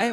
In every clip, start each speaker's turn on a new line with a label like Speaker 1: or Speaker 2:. Speaker 1: 哎，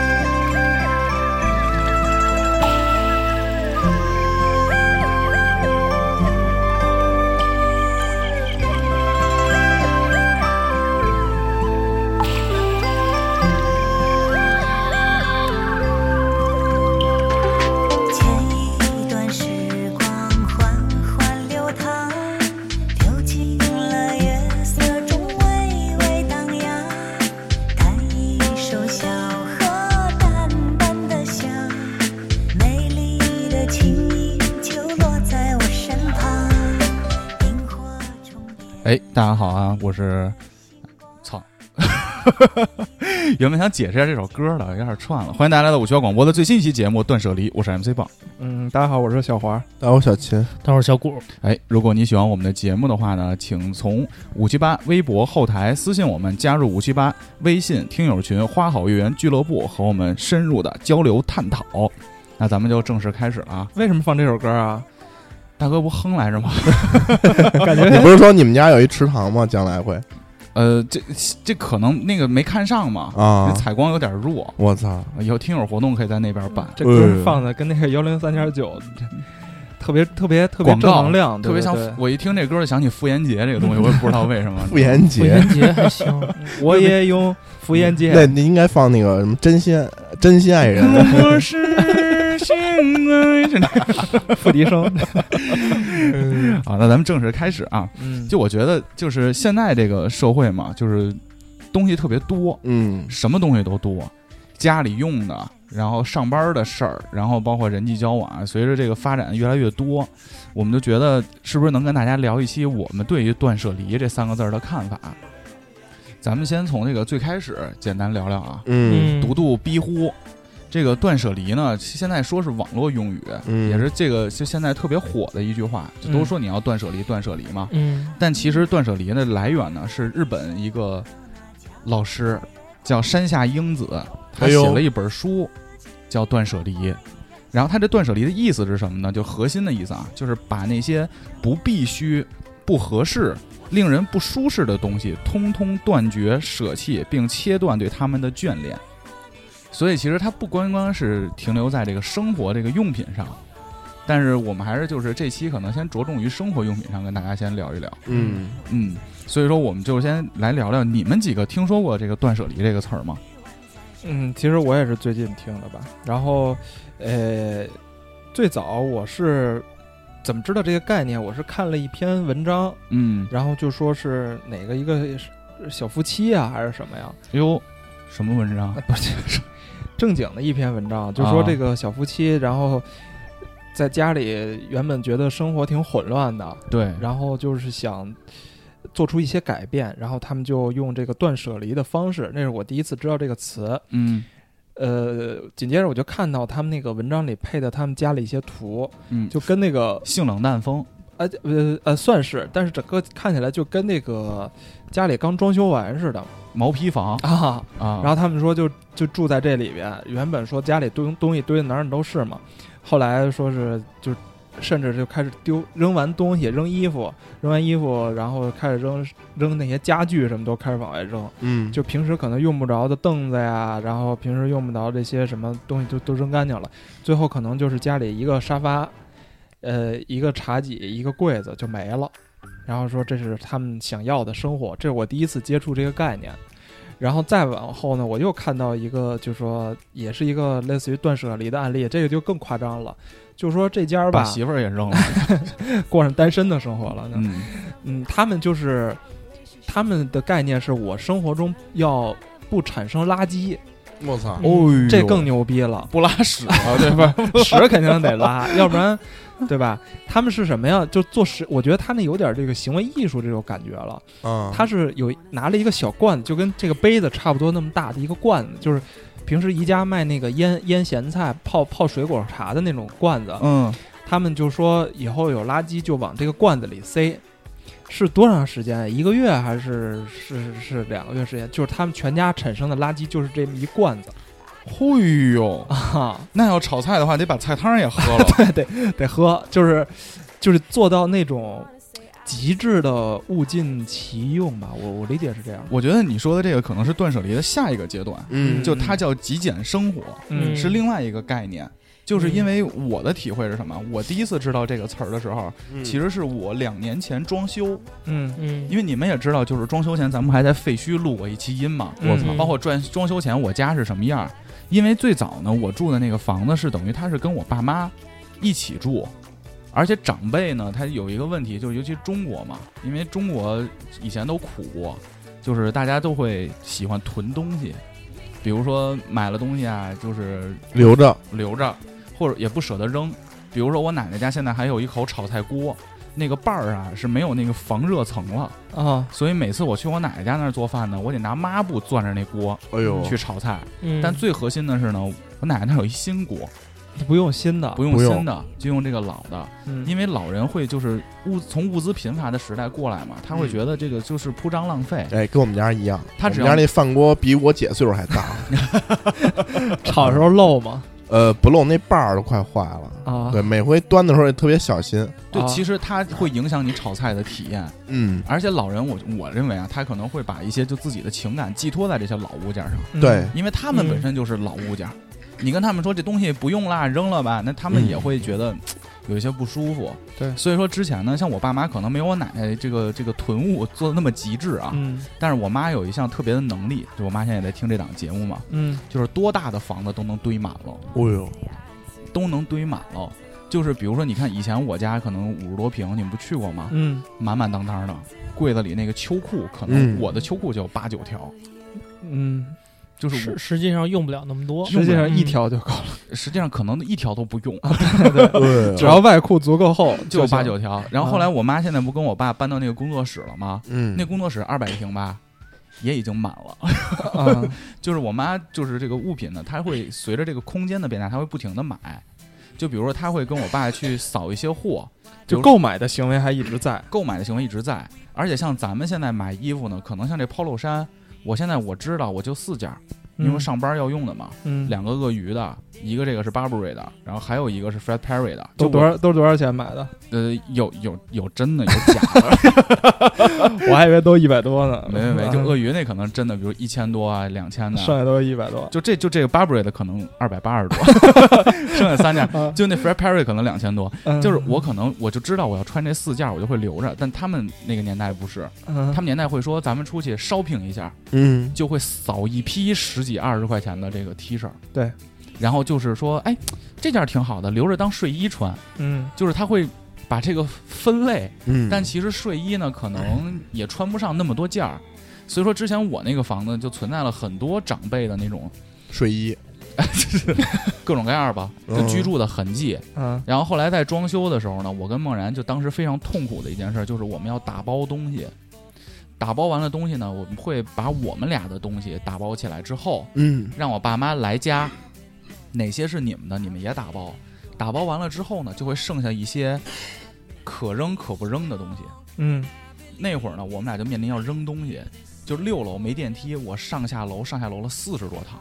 Speaker 2: 有。
Speaker 3: 前一段时光缓缓流淌，丢尽了月色中微微荡漾。弹一首小河淡淡的香，美丽的情意就落在我身旁。萤火虫点
Speaker 2: 哎，大家好啊，我是，操， 原本想解释一下这首歌的，有点串了。欢迎大家来到五七八广播的最新一期节目《断舍离》，我是 MC 棒。
Speaker 4: 嗯，大家好，我是小华。
Speaker 5: 大家好，我小秦，
Speaker 6: 待会儿小谷，
Speaker 2: 哎，如果你喜欢我们的节目的话呢，请从五七八微博后台私信我们，加入五七八微信听友群“花好月圆俱乐部”，和我们深入的交流探讨。那咱们就正式开始了啊！
Speaker 4: 为什么放这首歌啊？
Speaker 2: 大哥不哼来着吗？
Speaker 4: 感
Speaker 5: 你
Speaker 4: 觉
Speaker 5: 不是说你们家有一池塘吗？将来会
Speaker 2: 呃，这这可能那个没看上嘛，那
Speaker 5: 啊！
Speaker 2: 采光有点弱。
Speaker 5: 我操，
Speaker 2: 以后听友活动可以在那边办，
Speaker 4: 这歌放的跟那个幺零三点九，特别特别特
Speaker 2: 哎
Speaker 4: 别
Speaker 2: 广
Speaker 4: 正
Speaker 2: 告
Speaker 4: 能量，
Speaker 2: 特别像
Speaker 4: 对对对
Speaker 2: 我一听这歌就想起妇炎洁这个东西，我也不知道为什 么。
Speaker 5: 傅炎
Speaker 6: 妇
Speaker 5: 洁，
Speaker 6: 炎洁还行，
Speaker 4: 我也用福烟街。
Speaker 2: 嗯
Speaker 5: 那你应该放那个什么真心真心 爱人，
Speaker 2: 我是心爱着你
Speaker 4: 付 笛声，
Speaker 2: 啊，那咱们正式开始啊。
Speaker 4: 嗯，
Speaker 2: 就我觉得，就是现在这个社会嘛，就是东西特别多，
Speaker 5: 嗯，
Speaker 2: 什么东西都多，家里用的，然后上班的事儿，然后包括人际交往啊，随着这个发展越来越多，我们就觉得是不是能跟大家聊一期我们对于“断舍离”这三个字儿的看法？咱们先从这个最开始简单聊聊啊，
Speaker 4: 嗯
Speaker 5: 嗯
Speaker 2: 读读逼呼。这个断舍离呢，现在说是网络用语，
Speaker 5: 嗯
Speaker 2: 也是这个就现在特别火的一句话，就都说你要断舍离，断舍离嘛。
Speaker 6: 嗯，
Speaker 2: 但其实断舍离的来源呢，是日本一个老师叫山下英子，他
Speaker 5: 哎
Speaker 2: 写
Speaker 5: 呦
Speaker 2: 了一本书叫《断舍离》。然后他这断舍离的意思是什么呢？就核心的意思啊，就是把那些不必须、不合适、令人不舒适的东西，通通断绝、舍弃，并切断对他们的眷恋。所以其实它不光光是停留在这个生活这个用品上，但是我们还是就是这期可能先着重于生活用品上跟大家先聊一聊。
Speaker 5: 嗯，
Speaker 2: 嗯，所以说我们就先来聊聊你们几个听说过这个“断舍离”这个词儿吗？
Speaker 4: 嗯，其实我也是最近听的吧。然后，呃，最早我是怎么知道这个概念？我是看了一篇文章，
Speaker 2: 嗯，
Speaker 4: 然后就说是哪个一个小夫妻啊，还是什么呀？
Speaker 2: 哟，什么文 章？
Speaker 4: 啊不是正经的一篇文章，就说这个小夫妻，然后在家里原本觉得生活挺混乱的，
Speaker 2: 对，
Speaker 4: 然后就是想做出一些改变，然后他们就用这个断舍离的方式，那是我第一次知道这个词。
Speaker 2: 嗯
Speaker 4: 呃，紧接着我就看到他们那个文章里配的他们家里一些图，
Speaker 2: 嗯，
Speaker 4: 就跟那个
Speaker 2: 性冷淡风，
Speaker 4: 呃呃呃算是，但是整个看起来就跟那个家里刚装修完似的
Speaker 2: 毛坯房
Speaker 4: 啊。
Speaker 2: 啊，
Speaker 4: 然后他们说就就住在这里边，原本说家里堆东西堆的哪儿哪儿都是嘛，后来说是就甚至就开始丢扔完东西扔衣服，扔完衣服然后开始扔扔那些家具什么都开始往外扔，
Speaker 5: 嗯，
Speaker 4: 就平时可能用不着的凳子呀，然后平时用不着这些什么东西都都扔干净了，最后可能就是家里一个沙发，呃一个茶几一个柜子就没了。然后说这是他们想要的生活，这是我第一次接触这个概念。然后再往后呢，我又看到一个，就说也是一个类似于断舍离的案例，这个就更夸张了，就说这家儿
Speaker 2: 把
Speaker 4: 吧
Speaker 2: 媳妇儿也扔了，
Speaker 4: 过上单身的生活 了呢。
Speaker 2: 嗯
Speaker 4: 嗯，他们就是他们的概念是我生活中要不产生垃圾，
Speaker 5: 我操，
Speaker 2: 哦
Speaker 4: 这更牛逼了。
Speaker 2: 不拉屎了，对吧？
Speaker 4: 屎肯定得拉，要不然，对吧？他们是什么呀？就做实，我觉得他们有点这个行为艺术这种感觉了。
Speaker 5: 啊，
Speaker 4: 他是有拿了一个小罐子，就跟这个杯子差不多那么大的一个罐子，就是平时宜家卖那个腌腌咸菜、泡泡水果茶的那种罐子。
Speaker 2: 嗯，
Speaker 4: 他们就说以后有垃圾就往这个罐子里塞，是多长时间？一个月还是是是是两个月时间？就是他们全家产生的垃圾就是这么一罐子
Speaker 2: 嘿呦，
Speaker 4: 啊，
Speaker 2: 那要炒菜的话，得把菜汤也喝了。
Speaker 4: 得喝，就是就是做到那种极致的物尽其用吧。我我理解是这样。
Speaker 2: 我觉得你说的这个可能是断舍离的下一个阶段，
Speaker 5: 嗯
Speaker 2: 就它叫极简生活，
Speaker 1: 嗯
Speaker 2: 是另外一个概念。就是因为我的体会是什么？我第一次知道这个词儿的时候，
Speaker 5: 嗯
Speaker 2: 其实是我两年前装修，
Speaker 4: 嗯
Speaker 1: 嗯
Speaker 2: 因为你们也知道，就是装修前咱们还在废墟录过一期音嘛。
Speaker 4: 嗯
Speaker 2: 包括装装修前我家是什么样儿。因为最早呢，我住的那个房子是等于他是跟我爸妈一起住，而且长辈呢，他有一个问题，就是尤其中国嘛，因为中国以前都苦过，就是大家都会喜欢囤东西，比如说买了东西啊，就是
Speaker 5: 留着，
Speaker 2: 留着，或者也不舍得扔。比如说我奶奶家现在还有一口炒菜锅，那个把儿啊是没有那个防热层了。
Speaker 4: 啊，
Speaker 2: 所以每次我去我奶奶家那儿做饭呢，我得拿抹布攥着那锅
Speaker 5: 哎呦，
Speaker 2: 去炒菜。
Speaker 1: 嗯
Speaker 2: 但最核心的是呢，我奶奶那儿有一新锅，
Speaker 4: 你不用新的，
Speaker 2: 不用
Speaker 5: 啊不用
Speaker 2: 新的，就用这个老的，
Speaker 4: 嗯
Speaker 2: 因为老人会就是物从物资贫乏的时代过来嘛，他会
Speaker 5: 嗯
Speaker 2: 觉得这个就是铺张浪费。
Speaker 5: 哎，跟我们家一样，
Speaker 2: 他
Speaker 5: 我
Speaker 2: 只
Speaker 5: 们
Speaker 2: 要
Speaker 5: 家那饭锅比我姐岁数还大，
Speaker 4: 炒的时候漏嘛
Speaker 5: 呃，不漏那把儿都快坏了。
Speaker 4: 啊，
Speaker 5: 对，每回端的时候也特别小心。
Speaker 2: 对，
Speaker 4: 啊
Speaker 2: 其实它会影响你炒菜的体验，
Speaker 5: 嗯，
Speaker 2: 而且老人我我认为啊，他可能会把一些就自己的情感寄托在这些老物件上，
Speaker 4: 嗯
Speaker 5: 对，哎
Speaker 2: 因为他们本身就是老物件儿。你跟他们说这东西不用啦，扔了吧，那他们
Speaker 5: 嗯
Speaker 2: 也会觉得嘖有一些不舒服。
Speaker 4: 对
Speaker 2: 所以说之前呢，像我爸妈可能没有我奶奶这个这个囤物做的那么极致啊，
Speaker 4: 嗯
Speaker 2: 但是我妈有一项特别的能力，就我妈现在也在听这档节目嘛，
Speaker 4: 嗯
Speaker 2: 就是多大的房子都能堆满了，
Speaker 5: 哎 呦，
Speaker 2: 都能堆满了。就是比如说，你看以前我家可能五十多平，你们不去过吗？
Speaker 4: 嗯，
Speaker 2: 满满当当的，柜子里那个秋裤，可能
Speaker 5: 嗯
Speaker 2: 我的秋裤就有八九条，
Speaker 4: 嗯，
Speaker 2: 就是
Speaker 6: 实实际上用不了那么多。
Speaker 4: 实际上
Speaker 6: 嗯
Speaker 4: 一条就够了，
Speaker 2: 我实际上可能一条都不用。
Speaker 5: 对，
Speaker 4: 只要外裤足够厚
Speaker 2: 就有
Speaker 4: 行嗯
Speaker 2: 八九条。然后后来我妈现在不跟我爸搬到那个工作室了吗？
Speaker 5: 嗯，
Speaker 2: 那工作室二百平吧，也已经满了。
Speaker 4: 啊，
Speaker 2: 就是我妈就是这个物品呢，她会随着这个空间的变大，她会不停的买。就比如说，她会跟我爸去扫一些货，
Speaker 4: 就购买的行为还一直在，
Speaker 2: 购买的行为一直在。而且像咱们现在买衣服呢，可能像这 polo 衫，我现在我知道我就四件儿，因为上班要用的嘛。
Speaker 4: 嗯
Speaker 2: 两个鳄鱼的，一个这个是 Burberry 的，然后还有一个是 Fred Perry 的，
Speaker 4: 都
Speaker 2: 就
Speaker 4: 多
Speaker 2: 我
Speaker 4: 少都多少钱买的？
Speaker 2: 呃有有有真的有假的，
Speaker 4: 我还以为都一百多呢，
Speaker 2: 没没没，就
Speaker 4: 啊
Speaker 2: 鳄鱼那可能真的，比如一千多啊，两千的，
Speaker 4: 剩下都一百多
Speaker 2: 就这就这个 Burberry 的可能二百八十 多，剩下三件，
Speaker 4: 啊，
Speaker 2: 就那 Fred Perry 可能两千多，
Speaker 4: 嗯
Speaker 2: 就是我可能我就知道我要穿这四件，我就会留着，但他们那个年代不是，
Speaker 4: 嗯
Speaker 2: 他们年代会说咱们出去 shopping 一下，
Speaker 5: 嗯，
Speaker 2: 就会扫一批十几二十块钱的这个 T 恤，
Speaker 4: 对，
Speaker 2: 然后就是说，哎，这件挺好的，留着当睡衣穿，
Speaker 4: 嗯
Speaker 2: 就是他会。把这个分类，
Speaker 5: 嗯，哎
Speaker 2: 但其实睡衣呢，可能也穿不上那么多件儿，所以说之前我那个房子就存在了很多长辈的那种
Speaker 5: 睡衣，
Speaker 2: 各种各样儿吧，就
Speaker 5: 嗯
Speaker 2: 居住的痕迹。
Speaker 4: 嗯
Speaker 2: 然后后来在装修的时候呢，我跟梦然就当时非常痛苦的一件事，就是我们要打包东西。打包完了东西呢，我们会把我们俩的东西打包起来之后，
Speaker 5: 嗯，
Speaker 2: 让我爸妈来家，哪些是你们的，你们也打包。打包完了之后呢，就会剩下一些可扔可不扔的东西。
Speaker 4: 嗯
Speaker 2: 那会儿呢，我们俩就面临要扔东西，就六楼没电梯，我上下楼上下楼了四十多趟，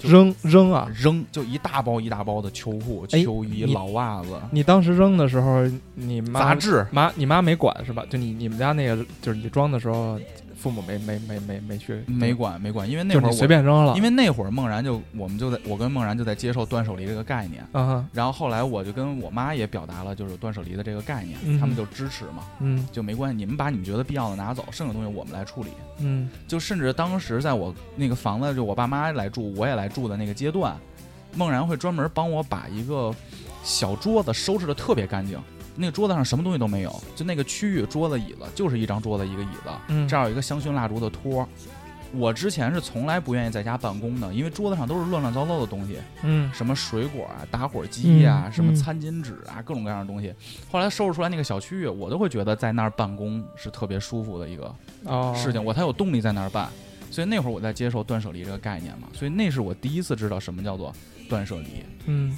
Speaker 2: 就
Speaker 4: 扔扔啊！
Speaker 2: 扔就一大包一大包的秋裤、
Speaker 4: 哎
Speaker 2: 秋衣、
Speaker 4: 你
Speaker 2: 老袜子、
Speaker 4: 你当时扔的时候，你
Speaker 2: 杂
Speaker 4: 妈
Speaker 2: 志。
Speaker 4: 妈你妈没管是吧？就你你们家那个，就是你装的时候，父母没没没没没去
Speaker 2: 没，管没管，因为那会
Speaker 4: 嗯就是
Speaker 2: 儿
Speaker 4: 你
Speaker 2: 我
Speaker 4: 随，便扔了，
Speaker 2: 因为那会儿梦然就我们就在我跟梦然就在接受断舍离这个概念，
Speaker 4: 啊
Speaker 2: 然后后来我就跟我妈也表达了就是断舍离的这个概念，
Speaker 4: 嗯
Speaker 2: 他们就支持嘛，
Speaker 4: 嗯
Speaker 2: 就没关系，你们把你们觉得必要的拿走，剩下的东西我们来处理。
Speaker 4: 嗯
Speaker 2: 就甚至当时在我那个房子，就我爸妈来住，我也来住的那个阶段，梦然会专门帮我把一个小桌子收拾的特别干净。那个桌子上什么东西都没有，就那个区域，桌子、椅子，就是一张桌子，一个椅子，
Speaker 4: 嗯
Speaker 2: 这儿有一个香薰蜡烛的托。我之前是从来不愿意在家办公的，因为桌子上都是乱乱糟糟的东西，
Speaker 4: 嗯
Speaker 2: 什么水果啊、打火机啊、
Speaker 4: 嗯
Speaker 2: 什么
Speaker 4: 嗯
Speaker 2: 餐巾纸啊，各种各样的东西。后来收拾出来那个小区域，我都会觉得在那儿办公是特别舒服的一个
Speaker 4: 哦
Speaker 2: 事情，我才有动力在那儿办。所以那会儿我在接受断舍离这个概念嘛，所以那是我第一次知道什么叫做断舍离。
Speaker 4: 嗯，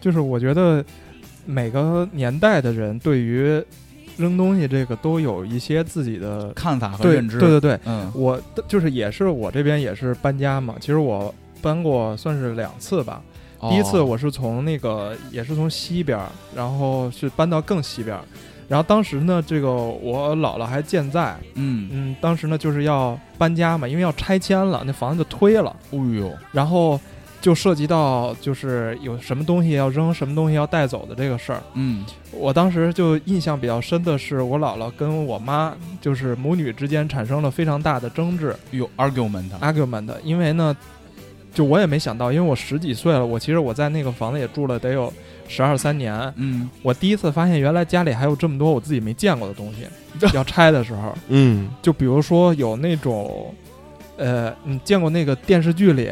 Speaker 4: 就是我觉得每个年代的人对于扔东西这个都有一些自己的
Speaker 2: 看法和
Speaker 4: 对
Speaker 2: 认知，
Speaker 4: 对对对，
Speaker 2: 嗯
Speaker 4: 我的就是也是我这边也是搬家嘛，其实我搬过算是两次吧。
Speaker 2: 哦
Speaker 4: 第一次我是从那个也是从西边儿，然后是搬到更西边儿，然后当时呢，这个我姥姥还健在，
Speaker 2: 嗯，
Speaker 4: 嗯，当时呢就是要搬家嘛，因为要拆迁了，那房子就推了，
Speaker 2: 哦呦，
Speaker 4: 然后就涉及到就是有什么东西要扔，什么东西要带走的这个事儿。
Speaker 2: 嗯
Speaker 4: 我当时就印象比较深的是，我姥姥跟我妈就是母女之间产生了非常大的争执，
Speaker 2: 有 argument，
Speaker 4: argument，因为呢，就我也没想到，因为我十几岁了，我其实我在那个房子也住了得有十二三年，
Speaker 2: 嗯，
Speaker 4: 我第一次发现原来家里还有这么多我自己没见过的东西。要拆的时候，
Speaker 5: 嗯，
Speaker 4: 就比如说有那种，呃，你见过那个电视剧里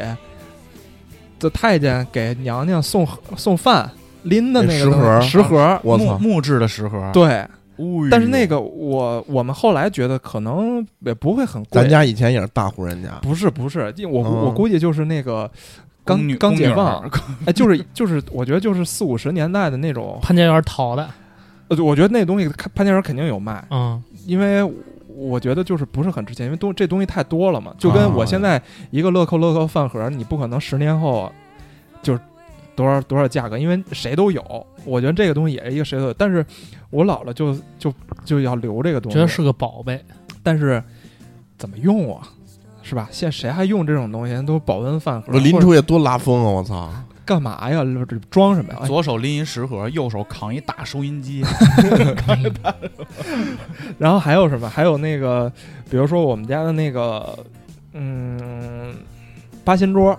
Speaker 4: 的太监给娘娘送送饭拎的那个
Speaker 5: 那
Speaker 4: 东西
Speaker 5: 食
Speaker 4: 食盒，
Speaker 5: 我
Speaker 2: 木
Speaker 5: 操，
Speaker 2: 木质的食盒，
Speaker 4: 对。
Speaker 2: 哦呦，
Speaker 4: 但是那个我我们后来觉得可能也不会很贵，
Speaker 5: 咱家以前也是大户人家，
Speaker 4: 不是不是，就我、
Speaker 5: 嗯
Speaker 4: 我估计就是那个
Speaker 2: 宫
Speaker 4: 刚
Speaker 2: 女
Speaker 4: 刚
Speaker 2: 宫女
Speaker 4: 解
Speaker 2: 儿啊
Speaker 4: 放，哎，就是就是，我觉得就是四五十年代的那种，
Speaker 6: 潘家园淘的，
Speaker 4: 呃，我觉得那东西看潘家园肯定有卖，
Speaker 6: 嗯，
Speaker 4: 因为我觉得就是不是很值钱，因为东这东西太多了嘛，就跟我现在一个乐扣乐扣饭盒，你不可能十年后就是多少多少价格，因为谁都有，我觉得这个东西也是一个谁都有，但是我老了就就就要留这个东
Speaker 6: 觉得
Speaker 4: 西，
Speaker 6: 是个宝贝，
Speaker 4: 但是怎么用啊？是吧？现在谁还用这种东西？都保温饭盒，
Speaker 5: 我拎
Speaker 4: 或者
Speaker 5: 出去多拉风啊！我操，
Speaker 4: 干嘛呀？装什么呀？哎
Speaker 2: 左手拎一食盒，右手扛一大收音 机，
Speaker 4: 然后还有什么？还有那个，比如说我们家的那个，嗯，八仙桌，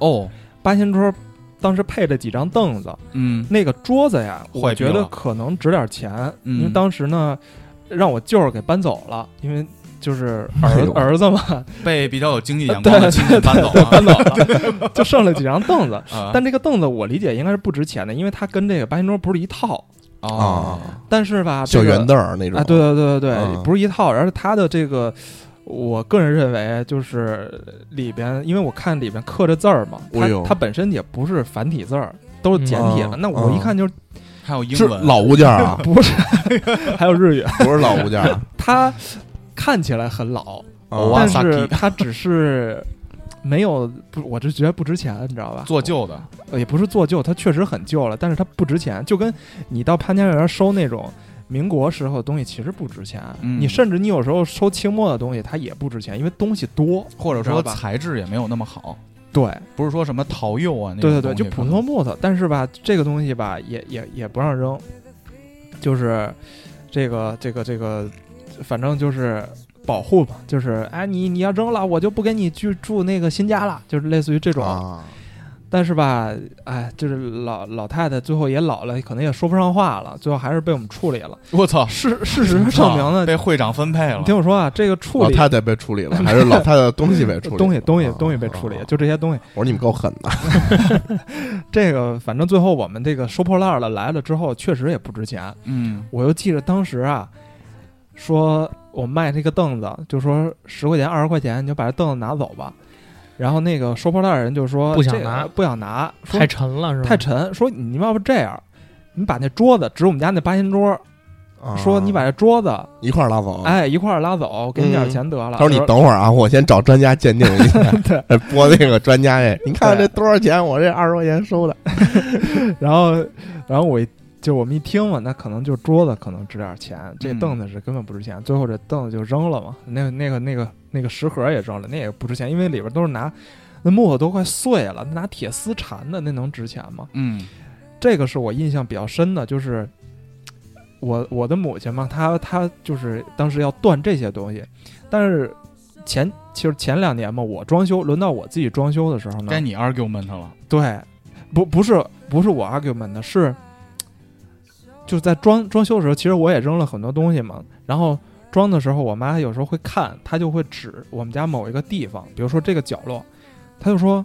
Speaker 2: 哦，
Speaker 4: 八仙桌当时配了几张凳子，
Speaker 2: 嗯
Speaker 4: 那个桌子呀，我
Speaker 2: 坏掉
Speaker 4: 觉
Speaker 2: 了
Speaker 4: 得可能值点钱，
Speaker 2: 嗯
Speaker 4: 因为当时呢，让我舅儿给搬走了，因为就是
Speaker 5: 哎
Speaker 4: 儿
Speaker 5: 呦
Speaker 4: 儿子嘛，
Speaker 2: 被比较有经济眼光的亲戚搬走了
Speaker 4: 搬走了，就剩了几张凳子。
Speaker 2: 啊，
Speaker 4: 但这个凳子我理解应该是不值钱的，因为它跟这个八仙桌不是一套。
Speaker 5: 啊
Speaker 2: 哦，
Speaker 4: 但是吧，
Speaker 5: 小
Speaker 4: 这个
Speaker 5: 圆凳儿那种，
Speaker 4: 啊，对对对对对，
Speaker 5: 嗯
Speaker 4: 不是一套。而且它的这个，我个人认为就是里边，因为我看里边刻着字儿嘛，它、
Speaker 5: 哎呦
Speaker 4: 它本身也不是繁体字儿，都是简体了。
Speaker 5: 嗯
Speaker 4: 那我一看就是、，
Speaker 2: 还有英
Speaker 5: 是
Speaker 2: 文
Speaker 5: 老物件儿啊
Speaker 4: 不是，
Speaker 5: 嗯
Speaker 4: 还有日语，
Speaker 5: 不是老物件 儿啊。
Speaker 4: 它看起来很老，
Speaker 2: 哦
Speaker 5: 啊
Speaker 4: 但
Speaker 2: Kawasaki
Speaker 4: 是它只是。没有不，我就觉得不值钱，你知道吧？
Speaker 2: 做旧的，
Speaker 4: 呃也不是做旧，它确实很旧了，但是它不值钱，就跟你到潘家园收那种民国时候的东西其实不值钱，
Speaker 2: 嗯
Speaker 4: 你甚至你有时候收清末的东西它也不值钱，因为东西多。
Speaker 2: 或者
Speaker 4: 知道
Speaker 2: 说
Speaker 4: 吧
Speaker 2: 材质也没有那么好，
Speaker 4: 对
Speaker 2: 不是说什么陶釉啊，那
Speaker 4: 对
Speaker 2: 种
Speaker 4: 对对，
Speaker 2: 东西
Speaker 4: 就普
Speaker 2: 可能
Speaker 4: 通木头，但是吧，这个东西吧，也也也不让扔，就是这个这个这个，反正就是。保护嘛，就是哎，你你要扔了，我就不给你去住那个新家了，就是类似于这种。
Speaker 5: 啊，
Speaker 4: 但是吧，哎，就是老老太太最后也老了，可能也说不上话了，最后还是被我们处理了。
Speaker 2: 我操，啊
Speaker 4: 事事实证明呢，
Speaker 2: 被会长分配了
Speaker 4: 你，听我说啊，这个处
Speaker 5: 啊老
Speaker 4: 理
Speaker 5: 太太被处理了，还是老太太的东西被处理了？
Speaker 4: 东西东西
Speaker 5: 啊
Speaker 4: 东西被处理
Speaker 5: 啊，啊
Speaker 4: 就这些东西。
Speaker 5: 我说你们够狠的，
Speaker 4: 这个反正最后我们这个收破烂儿了来了之后，确实也不值钱。
Speaker 2: 嗯，
Speaker 4: 我又记着当时啊，说我卖这个凳子，就说十块钱二十块钱，你就把这凳子拿走吧。然后那个收破烂儿人就说
Speaker 6: 不想
Speaker 4: 这个
Speaker 6: 拿
Speaker 4: 不想拿，说
Speaker 6: 太沉了是吧？
Speaker 4: 太，沉，说你要不这样，你把那桌子指我们家那八仙桌，
Speaker 5: 啊
Speaker 4: 说你把这桌子
Speaker 5: 一块儿拉走。
Speaker 4: 哎一块儿拉走，给你点
Speaker 5: 嗯
Speaker 4: 钱得了。
Speaker 5: 他说你等会儿啊，我先找专家鉴定一下
Speaker 4: 对，
Speaker 5: 播那个专家 哎，你看
Speaker 4: 对哦
Speaker 5: 这多少钱？我这二十块钱收的，
Speaker 4: 然后，然后我一就我们一听嘛，那可能就桌子可能值点钱，这
Speaker 2: 嗯
Speaker 4: 凳子是根本不值钱。最后这凳子就扔了嘛，那个那个那个那个食盒也扔了，那也不值钱，因为里边都是拿那木头都快碎了，拿铁丝缠的，那能值钱吗？
Speaker 2: 嗯
Speaker 4: 这个是我印象比较深的，就是我我的母亲嘛，她她就是当时要断这些东西，但是前其实前两年嘛，我装修轮到我自己装修的时候呢，
Speaker 2: 该你 argument 了，
Speaker 4: 对，不不是不是我 argument 是，就是在装装修的时候，其实我也扔了很多东西嘛。然后装的时候，我妈有时候会看，她就会指我们家某一个地方，比如说这个角落，她就说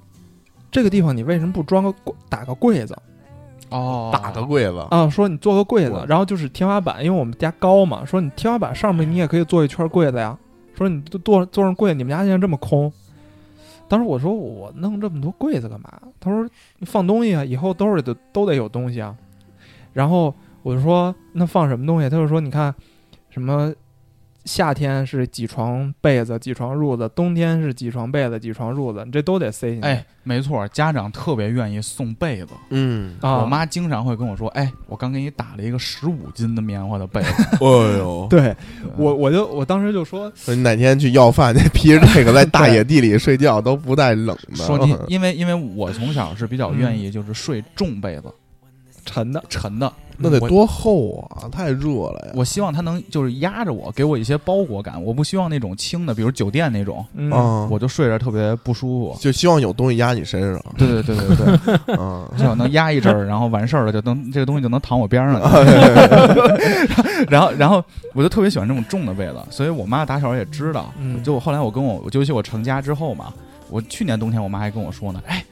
Speaker 4: 这个地方你为什么不装个柜打个柜子
Speaker 2: 哦
Speaker 5: 打个柜子，
Speaker 4: 啊？说你做个柜子
Speaker 5: 我，
Speaker 4: 然后就是天花板，因为我们家高嘛，说你天花板
Speaker 2: 哎
Speaker 4: 上面你也可以做一圈柜子呀。说你都做做上柜子，你们家现在这么空。当时我说我弄这么多柜子干嘛？他说你放东西啊，以后都是得都得有东西啊。然后我就说那放什么东西？他就说你看，什么夏天是几床被子、几床褥子，冬天是几床被子、几床褥子，你这都得塞进去。
Speaker 2: 哎，没错，家长特别愿意送被子。
Speaker 5: 嗯，
Speaker 4: 啊，
Speaker 2: 我妈经常会跟我说：“哎，我刚给你打了一个十五斤的棉花的被子。
Speaker 4: 哦
Speaker 5: 哎呦，
Speaker 4: 对 我我就我当时就说，
Speaker 5: 说你哪天去要饭，那 披着这个在大野地里睡觉都不带冷 的。
Speaker 2: 说
Speaker 4: 呃
Speaker 2: 你，因为因为我从小是比较愿
Speaker 4: 嗯
Speaker 2: 意就是睡重被子，
Speaker 4: 沉的，
Speaker 2: 沉的，
Speaker 5: 那得多厚啊！太热了呀！
Speaker 2: 我希望它能就是压着我，给我一些包裹感。我不希望那种轻的，比如酒店那种，
Speaker 4: 嗯，
Speaker 5: 啊，
Speaker 2: 我就睡着特别不舒服。
Speaker 5: 就希望有东西压你身上。
Speaker 2: 对对对对对，
Speaker 5: 啊，
Speaker 2: 就能压一阵 儿，然后完事儿了，就能这个东西就能躺我边上了。 然后，然后我就特别喜欢这种重的被子，所以我妈打小也知道。
Speaker 4: 嗯
Speaker 2: 就我后来我跟我，尤其我成家之后嘛，我去年冬天我妈还跟我说呢，哎，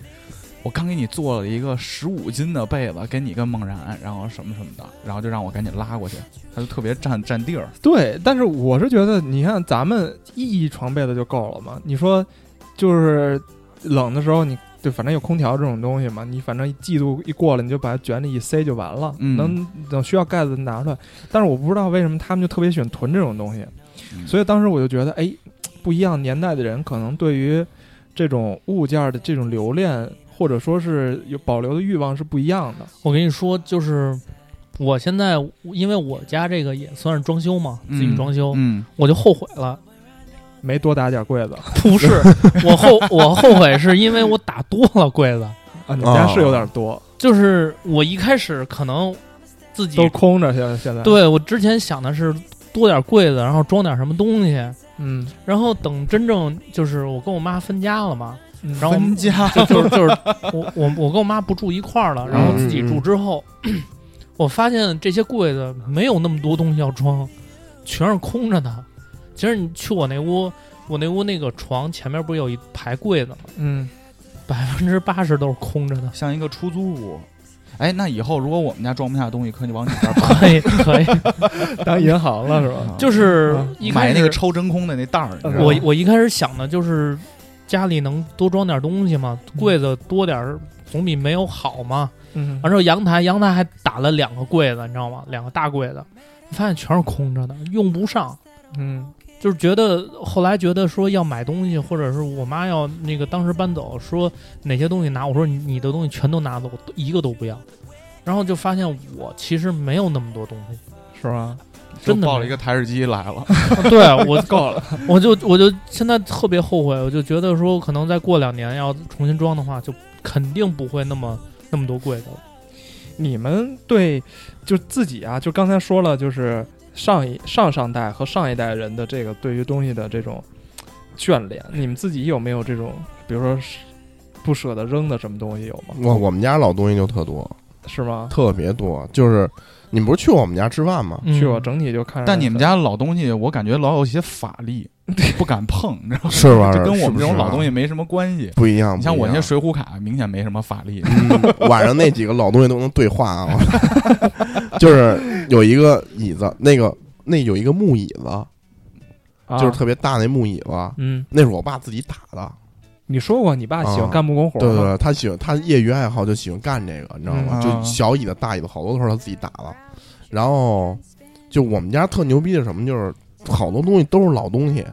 Speaker 2: 我刚给你做了一个十五斤的被子，给你跟梦然，然后什么什么的，然后就让我赶紧拉过去，她就特别占占地儿。
Speaker 4: 对，但是我是觉得，你看咱们一床被子就够了嘛。你说，就是冷的时候你，就反正有空调这种东西嘛，你反正季度一过了，你就把它卷里一塞就完了。
Speaker 2: 嗯
Speaker 4: 能等需要盖子拿出来，但是我不知道为什么他们就特别喜欢囤这种东西，
Speaker 2: 嗯
Speaker 4: 所以当时我就觉得，哎，不一样年代的人可能对于这种物件的这种留恋，或者说是有保留的欲望是不一样的。
Speaker 6: 我跟你说，就是我现在因为我家这个也算是装修嘛，自己装修，
Speaker 2: 嗯，
Speaker 6: 我就后悔了。
Speaker 4: 没多打点柜子
Speaker 6: 不是，我后我后悔是因为我打多了柜子，
Speaker 4: 啊，你们家
Speaker 5: 哦
Speaker 4: 是有点多，
Speaker 6: 就是我一开始可能自己
Speaker 4: 都空着现在现在。，
Speaker 6: 对我之前想的是多点柜子，然后装点什么东西，
Speaker 4: 嗯，
Speaker 6: 然后等真正就是我跟我妈分家了嘛，
Speaker 4: 嗯
Speaker 6: 然后我
Speaker 2: 分
Speaker 6: 们
Speaker 2: 家，。
Speaker 6: 就就是就是我我我跟我妈不住一块儿了，然后自己住之后，我发现这些柜子没有那么多东西要装，全是空着的。其实你去我那屋，我那屋那个床前面不是有一排柜子吗？
Speaker 4: 嗯，
Speaker 6: 百分之八十都是空着的
Speaker 2: 像一个出租屋。哎，那以后如果我们家装不下东西，可以往你这儿 搬。
Speaker 6: 可以可以，
Speaker 4: 当银行了是吧？
Speaker 6: 就是
Speaker 4: 嗯
Speaker 6: 一
Speaker 2: 买
Speaker 6: 开
Speaker 2: 那个
Speaker 6: 始
Speaker 2: 抽真空的那袋儿，你知道吗
Speaker 6: 我我一开始想的就是家里能多装点东西嘛，
Speaker 2: 嗯
Speaker 6: 柜子多点儿总比没有好嘛。
Speaker 4: 嗯
Speaker 6: 完之后阳台阳台还打了两个柜子，你知道吗？两个大柜子，发现全是空着的，用不上。
Speaker 4: 嗯
Speaker 6: 就是觉得后来觉得说要买东西，或者是我妈要那个当时搬走，说哪些东西拿，我说你你的东西全都拿走，我一个都不要。然后就发现我其实没有那么多东西，
Speaker 4: 是吧？
Speaker 2: 就
Speaker 6: 真的
Speaker 2: 抱
Speaker 6: 没
Speaker 2: 了一
Speaker 6: 有
Speaker 2: 个台式机来了。
Speaker 6: 对 我
Speaker 4: 啊够了，
Speaker 6: 我就我就现在特别后悔，我就觉得说，可能再过两年要重新装的话，就肯定不会那么那么多柜子了。
Speaker 4: 你们对就自己啊，就刚才说了，就是上一上上代和上一代人的这个对于东西的这种眷恋，你们自己有没有这种，比如说是不舍得扔的什么东西有吗？
Speaker 5: 我我们家老东西就特多，
Speaker 4: 是吗？
Speaker 5: 特别多。就是你不是去我们家吃饭吗？
Speaker 6: 嗯
Speaker 4: 去我整体就看着，
Speaker 2: 但你们家老东西，我感觉老有些法 力，不敢碰，你知道吗？
Speaker 5: 是吧
Speaker 2: 就跟我
Speaker 5: 是
Speaker 2: 们
Speaker 5: 不
Speaker 2: 这种
Speaker 5: 是啊
Speaker 2: 老东西没什么关系。
Speaker 5: 不一样。
Speaker 2: 你像我那
Speaker 5: 那
Speaker 2: 些水浒卡，明显没什么法力。
Speaker 5: 嗯，晚上那几个老东西都能对话 啊，就是有一个椅子，那个那有一个木椅子，
Speaker 4: 啊
Speaker 5: 就是特别大那木椅子，
Speaker 4: 嗯，
Speaker 5: 那是我爸自己打的。
Speaker 4: 你说过你爸喜欢
Speaker 5: 啊
Speaker 4: 干木工活
Speaker 5: 对对
Speaker 4: 吗？
Speaker 5: 对，他喜欢他业余爱好就喜欢干这个，你知道吗？
Speaker 2: 嗯啊
Speaker 5: 就小椅子、大椅子，好多都是他自己打的。然后就我们家特牛逼的什么，就是好多东西都是老东西。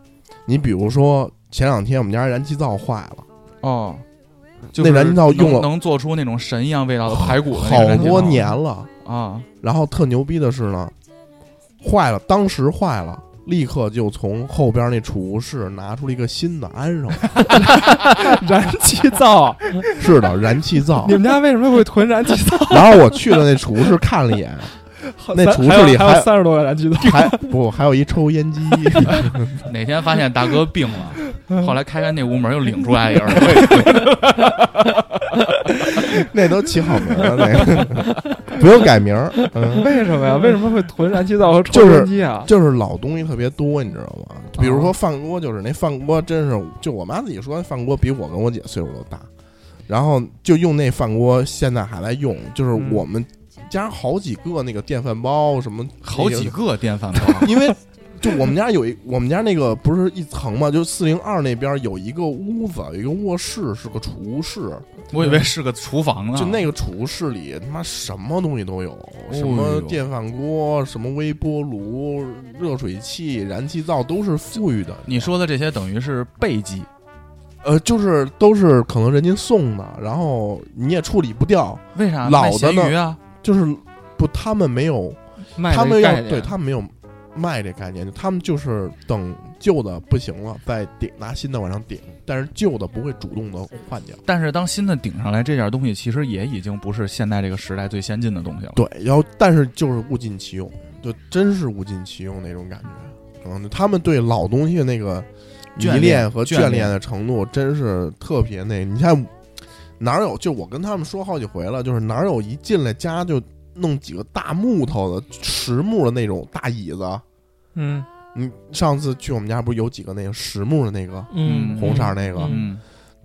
Speaker 5: 你比如说前两天我们家燃气灶坏了。
Speaker 2: 哦，就是
Speaker 5: 那燃气灶用了
Speaker 2: 能能做出那种神一样味道的排骨的哦那个
Speaker 5: 好
Speaker 2: 燃气灶
Speaker 5: 多年了。
Speaker 2: 啊！
Speaker 5: 然后特牛逼的是呢，坏了，当时坏了，立刻就从后边那储物室拿出了一个新的安上了。
Speaker 4: 燃气灶，
Speaker 5: 是的，燃气灶
Speaker 4: 你。们 家为什么会囤燃气灶？
Speaker 5: 然后我去了那储物室看了一眼，那
Speaker 4: 三
Speaker 5: 储物室里
Speaker 4: 还
Speaker 5: 还
Speaker 4: 有三十多个燃气 灶，
Speaker 5: 还不还有一抽烟 机。
Speaker 2: 哪天发现大哥病 了，后来开开那屋门又领出来一人，
Speaker 5: 那都起好名了，那个 不用改名儿，嗯，
Speaker 4: 为什么呀？为什么会囤燃气灶和抽
Speaker 5: 就是
Speaker 4: 烟机啊？
Speaker 5: 就是老东西特别多，你知道吗？比如说饭锅，就是那饭锅，真是就我妈自己说，饭锅比我跟我姐岁数都大，然后就用那饭锅，现在还在用，就是
Speaker 4: 嗯
Speaker 5: 我们家好几个那个电饭煲什么，
Speaker 2: 好几，个电饭煲。
Speaker 5: 因为就我们家有一，我们家那个不是一层嘛，就四零二那边有一个屋子，有一个卧室，是个储物室。
Speaker 2: 我以为是个厨房呢，
Speaker 5: 就那个储物室里，他妈什么东西都有，
Speaker 2: 哎呦
Speaker 5: 什么电饭锅、什么微波炉、热水器、燃气灶都是富裕的。
Speaker 2: 你说的这些等于是备机，
Speaker 5: 呃，就是都是可能人家送的，然后你也处理不掉，
Speaker 2: 为啥
Speaker 5: 老
Speaker 2: 卖
Speaker 5: 的
Speaker 2: 咸
Speaker 5: 呢
Speaker 2: 鱼啊？
Speaker 5: 就是不他们没有，
Speaker 4: 卖
Speaker 5: 他
Speaker 4: 这
Speaker 5: 们
Speaker 4: 概
Speaker 5: 要
Speaker 4: 念
Speaker 5: 对他们没有卖这概念，他们就是等旧的不行了再顶，拿新的往上顶，但是旧的不会主动的换掉。
Speaker 2: 但是当新的顶上来，这点东西其实也已经不是现在这个时代最先进的东西了。
Speaker 5: 对，然后但是就是物尽其用，就真是物尽其用那种感觉。嗯，他们对老东西的那个迷
Speaker 2: 眷恋
Speaker 5: 恋和
Speaker 2: 眷
Speaker 5: 眷
Speaker 2: 恋
Speaker 5: 恋的程度，真是特别那。你看哪儿有？就我跟他们说好几回了，就是哪儿有一进来家就弄几个大木头的实木的那种大椅子。
Speaker 6: 嗯
Speaker 5: 你上次去我们家不是有几个那个实木的那个
Speaker 2: 嗯
Speaker 6: 嗯，
Speaker 5: 红色儿那个，
Speaker 6: 嗯
Speaker 2: 嗯，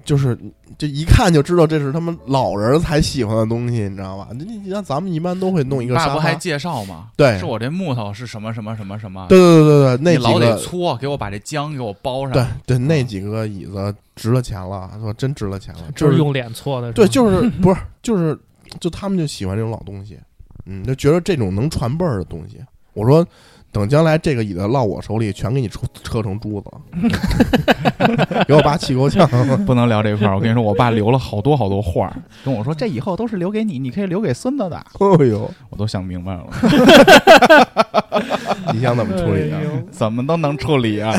Speaker 5: 就是这一看就知道这是他们老人儿才喜欢的东西，你知道吧？你你像咱们一般都会弄一个
Speaker 2: 爸
Speaker 5: 沙
Speaker 2: 不
Speaker 5: 发
Speaker 2: 还，介绍吗？
Speaker 5: 对，
Speaker 2: 说我这木头是什么什么什么什么，
Speaker 5: 对对对对对，那
Speaker 2: 啊你
Speaker 5: 几
Speaker 2: 老得
Speaker 5: 个
Speaker 2: 搓，给我把这浆给我包上。啊
Speaker 5: 对对那几个椅子值了钱了，说真值了钱了，就
Speaker 6: 就
Speaker 5: 是是
Speaker 6: 用脸搓的，
Speaker 5: 对，就是 不是就是就他们就喜欢这种老东西，嗯，就觉得这种能传辈儿的东西。我说，等将来这个椅子落我手里，全给你车车成珠子， 给我爸气够呛。
Speaker 2: 不能聊这块儿，我跟你说，我爸留了好多好多画儿，跟我说这以后都是留给你，你可以留给孙子的。
Speaker 5: 哎呦，
Speaker 2: 我都想明白了，
Speaker 5: 你想怎么处理啊
Speaker 6: 哎？呦
Speaker 2: 怎么都能处理 啊？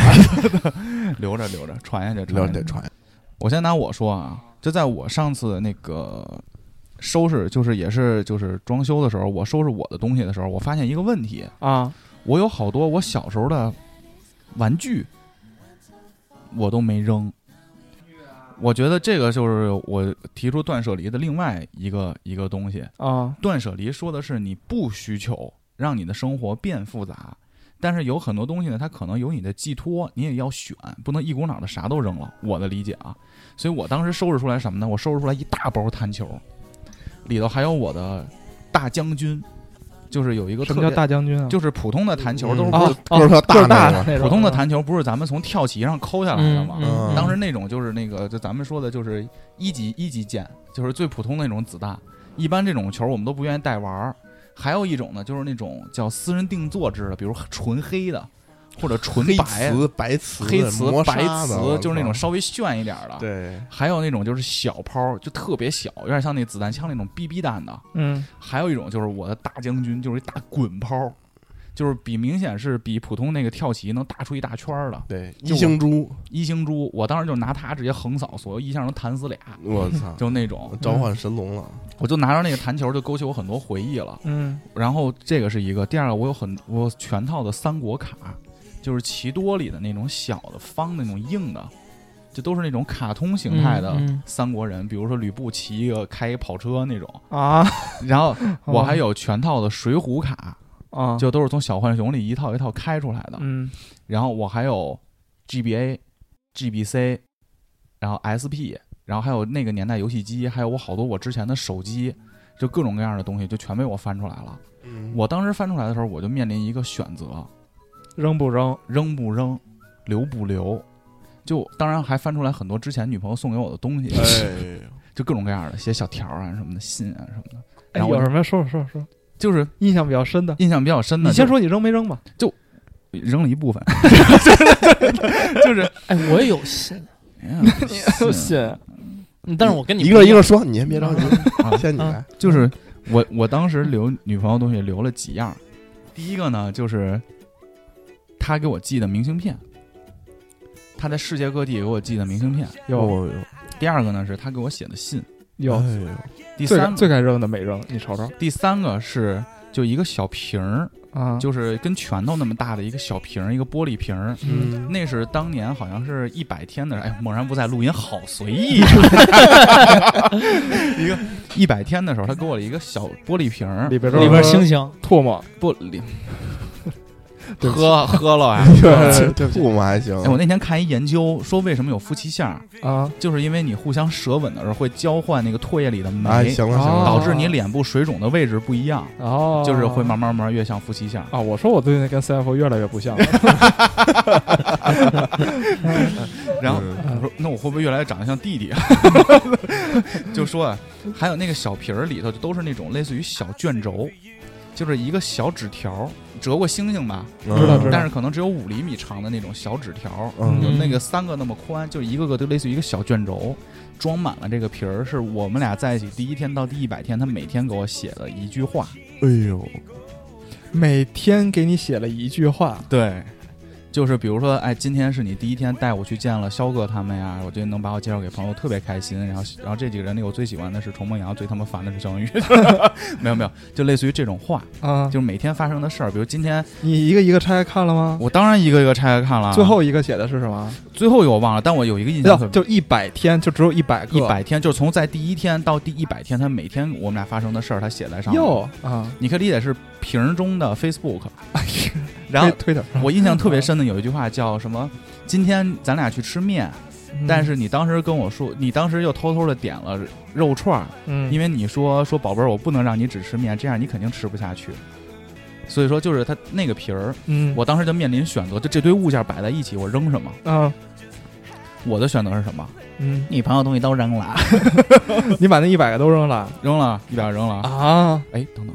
Speaker 2: 留着留着，传下去，
Speaker 5: 留
Speaker 2: 传
Speaker 5: 着
Speaker 2: 下
Speaker 5: 得
Speaker 2: 去。
Speaker 5: 传，
Speaker 2: 我先拿我说啊，就在我上次那个收拾，就是也是就是装修的时候，我收拾我的东西的时候，我发现一个问题，
Speaker 4: 啊，
Speaker 2: 我有好多我小时候的玩具，我都没扔。我觉得这个就是我提出断舍离的另外一个一个东西。
Speaker 4: 啊，
Speaker 2: 断舍离说的是你不需求让你的生活变复杂，但是有很多东西呢，它可能有你的寄托，你也要选，不能一股脑的啥都扔了。我的理解啊，所以我当时收拾出来什么呢？我收拾出来一大包弹球，里头还有我的大将军，就是有一个
Speaker 4: 什
Speaker 2: 特
Speaker 4: 么
Speaker 2: 别
Speaker 4: 叫大将军啊？
Speaker 2: 就是普通的弹球都是
Speaker 5: 嗯
Speaker 2: 不是
Speaker 4: 啊
Speaker 5: 个儿特
Speaker 4: 个儿
Speaker 5: 大
Speaker 4: 大
Speaker 5: 那个
Speaker 4: 那种
Speaker 2: 普通的啊弹球不是咱们从跳棋上抠下来的吗？
Speaker 5: 嗯
Speaker 2: 当时那种就是那个，就咱们说的就是一级一级箭，就是最普通的那种子弹。一般这种球我们都不愿意带玩儿。还有一种呢，就是那种叫私人定做制的，比如纯黑的或者纯
Speaker 5: 黑
Speaker 2: 白的、
Speaker 5: 瓷、白瓷、
Speaker 2: 黑瓷、
Speaker 5: 磨砂
Speaker 2: 白
Speaker 5: 的
Speaker 2: 瓷，就是那种稍微炫一点儿的。。
Speaker 5: 对，
Speaker 2: 还有那种就是小抛，就特别小，有点像那子弹枪那种 BB 弹的。
Speaker 4: 嗯
Speaker 2: 还有一种就是我的大将军，就是一大滚抛，就是比明显是比普通那个跳棋能大出一大圈儿的
Speaker 5: 对，
Speaker 2: 就
Speaker 5: 一
Speaker 2: 我
Speaker 5: 星珠，
Speaker 2: 一星珠。我当时就拿它直接横扫所有一下，能弹死俩，
Speaker 5: 啊我操，
Speaker 2: 就那种。
Speaker 5: 召唤神龙了。
Speaker 2: 我就拿着那个弹球，就勾起我很多回忆了。
Speaker 4: 嗯
Speaker 2: 然后这个是一个，第二个我有很我有全套的三国卡，就是奇多里的那种小的方的那种硬的，这都是那种卡通形态的
Speaker 6: 嗯嗯
Speaker 2: 三国人，比如说吕布骑一个开一跑车那种。
Speaker 4: 啊，
Speaker 2: 然 后
Speaker 6: 哦
Speaker 2: 我还有全套的水浒卡，
Speaker 4: 啊，
Speaker 2: 就都是从小浣熊里一套一套开出来的。
Speaker 4: 嗯
Speaker 2: 然后我还有 GBA、GBC，然后 SP，然后还有那个年代游戏机，还有我好多我之前的手机，就各种各样的东西就全被我翻出来了。
Speaker 5: 嗯
Speaker 2: 我当时翻出来的时候，我就面临一个选择：
Speaker 4: 扔不扔？
Speaker 2: 扔不扔，留不留。就当然还翻出来很多之前女朋友送给我的东西，
Speaker 5: 哎，
Speaker 2: 就各种各样的写小条啊什么的、信啊什么的，
Speaker 4: 哎，
Speaker 2: 然后我
Speaker 4: 有
Speaker 2: 就
Speaker 4: 什么说说说说，
Speaker 2: 就是
Speaker 4: 印象比较深的，
Speaker 2: 印象比较深的。
Speaker 4: 你先说你扔没扔吧？
Speaker 2: 扔了一部分，就是
Speaker 6: 哎，我也有信，
Speaker 2: 哎 呀
Speaker 4: 信
Speaker 6: 嗯但是我跟你
Speaker 5: 一
Speaker 6: 不
Speaker 5: 个一
Speaker 6: 样
Speaker 5: 个说，你先别着急，
Speaker 2: 啊
Speaker 5: 先你来。
Speaker 2: 就是
Speaker 4: 嗯
Speaker 2: 我我当时留女朋友东西留了几样儿，第一个呢就是她给我寄的明信片，她在世界各地给我寄的明信片。
Speaker 4: 有
Speaker 2: 第二个呢是她给我写的信。
Speaker 4: 有，
Speaker 5: 哎呦
Speaker 2: 呃第
Speaker 4: 最
Speaker 2: 三
Speaker 4: 该最
Speaker 2: 个
Speaker 4: 该扔的没扔，你瞅瞅
Speaker 2: 第三个是就一个小瓶儿，
Speaker 4: 啊，
Speaker 2: 就是跟拳头那么大的一个小瓶儿，一个玻璃瓶儿。
Speaker 4: 嗯
Speaker 2: 那是当年好像是一百天的时候，哎，猛然不在录音好随意啊。啊 一个一百天的时候，他给我了一个小玻璃瓶儿，
Speaker 4: 里边都
Speaker 6: 里 边
Speaker 4: 是
Speaker 6: 星星，
Speaker 4: 唾沫
Speaker 2: 不里喝喝了啊！
Speaker 5: 对对，吐嘛还行。
Speaker 2: 哎，我那天看一研究，说为什么有夫妻相，
Speaker 4: 啊，
Speaker 2: 就是因为你互相舌吻的时候会交换那个唾液里的
Speaker 5: 哎，
Speaker 2: 酶，
Speaker 5: 行了行了，
Speaker 2: 导致你脸部水肿的位置不一样，
Speaker 4: 哦，
Speaker 2: 就是会慢慢慢慢越像夫妻相。
Speaker 4: 啊。我说我最近跟 CFO 越来越不 像了，
Speaker 2: 然后
Speaker 5: 嗯
Speaker 2: 我说，那我会不会越来越长得像弟弟？啊 就说啊，还有那个小瓶儿里头就都是那种类似于小卷轴，就是一个小纸条，折过星星吧，
Speaker 4: 知道知道
Speaker 2: 但是可能只有五厘米长的那种小纸条，
Speaker 5: 嗯
Speaker 2: 有那个三个那么宽，就一个个都类似于一个小卷轴，装满了这个瓶儿，是我们俩在一起第一天到第一百天，他每天给我写的一句话。
Speaker 5: 哎呦，
Speaker 4: 每天给你写了一句话，
Speaker 2: 对，就是比如说，哎，今天是你第一天带我去见了肖哥他们呀，我觉得能把我介绍给朋友特别开心。然后，然后这几个人里，我最喜欢的是崇梦阳，最他妈烦的是肖恩宇。 没有没有，就类似于这种话，
Speaker 4: 啊，
Speaker 2: 就是每天发生的事儿。比如今天，
Speaker 4: 你一个一个拆开看了吗？
Speaker 2: 我当然一个一个拆开看了，啊
Speaker 4: 最后哎一个写的是什么？
Speaker 2: 最后一个我忘了，但我有一个印象特别。
Speaker 4: 就就一百天，就只有一百个，
Speaker 2: 一百天，就是从在第一天到第一百天，他每天我们俩发生的事儿，他写在上面。
Speaker 4: 哟啊，
Speaker 2: 你可以理解是瓶儿中的 Facebook。然
Speaker 4: 哎
Speaker 2: 后
Speaker 4: 推推特上，
Speaker 2: 我印象特别深的有一句话叫什么？今天咱俩去吃面，
Speaker 4: 嗯
Speaker 2: 但是你当时跟我说，你当时又偷偷的点了肉串儿，
Speaker 4: 嗯，
Speaker 2: 因为你说说宝贝儿，我不能让你只吃面，这样你肯定吃不下去。所以说，就是他那个皮儿，
Speaker 4: 嗯
Speaker 2: 我当时就面临选择，就这堆物件摆在一起，我扔什么？
Speaker 4: 啊
Speaker 2: 我的选择是什么？
Speaker 4: 嗯，
Speaker 2: 你朋友东西都扔了，啊
Speaker 4: 你把那一百个都扔了
Speaker 2: 扔了，一百个扔了。
Speaker 4: 啊？
Speaker 2: 哎，等 等，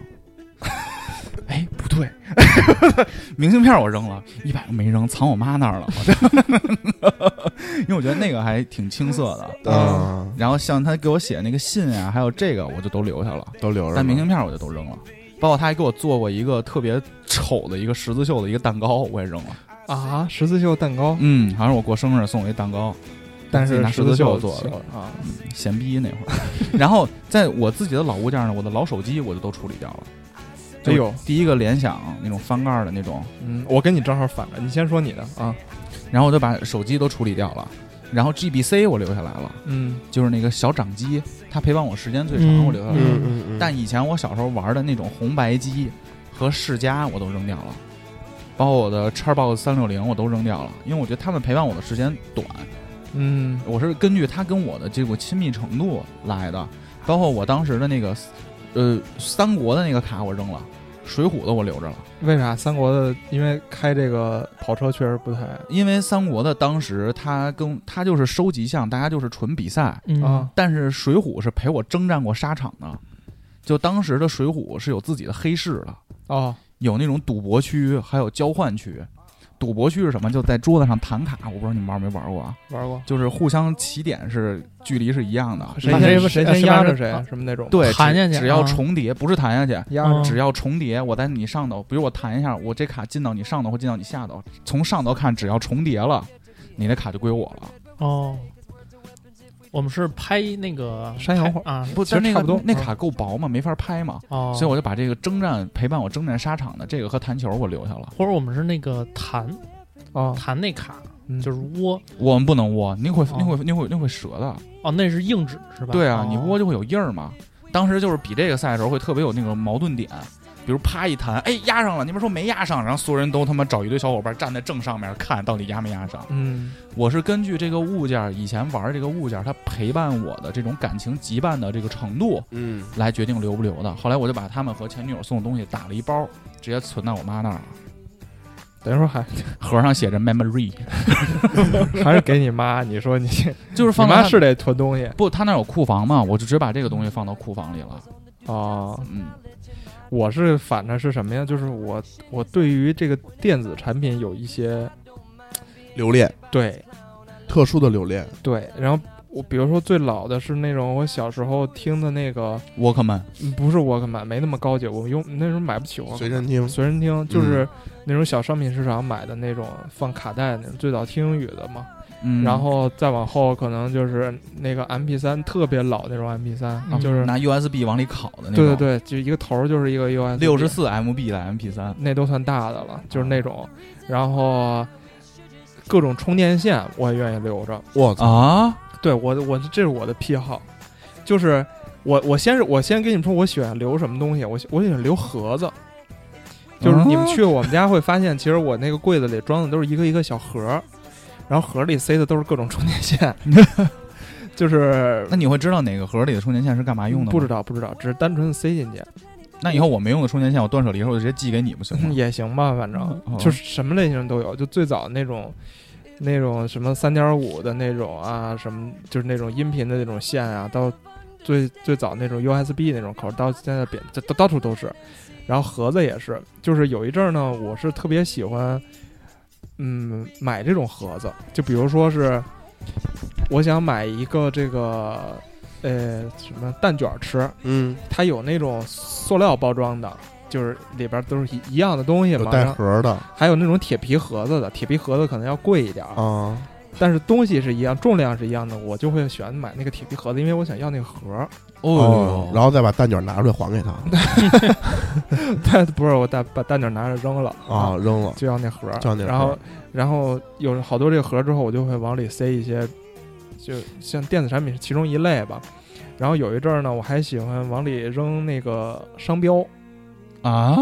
Speaker 2: 哎，不对， 明信片我扔了，一百个没扔，藏我妈那儿了。 因为我觉得那个还挺青涩的。
Speaker 5: 啊，
Speaker 2: 然后像他给我写那个信啊，还有这个，我就都留下了。
Speaker 5: 都留着呢。
Speaker 2: 但明信片我就都扔了，包括他还给我做过一个特别丑的一个十字绣的一个蛋糕，我也扔了。
Speaker 4: 啊，十字绣蛋糕，
Speaker 2: 嗯，好像是我过生日送我一蛋糕，
Speaker 4: 但
Speaker 2: 自己
Speaker 4: 是
Speaker 2: 拿十
Speaker 4: 十
Speaker 2: 字
Speaker 4: 字
Speaker 2: 绣
Speaker 4: 绣
Speaker 2: 做的
Speaker 4: 啊，
Speaker 2: 闲逼那会儿。 然后在我自己的老物件呢，我的老手机我就都处理掉了。
Speaker 4: 哎呦，
Speaker 2: 第一个联想那种翻盖儿的那种，
Speaker 4: 嗯，我跟你正好反着，你先说你的啊，
Speaker 2: 然后我就把手机都处理掉了，然后 GBC 我留下来了，
Speaker 4: 嗯
Speaker 2: 就是那个小掌机，它陪伴我时间最长，
Speaker 6: 嗯
Speaker 2: 我留下来了。
Speaker 5: 嗯嗯嗯，
Speaker 2: 但以前我小时候玩的那种红白机和世嘉我都扔掉了，包括我的 Xbox 三六零我都扔掉了，因为我觉得他们陪伴我的时间短，
Speaker 4: 嗯
Speaker 2: 我是根据他跟我的这个亲密程度来的，包括我当时的那个，呃，三国的那个卡我扔了，水浒的我留着了。
Speaker 4: 为啥三国的？因为开这个跑车确实不太
Speaker 2: 因为三国的当时他跟他就是收集项，大家就是纯比赛，
Speaker 6: 嗯
Speaker 4: 啊，
Speaker 2: 但是《水浒》是陪我征战过沙场的，就当时的《水浒》是有自己的黑市的，
Speaker 4: 哦，
Speaker 2: 有那种赌博区，还有交换区。赌博区是什么？就在桌子上弹卡，我不知道你们玩没玩过啊？
Speaker 4: 玩过，
Speaker 2: 就是互相起点是距离是一样的，
Speaker 4: 谁
Speaker 6: 那
Speaker 4: 先
Speaker 6: 谁
Speaker 4: 谁
Speaker 6: 谁
Speaker 4: 先
Speaker 6: 先
Speaker 4: 压
Speaker 6: 压
Speaker 4: 着
Speaker 6: 着
Speaker 4: 谁
Speaker 6: 啊
Speaker 4: 什么那种，
Speaker 2: 对，
Speaker 6: 弹
Speaker 2: 只
Speaker 6: 下去
Speaker 2: 只要
Speaker 6: 啊
Speaker 2: 重叠，不是弹下去，
Speaker 4: 压着
Speaker 6: 嗯
Speaker 2: 只要重叠，我在你上头，比如我弹一下，我这卡进到你上头或进到你下头，从上头看，只要重叠了，你的卡就归我了。
Speaker 6: 哦，我们是拍那个
Speaker 4: 山羊
Speaker 6: 拍
Speaker 4: 会
Speaker 6: 啊，
Speaker 2: 不，
Speaker 4: 其实
Speaker 2: 但那
Speaker 4: 差
Speaker 2: 个
Speaker 4: 不多
Speaker 2: 那卡够薄嘛，没法拍嘛。
Speaker 6: 哦，
Speaker 2: 所以我就把这个征战陪伴我征战沙场的这个和弹球我留下了。
Speaker 6: 或者我们是那个弹
Speaker 2: 哦
Speaker 4: 啊，
Speaker 6: 弹那卡，
Speaker 4: 嗯
Speaker 6: 就是窝
Speaker 2: 我们不能窝，你会
Speaker 6: 哦
Speaker 2: 你会你会你会折的。
Speaker 6: 哦，那是硬纸是吧？
Speaker 2: 对啊
Speaker 6: 哦，
Speaker 2: 你窝就会有印儿嘛。当时就是比这个赛的时候会特别有那个矛盾点，比如啪一弹，哎压上了，你们说没压上，然后所有人都他妈找一堆小伙伴站在正上面看到底压没压上。
Speaker 4: 嗯
Speaker 2: 我是根据这个物件以前玩这个物件，它陪伴我的这种感情羁绊的这个程度
Speaker 5: 嗯，
Speaker 2: 来决定留不留的。后来我就把他们和前女友送的东西打了一包，直接存到我妈那儿了。
Speaker 4: 等于说还
Speaker 2: 盒上写着 memory，
Speaker 4: 还是给你妈，你说你
Speaker 2: 就是
Speaker 4: 你
Speaker 2: 放到
Speaker 4: 妈
Speaker 2: 他
Speaker 4: 是得囤东西
Speaker 2: 不，他那儿有库房嘛，我就直接把这个东西放到库房里了。
Speaker 4: 哦。
Speaker 2: 嗯，
Speaker 4: 我是反着是什么呀？就是我我对于这个电子产品有一
Speaker 2: 嗯
Speaker 4: 些
Speaker 5: 留恋，
Speaker 4: 对
Speaker 5: 特殊的留恋。
Speaker 4: 对，然后我比如说最老的是那种我小时候听的那个，
Speaker 2: 沃克曼，
Speaker 4: 嗯不是沃克曼，没那么高级，我用那时候买不起沃克曼
Speaker 5: 随身听，
Speaker 4: 随身听，就是
Speaker 2: 嗯
Speaker 4: 那种小商品市场买的那种放卡带那种，最早听英语的嘛，
Speaker 2: 嗯，
Speaker 4: 然后再往后可能就是那个 MP 3特别老那种 MP 3
Speaker 6: 嗯
Speaker 4: 就是
Speaker 2: 拿 USB 往里拷的那
Speaker 4: 对对
Speaker 2: 种，
Speaker 4: 对，就一个头儿就是一个 USB，
Speaker 2: 六十四 MB 的 MP 三，
Speaker 4: 那都算大的了，就是那种，然后各种充电线我也愿意留着。
Speaker 5: 我操，
Speaker 2: 啊，
Speaker 4: 对我，我这是我的癖好，就是我我先是我先跟你们说，我喜欢留什么东西，我喜我喜欢留盒子，就是你们
Speaker 2: 啊
Speaker 4: 去我们家会发现，其实我那个柜子里装的都是一个一个小盒儿，然后盒儿里塞的都是各种充电线， 就是
Speaker 2: 那你会知道哪个盒里的充电线是干嘛用的吗？
Speaker 4: 不知。道不知道，只是单纯塞进去、
Speaker 2: 那以后我没用的充电线，我断舍离的时候我就直接寄给你不行 吗？
Speaker 4: 嗯 也行吧，反正、
Speaker 2: 哦
Speaker 4: 就是什么类型都有，就最早那种。那种什么三点五的那种啊，什么就是那种音频的那种线啊，到最最早那种 USB 那种口，到现在扁，这到到处都是。然后盒子也是，就是有一阵儿呢，我是特别喜欢，嗯，买这种盒子，就比如说是，我想买一个这个，呃，什么蛋卷儿吃，
Speaker 5: 嗯，
Speaker 4: 它有那种塑料包装的，就是里边儿都是一一样的东西
Speaker 5: 有
Speaker 4: 嘛，
Speaker 5: 带啊
Speaker 4: 然后
Speaker 5: 盒的
Speaker 4: 还有那种铁皮盒子的，铁皮盒子可能要贵一点儿，
Speaker 5: 啊，
Speaker 4: 但是东西是一样，重量是一样的，我就会选买那个铁皮盒子，因为我想要那个盒儿。
Speaker 5: 哎
Speaker 2: 哦
Speaker 5: 然后再把蛋卷拿出来还 给他
Speaker 4: 但不是我蛋把蛋卷拿着扔了
Speaker 5: 啊，，扔了，
Speaker 4: 就要那盒儿，
Speaker 5: 就要那盒儿
Speaker 4: 然后然后有好多这个盒儿之后，我就会往里塞一些，就像电子产品是其中一类吧。然后有一阵儿呢，我还喜欢往里扔那个商标，
Speaker 2: 啊，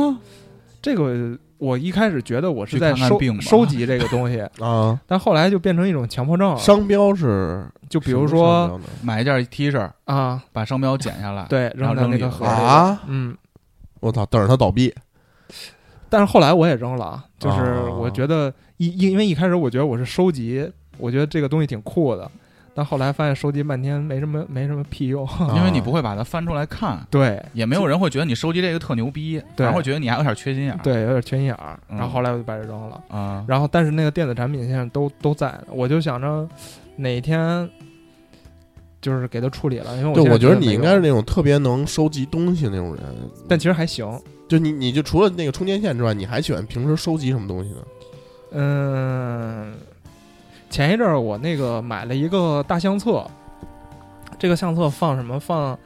Speaker 4: 这个我一开始觉得我是
Speaker 2: 去
Speaker 4: 在
Speaker 2: 看看
Speaker 4: 收
Speaker 2: 病吧
Speaker 4: 收集这个东西，
Speaker 5: 啊，
Speaker 4: 但后来就变成一种强迫症了。
Speaker 5: 商标是，
Speaker 4: 就比如
Speaker 5: 什么
Speaker 4: 说
Speaker 5: 商标呢
Speaker 2: 买一件 T 恤，
Speaker 4: 啊，
Speaker 2: 把商标剪下来，
Speaker 4: 对，
Speaker 2: 然后
Speaker 4: 扔到那
Speaker 2: 扔
Speaker 4: 个
Speaker 2: 里
Speaker 4: 盒儿里，
Speaker 5: 啊，
Speaker 4: 嗯。
Speaker 5: 我操，等着他倒闭，
Speaker 4: 但是后来我也扔了啊，就是
Speaker 5: 哦
Speaker 4: 我觉得一因因为一开始我觉得我是收集，我觉得这个东西挺酷的，但后来发现收集半天没什么没什么屁用。
Speaker 2: 因为
Speaker 5: 哦啊
Speaker 2: 你不会把它翻出来看，
Speaker 4: 对
Speaker 2: 也没有人会觉得你收集这个特牛逼，
Speaker 4: 对
Speaker 2: 反而会觉得你还有点缺心眼儿。
Speaker 4: 对，有点缺心眼儿。
Speaker 2: 嗯
Speaker 4: 然后后来我就把这扔了。
Speaker 2: 啊，
Speaker 4: 然后但是那个电子产品现在都都在，我就想着哪天就是给它处理了，因为我
Speaker 5: 对，
Speaker 4: 现在
Speaker 5: 我觉得
Speaker 4: 没
Speaker 5: 你应
Speaker 4: 用
Speaker 5: 该是，那种特别能收集东西那种人，
Speaker 4: 但其实还行。
Speaker 5: 就你你就除了那个充电线之外，你还喜欢平时收集什么东西呢？
Speaker 4: 嗯，前一阵儿我那个买了一个大相册，这个相册放什么？放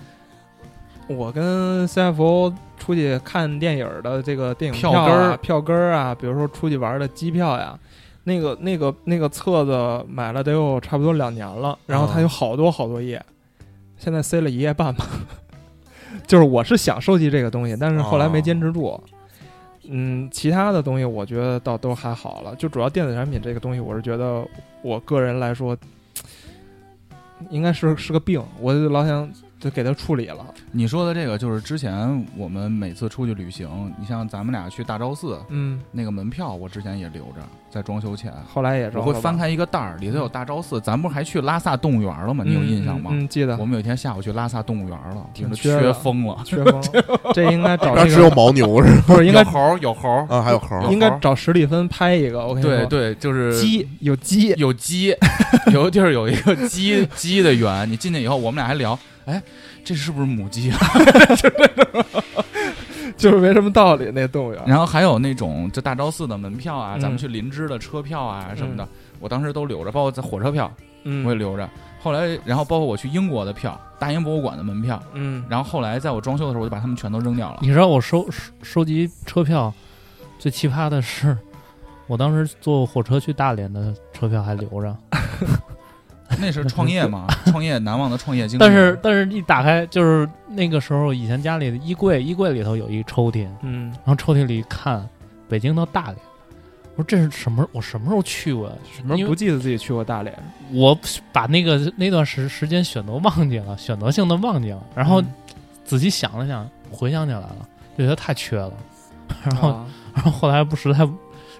Speaker 4: 我跟 CFO 出去看电影儿的这个电影
Speaker 2: 票
Speaker 4: 票
Speaker 2: 根
Speaker 4: 啊
Speaker 2: 儿、
Speaker 4: 票根儿啊，比如说出去玩儿的机票呀。那个、那个、那个册子买了得有差不多两年了，然后它
Speaker 5: 嗯
Speaker 2: 哦
Speaker 4: 有好多好多页，现在塞了一页半吧。 就是我是想收集这个东西，但是
Speaker 2: 哦
Speaker 4: 后来没坚持住。嗯，其他的东西我觉得倒都还好了，就主要电子产品这个东西，我是觉得我个人来说，应该是是个病，我就老想就给它处理了。
Speaker 2: 你说的这个就是之前我们每次出去旅行，你像咱们俩去大昭寺
Speaker 4: 嗯，
Speaker 2: 那个门票，我之前也留着，在装修前。
Speaker 4: 后来也是
Speaker 2: 我会翻开一个袋儿，里头有大昭寺。咱不是还去拉萨动物园了吗？你有印象吗？
Speaker 4: 嗯，嗯记得
Speaker 2: 我们有一天下午去拉萨动物园了，真
Speaker 4: 挺
Speaker 2: 的
Speaker 4: 缺的
Speaker 2: 缺疯了。
Speaker 4: 缺风，这应该找
Speaker 5: 那
Speaker 4: 哦那
Speaker 5: 只有
Speaker 4: 个
Speaker 5: 牦牛 是吧
Speaker 4: 不是应该
Speaker 2: 有猴儿，有猴儿。
Speaker 5: 啊，还有猴儿，
Speaker 4: 应该找史蒂芬拍一个，我跟你
Speaker 2: 对
Speaker 4: 说，
Speaker 2: 对，就是
Speaker 4: 鸡有鸡，
Speaker 2: 有鸡，有的地儿有一个鸡 鸡的园，你进去以后，我们俩还聊，哎，这是不是母鸡啊？
Speaker 4: 就是没什么道理那动物园。
Speaker 2: 然后还有那种就大昭寺的门票啊，
Speaker 4: 嗯
Speaker 2: 咱们去林芝的车票啊什么的，
Speaker 4: 嗯
Speaker 2: 我当时都留着，包括在火车票我也
Speaker 4: 嗯
Speaker 2: 留着。后来，然后包括我去英国的票，大英博物馆的门票，
Speaker 4: 嗯，
Speaker 2: 然后后来在我装修的时候，我就把它们全都扔掉了。
Speaker 6: 你知道我收收收集车票最奇葩的是，我当时坐火车去大连的车票还留着，
Speaker 2: 嗯那是创业嘛，创业难忘的创业经历。
Speaker 6: 但是但是一打开就是那个时候以前家里的衣柜，衣柜里头有一抽屉，
Speaker 4: 嗯，
Speaker 6: 然后抽屉里看北京到大连，我说这是什么？我什么时候去过呀？
Speaker 4: 什么时
Speaker 6: 因
Speaker 4: 候
Speaker 6: 为
Speaker 4: 不记得自己去过大 连？
Speaker 6: 我把那个那段时时间选择忘记了，选择性的忘记了，然后
Speaker 4: 嗯
Speaker 6: 仔细想了想，回想起来了，就觉得太缺了，然后
Speaker 4: 啊
Speaker 6: 然后后来不实在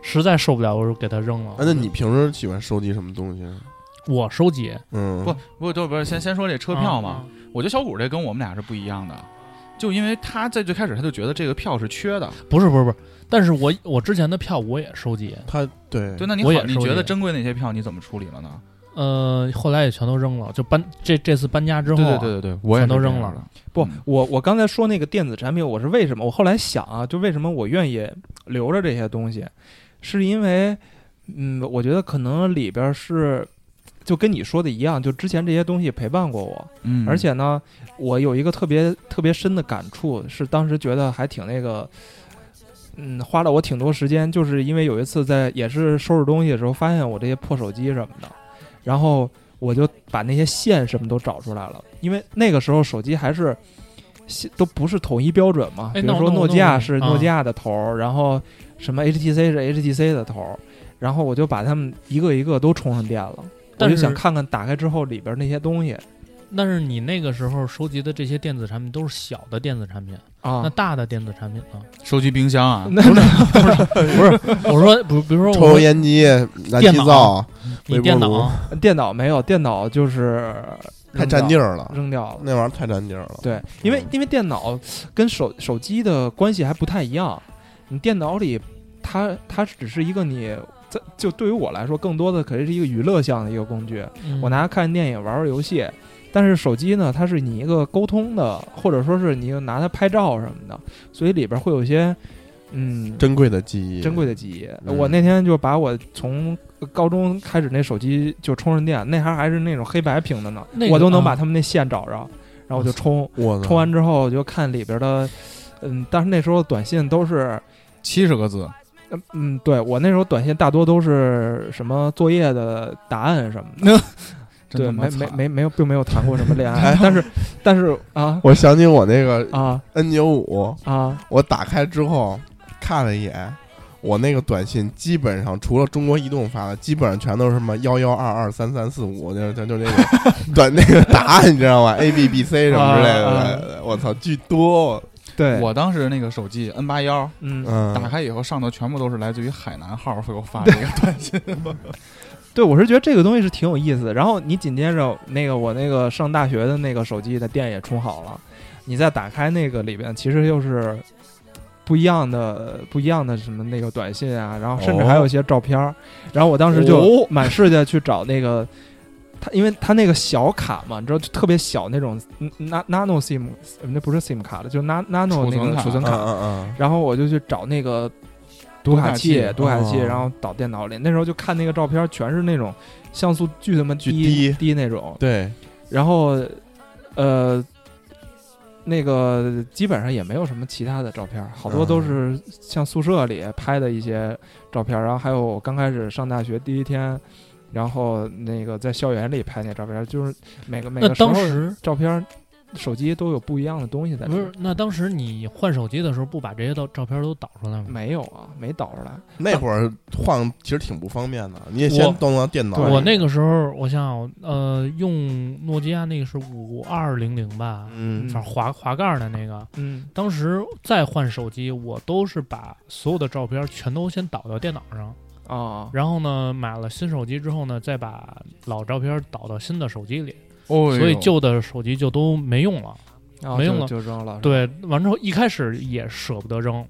Speaker 6: 实在受不了，我就给它扔了。
Speaker 5: 啊，那你平时喜欢收集什么东西？啊
Speaker 6: 我收集
Speaker 5: 嗯，
Speaker 2: 不不就不是先先说这车票嘛，？
Speaker 6: 嗯
Speaker 2: 我觉得小谷这跟我们俩是不一样的，就因为他在最开始他就觉得这个票是缺的，
Speaker 6: 不是不是不是，但是我我之前的票我也收集，
Speaker 5: 他对
Speaker 2: 对，那你
Speaker 6: 我也
Speaker 2: 好，你
Speaker 6: 收
Speaker 2: 觉
Speaker 6: 这
Speaker 2: 得
Speaker 6: 个
Speaker 2: 珍贵那些票你怎么处理了呢？
Speaker 6: 呃，后来也全都扔了。就搬这这次搬家之后、
Speaker 2: 对
Speaker 6: 啊，
Speaker 2: 对对对对，我也
Speaker 6: 全都
Speaker 2: 是这
Speaker 6: 扔
Speaker 2: 样
Speaker 6: 了
Speaker 2: 的。
Speaker 4: 不
Speaker 2: 嗯，
Speaker 4: 我我刚才说那个电子产品，我是为什么？我后来想啊，就为什么我愿意留着这些东西，是因为，嗯，我觉得可能里边是，就跟你说的一样，就之前这些东西陪伴过我，
Speaker 2: 嗯，
Speaker 4: 而且呢，我有一个特别特别深的感触，是当时觉得还挺那个。嗯，花了我挺多时间，就是因为有一次在也是收拾东西的时候，发现我这些破手机什么的，然后我就把那些线什么都找出来了，因为那个时候手机还是系都不是统一标准嘛。
Speaker 6: 哎
Speaker 4: 比如
Speaker 6: 那我
Speaker 4: 说
Speaker 6: 那我
Speaker 4: 诺基亚
Speaker 6: 弄
Speaker 4: 是
Speaker 6: 啊
Speaker 4: 诺基亚的头儿，然后什么 HTC 是 HTC 的头儿，然后我就把它们一个一个都充上电了。我
Speaker 6: 但
Speaker 4: 就是想看看打开之后里边那些东西
Speaker 6: 但是你那个时候收集的这些电子产品都是小的电子产品，那
Speaker 4: 啊。
Speaker 6: 大的电子产品呢？
Speaker 2: 收集冰箱啊，
Speaker 4: 那那
Speaker 6: 我说，比如比如说
Speaker 5: 抽油
Speaker 6: 我说
Speaker 5: 烟机、燃气
Speaker 6: 电脑
Speaker 5: 灶
Speaker 6: 你
Speaker 5: 微波
Speaker 6: 电
Speaker 5: 炉
Speaker 6: 脑，啊
Speaker 4: 电脑没有，电脑就是
Speaker 5: 太
Speaker 4: 扔掉
Speaker 5: 占地儿了，嗯
Speaker 4: 扔掉了。
Speaker 5: 那玩意儿太占地儿了。嗯
Speaker 4: 对，因为因为电脑跟手手机的关系还不太一样，你电脑里它它只是一个你在就对于我来说，更多的肯定是一个娱乐项的一个工具，
Speaker 6: 嗯
Speaker 4: 我拿它看电影、玩玩游戏。但是手机呢，它是你一个沟通的，或者说是你又拿它拍照什么的，所以里边会有一些嗯
Speaker 5: 珍贵的记忆，
Speaker 4: 珍贵的记忆。
Speaker 5: 嗯
Speaker 4: 我那天就把我从高中开始那手机就充上电，那还还是那种黑白屏的呢，
Speaker 6: 那个
Speaker 4: 我都能
Speaker 6: 啊
Speaker 4: 把他们那线找着，然后我就充，
Speaker 5: 我操
Speaker 4: 充完之后我就看里边的，嗯，但是那时候短信都是。
Speaker 2: 七十个字，
Speaker 4: 嗯嗯，对我那时候短信大多都是什么作业的答案什么的，
Speaker 2: 真
Speaker 4: 对，
Speaker 2: 他妈
Speaker 4: 没没
Speaker 2: 惨
Speaker 4: 没没有，并没有谈过什么恋爱，但是但是啊
Speaker 5: 我想起我那个
Speaker 4: 啊
Speaker 5: N 九五，
Speaker 4: 啊，
Speaker 5: 我打开之后看了一眼，我那个短信基本上除了中国移动发的，基本上全都是什么幺幺二二三三四五，就是就就那个短那个答案，你知道吗？A B B C 什么之类的，我操，巨多。
Speaker 4: 对，
Speaker 2: 我当时那个手机 N 八幺
Speaker 4: 嗯，
Speaker 5: 嗯，
Speaker 2: 打开以后，上头全部都是来自于海南号给我发的一个短信，
Speaker 4: 对，我是觉得这个东西是挺有意思的。然后你紧接着那个我那个上大学的那个手机的电也充好了，你再打开那个里边，其实又是不一样的、不一样的什么那个短信啊，然后甚至
Speaker 2: 哦
Speaker 4: 还有一些照片儿。然后我当时就满世界去找那个。它因为它那个小卡嘛，你知道就特别小那种嗯，na- nano sim，呃那不是 sim 卡了，就 na- nano
Speaker 2: 储
Speaker 4: 那
Speaker 2: 存
Speaker 4: 个
Speaker 2: 卡
Speaker 4: 储存
Speaker 5: 嗯
Speaker 4: 卡，
Speaker 5: 嗯嗯，
Speaker 4: 然后我就去找那个读卡
Speaker 2: 读
Speaker 4: 器
Speaker 2: 卡器、
Speaker 4: 读卡器，
Speaker 5: 哦
Speaker 4: 然后导电脑里。那时候就看那个照片，全是那种像素巨他妈低
Speaker 5: 巨低
Speaker 4: 低那种。
Speaker 5: 对，
Speaker 4: 然后，呃，那个基本上也没有什么其他的照片，好多
Speaker 5: 嗯
Speaker 4: 都是像宿舍里拍的一些照片。然后还有我刚开始上大学第一天，然后那个在校园里拍那照片，就是每个每
Speaker 6: 那
Speaker 4: 个时候
Speaker 6: 当时
Speaker 4: 照片。手机都有不一样的东西在里
Speaker 6: 不
Speaker 4: 面，
Speaker 6: 是？那当时你换手机的时候，不把这些照照片都导出来吗？
Speaker 4: 没有啊，没导出来。
Speaker 5: 那会儿换其实挺不方便的，你也
Speaker 6: 我
Speaker 5: 先动到电
Speaker 4: 嗯
Speaker 5: 脑里。
Speaker 6: 我那个时候，我想想，呃，用诺基亚那个是五二零零吧，
Speaker 5: 嗯
Speaker 6: 反正滑滑盖儿的那个。
Speaker 4: 嗯
Speaker 6: 当时再换手机，我都是把所有的照片全都先导到电脑上，
Speaker 4: 啊，
Speaker 6: 然后呢，买了新手机之后呢，再把老照片导到新的手机里，
Speaker 4: 哎
Speaker 2: 哦呦
Speaker 6: 所以旧的手机就都没用了。
Speaker 4: 然后
Speaker 6: 没
Speaker 4: 哦就
Speaker 6: 用了
Speaker 4: 就扔了。，
Speaker 6: 对，完之后一开始也舍不得扔，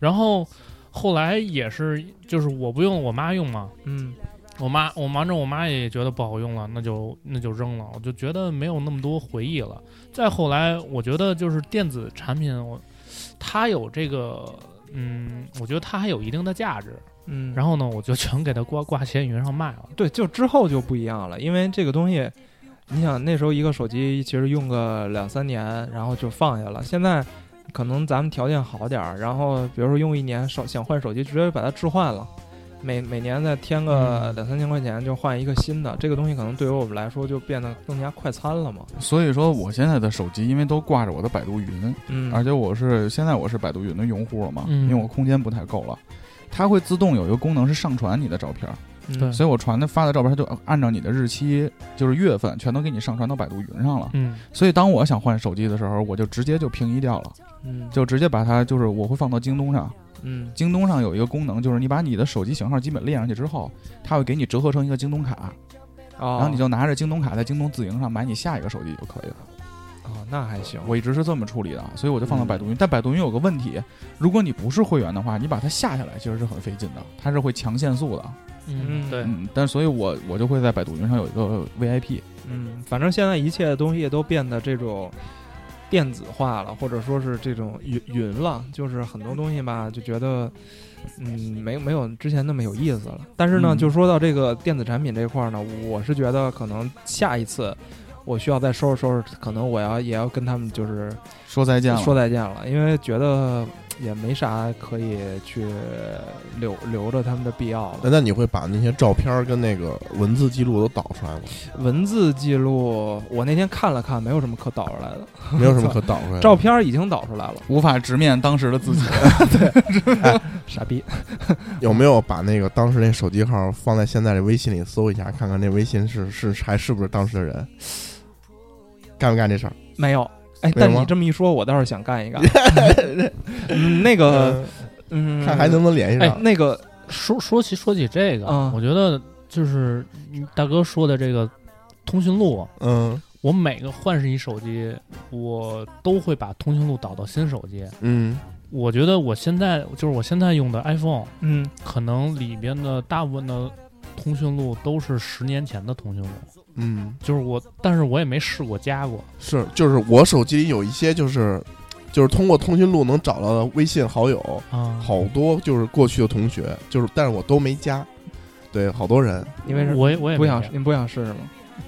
Speaker 6: 然后后来也是，就是我不用，我妈用嘛。
Speaker 4: 嗯
Speaker 6: 我妈，我完之后我妈也觉得不好用了，那就那就扔了。我就觉得没有那么多回忆了。再后来，我觉得就是电子产品，我它有这个，嗯，我觉得它还有一定的价值。
Speaker 4: 嗯，
Speaker 6: 然
Speaker 4: 后
Speaker 6: 后呢，我就全给它挂挂闲鱼上卖了。
Speaker 4: 对，就之后就不一样了，因为这个东西，你想那时候一个手机其实用个两三年，然后就放下了。现在可能咱们条件好点儿，然后比如说用一年手想换手机，直接把它置换了。每每年再添个
Speaker 6: 嗯
Speaker 4: 两三千块钱，就换一个新的。这个东西可能对于我们来说就变得更加快餐了嘛。
Speaker 2: 所以说我现在的手机因为都挂着我的百度云，
Speaker 4: 嗯，
Speaker 2: 而且我是现在我是百度云的用户了嘛，
Speaker 6: 嗯
Speaker 2: 因为我空间不太够了，它会自动有一个功能是上传你的照片儿，
Speaker 4: 嗯
Speaker 6: 对
Speaker 2: 所以我传的发的照片儿它就按照你的日期就是月份全都给你上传到百度云上了。
Speaker 6: 嗯，
Speaker 2: 所以当我想换手机的时候，我就直接就平移掉了，
Speaker 4: 嗯
Speaker 2: 就直接把它就是我会放到京东上，
Speaker 4: 嗯
Speaker 2: 京东上有一个功能，就是你把你的手机型号基本列上去之后，它会给你折合成一个京东卡，
Speaker 4: 哦，
Speaker 2: 然后你就拿着京东卡在京东自营上买你下一个手机就可以了。
Speaker 4: 哦，那还行。
Speaker 2: 我一直是这么处理的，所以我就放到百度云。但百度云有个问题，如果你不是会员的话，你把它下下来其实是很费劲的，它是会强限速的。
Speaker 6: 嗯，
Speaker 4: 嗯
Speaker 6: 对，
Speaker 2: 嗯，但所以我我就会在百度云上有一个 VIP。
Speaker 4: 嗯，反正现在一切的东西都变得这种电子化了，或者说是这种云云了，就是很多东西吧，就觉得嗯，没没有之前那么有意思了。但是呢，
Speaker 2: 嗯
Speaker 4: 就说到这个电子产品这块儿呢，我是觉得可能下一次。我需要再收拾收拾，可能我要也要跟他们就是
Speaker 2: 说再见了，
Speaker 4: 说再见了，因为觉得也没啥可以去留留着他们的必要
Speaker 2: 呃
Speaker 4: 了。
Speaker 5: 那那你会把那些照片儿跟那个文字记录都导出来吗？
Speaker 4: 文字记录，我那天看了看，没有什么可导出来的。
Speaker 5: 没有什么可导出来的。
Speaker 4: 照片已经导出来了，
Speaker 2: 无法直面当时的自己。
Speaker 4: 傻逼。
Speaker 5: 有没有把那个当时那手机号放在现在这微信里搜一下，看看那微信是是还是不是当时的人？干不干这事儿？
Speaker 4: 没有。哎，
Speaker 5: 没有
Speaker 4: 但
Speaker 5: 吗
Speaker 4: 你这么一说，我倒是想干一 干。嗯，那个，嗯，
Speaker 5: 看还能不能联系上。
Speaker 4: 那个，
Speaker 6: 说说起说起这个，
Speaker 4: 嗯
Speaker 6: 我觉得就是嗯大哥说的这个通讯录，啊
Speaker 5: 嗯
Speaker 6: 我每个换是一手机，我都会把通讯录导到新手机。
Speaker 5: 嗯
Speaker 6: 我觉得我现在就是我现在用的 iPhone，
Speaker 4: 嗯，
Speaker 6: 可能里边的大部分的通讯录都是十年前的通讯录，
Speaker 5: 嗯，
Speaker 6: 就是我，但是我也没试过加过。
Speaker 5: 是就是我手机里有一些就是就是通过通讯录能找到的微信好友，
Speaker 6: 啊，
Speaker 5: 好多就是过去的同学，就是但是我都没加。对，好多人，
Speaker 4: 你为什么
Speaker 6: 我也我也
Speaker 4: 不
Speaker 6: 没
Speaker 4: 想
Speaker 6: 加
Speaker 4: 你不想试试吗？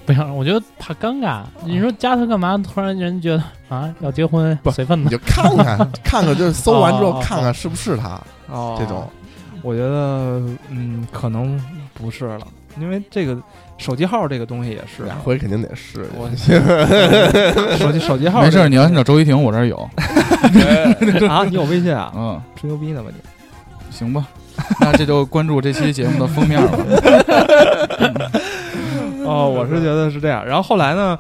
Speaker 6: 不想，我觉得怕尴尬。你说加他干嘛？突然人觉得啊要结婚
Speaker 5: 不
Speaker 6: 随份
Speaker 5: 你
Speaker 6: 子，
Speaker 5: 就看看看看，就是搜完之
Speaker 6: 哦哦
Speaker 5: 后
Speaker 6: 哦
Speaker 5: 看看是不是他
Speaker 4: 哦，
Speaker 5: 这种。
Speaker 4: 我觉得，嗯，可能不是了，因为这个手机号这个东西也是
Speaker 5: 两
Speaker 4: 啊。
Speaker 5: 回肯定得试。
Speaker 4: 我 手机手机号
Speaker 2: 没事
Speaker 4: 这
Speaker 2: 儿，
Speaker 4: 个
Speaker 2: 你要按照周一婷，我这儿有。
Speaker 4: 啊，你有微信啊？
Speaker 2: 嗯，
Speaker 4: 吹牛逼呢吧你？
Speaker 2: 行 吧，那这就关注这期节目的封面吧。
Speaker 5: 嗯
Speaker 4: 哦，我是觉得是这样。然后后来呢，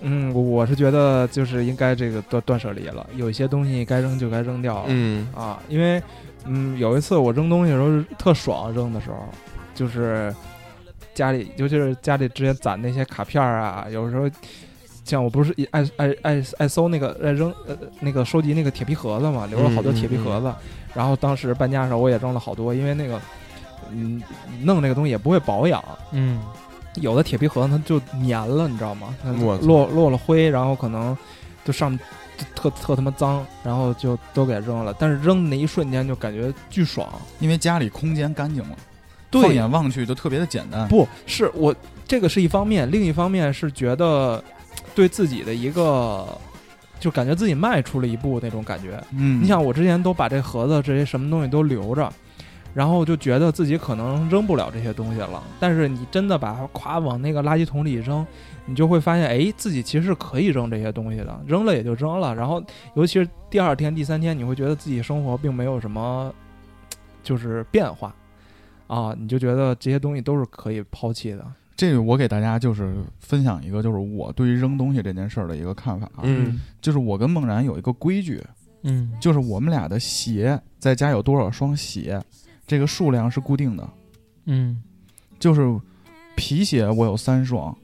Speaker 4: 嗯，我我是觉得就是应该这个断断舍离了，有一些东西该扔就该扔掉了。
Speaker 5: 嗯
Speaker 4: 啊，因为嗯，有一次我扔东西的时候是特爽，扔的时候就是家里，尤其是家里之前攒那些卡片儿啊，有时候像我不是也爱爱爱爱搜那个爱扔呃那个收集那个铁皮盒子嘛，留了好多
Speaker 5: 嗯嗯
Speaker 4: 铁皮
Speaker 5: 嗯
Speaker 4: 盒子，然后当时搬家的时候我也扔了好多，因为那个嗯弄那个东西也不会保养。
Speaker 6: 嗯，
Speaker 4: 有的铁皮盒子它就粘了，你知道吗？它
Speaker 5: 我操
Speaker 4: 落落了灰，然后可能就上面就特特他妈脏，然后就都给扔了。但是扔的那一瞬间就感觉巨爽，
Speaker 2: 因为家里空间干净了，放
Speaker 4: 对，
Speaker 2: 眼望去就特别的简单。
Speaker 4: 不是我这个是一方面，另一方面是觉得对自己的一个，就感觉自己迈出了一步那种感觉。
Speaker 2: 嗯，
Speaker 4: 你想，我之前都把这盒子这些什么东西都留着，然后就觉得自己可能扔不了这些东西了。但是你真的把它咵往那个垃圾桶里一扔，你就会发现，哎，自己其实是可以扔这些东西的，扔了也就扔了。然后，尤其是第二天、第三天，你会觉得自己生活并没有什么，就是变化。啊，你就觉得这些东西都是可以抛弃的。
Speaker 2: 这个我给大家就是分享一个，就是我对于扔东西这件事儿的一个看法啊。
Speaker 5: 嗯
Speaker 2: 就是我跟梦然有一个规矩，
Speaker 6: 嗯，
Speaker 2: 就是我们俩的鞋在家有多少双鞋，这个数量是固定的。
Speaker 6: 嗯，
Speaker 2: 就是皮鞋我有三双，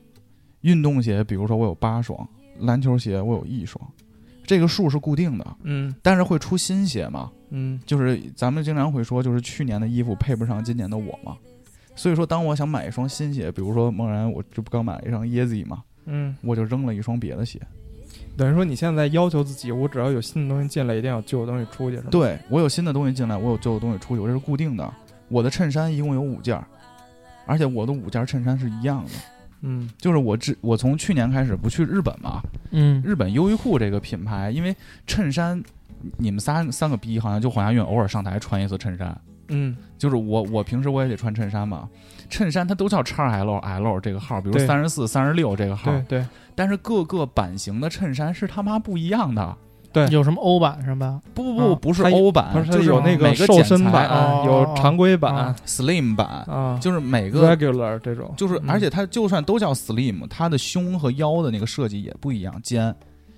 Speaker 2: 运动鞋比如说我有八双，篮球鞋我有一双，这个数是固定的。
Speaker 4: 嗯
Speaker 2: 但是会出新鞋嘛？
Speaker 4: 嗯
Speaker 2: 就是咱们经常会说，就是去年的衣服配不上今年的我嘛。所以说，当我想买一双新鞋，比如说梦然，我这不刚买了一双 Yeezy 嘛，
Speaker 4: 嗯，
Speaker 2: 我就扔了一双别的鞋。
Speaker 4: 等于说你现在要求自己，我只要有新的东西进来，一定要旧的东西出去，是吧？
Speaker 2: 对我有新的东西进来，我有旧的东西出去，我这是固定的。我的衬衫一共有五件儿，而且我的五件衬衫是一样的。
Speaker 4: 嗯
Speaker 2: 就是我之我从去年开始不去日本嘛，
Speaker 6: 嗯，
Speaker 2: 日本优衣库这个品牌，因为衬衫，你们三三个逼好像就黄家韵偶尔上台穿一次衬衫，
Speaker 4: 嗯，
Speaker 2: 就是我我平时我也得穿衬衫嘛，衬衫它都叫 x L L 这个号，比如
Speaker 4: 对
Speaker 2: 三十四、三十六这个号
Speaker 4: 对，对。
Speaker 2: 但是各个版型的衬衫是他妈不一样的。
Speaker 4: 对
Speaker 6: 有什么欧版是吧？
Speaker 2: 不不不，
Speaker 4: 嗯
Speaker 2: 不是
Speaker 4: 它有
Speaker 2: 欧版，
Speaker 4: 它
Speaker 2: 啊就是
Speaker 4: 有那
Speaker 2: 每个
Speaker 4: 瘦身
Speaker 2: 剪裁啊
Speaker 4: 版，
Speaker 6: 哦
Speaker 4: 有常规版
Speaker 6: 哦
Speaker 2: slim 版，
Speaker 4: 啊，
Speaker 2: 就是每个
Speaker 4: regular 这种，
Speaker 2: 就是，
Speaker 4: 嗯
Speaker 2: 而且它就算都叫 slim，它的胸和腰的那个设计也不一样，肩，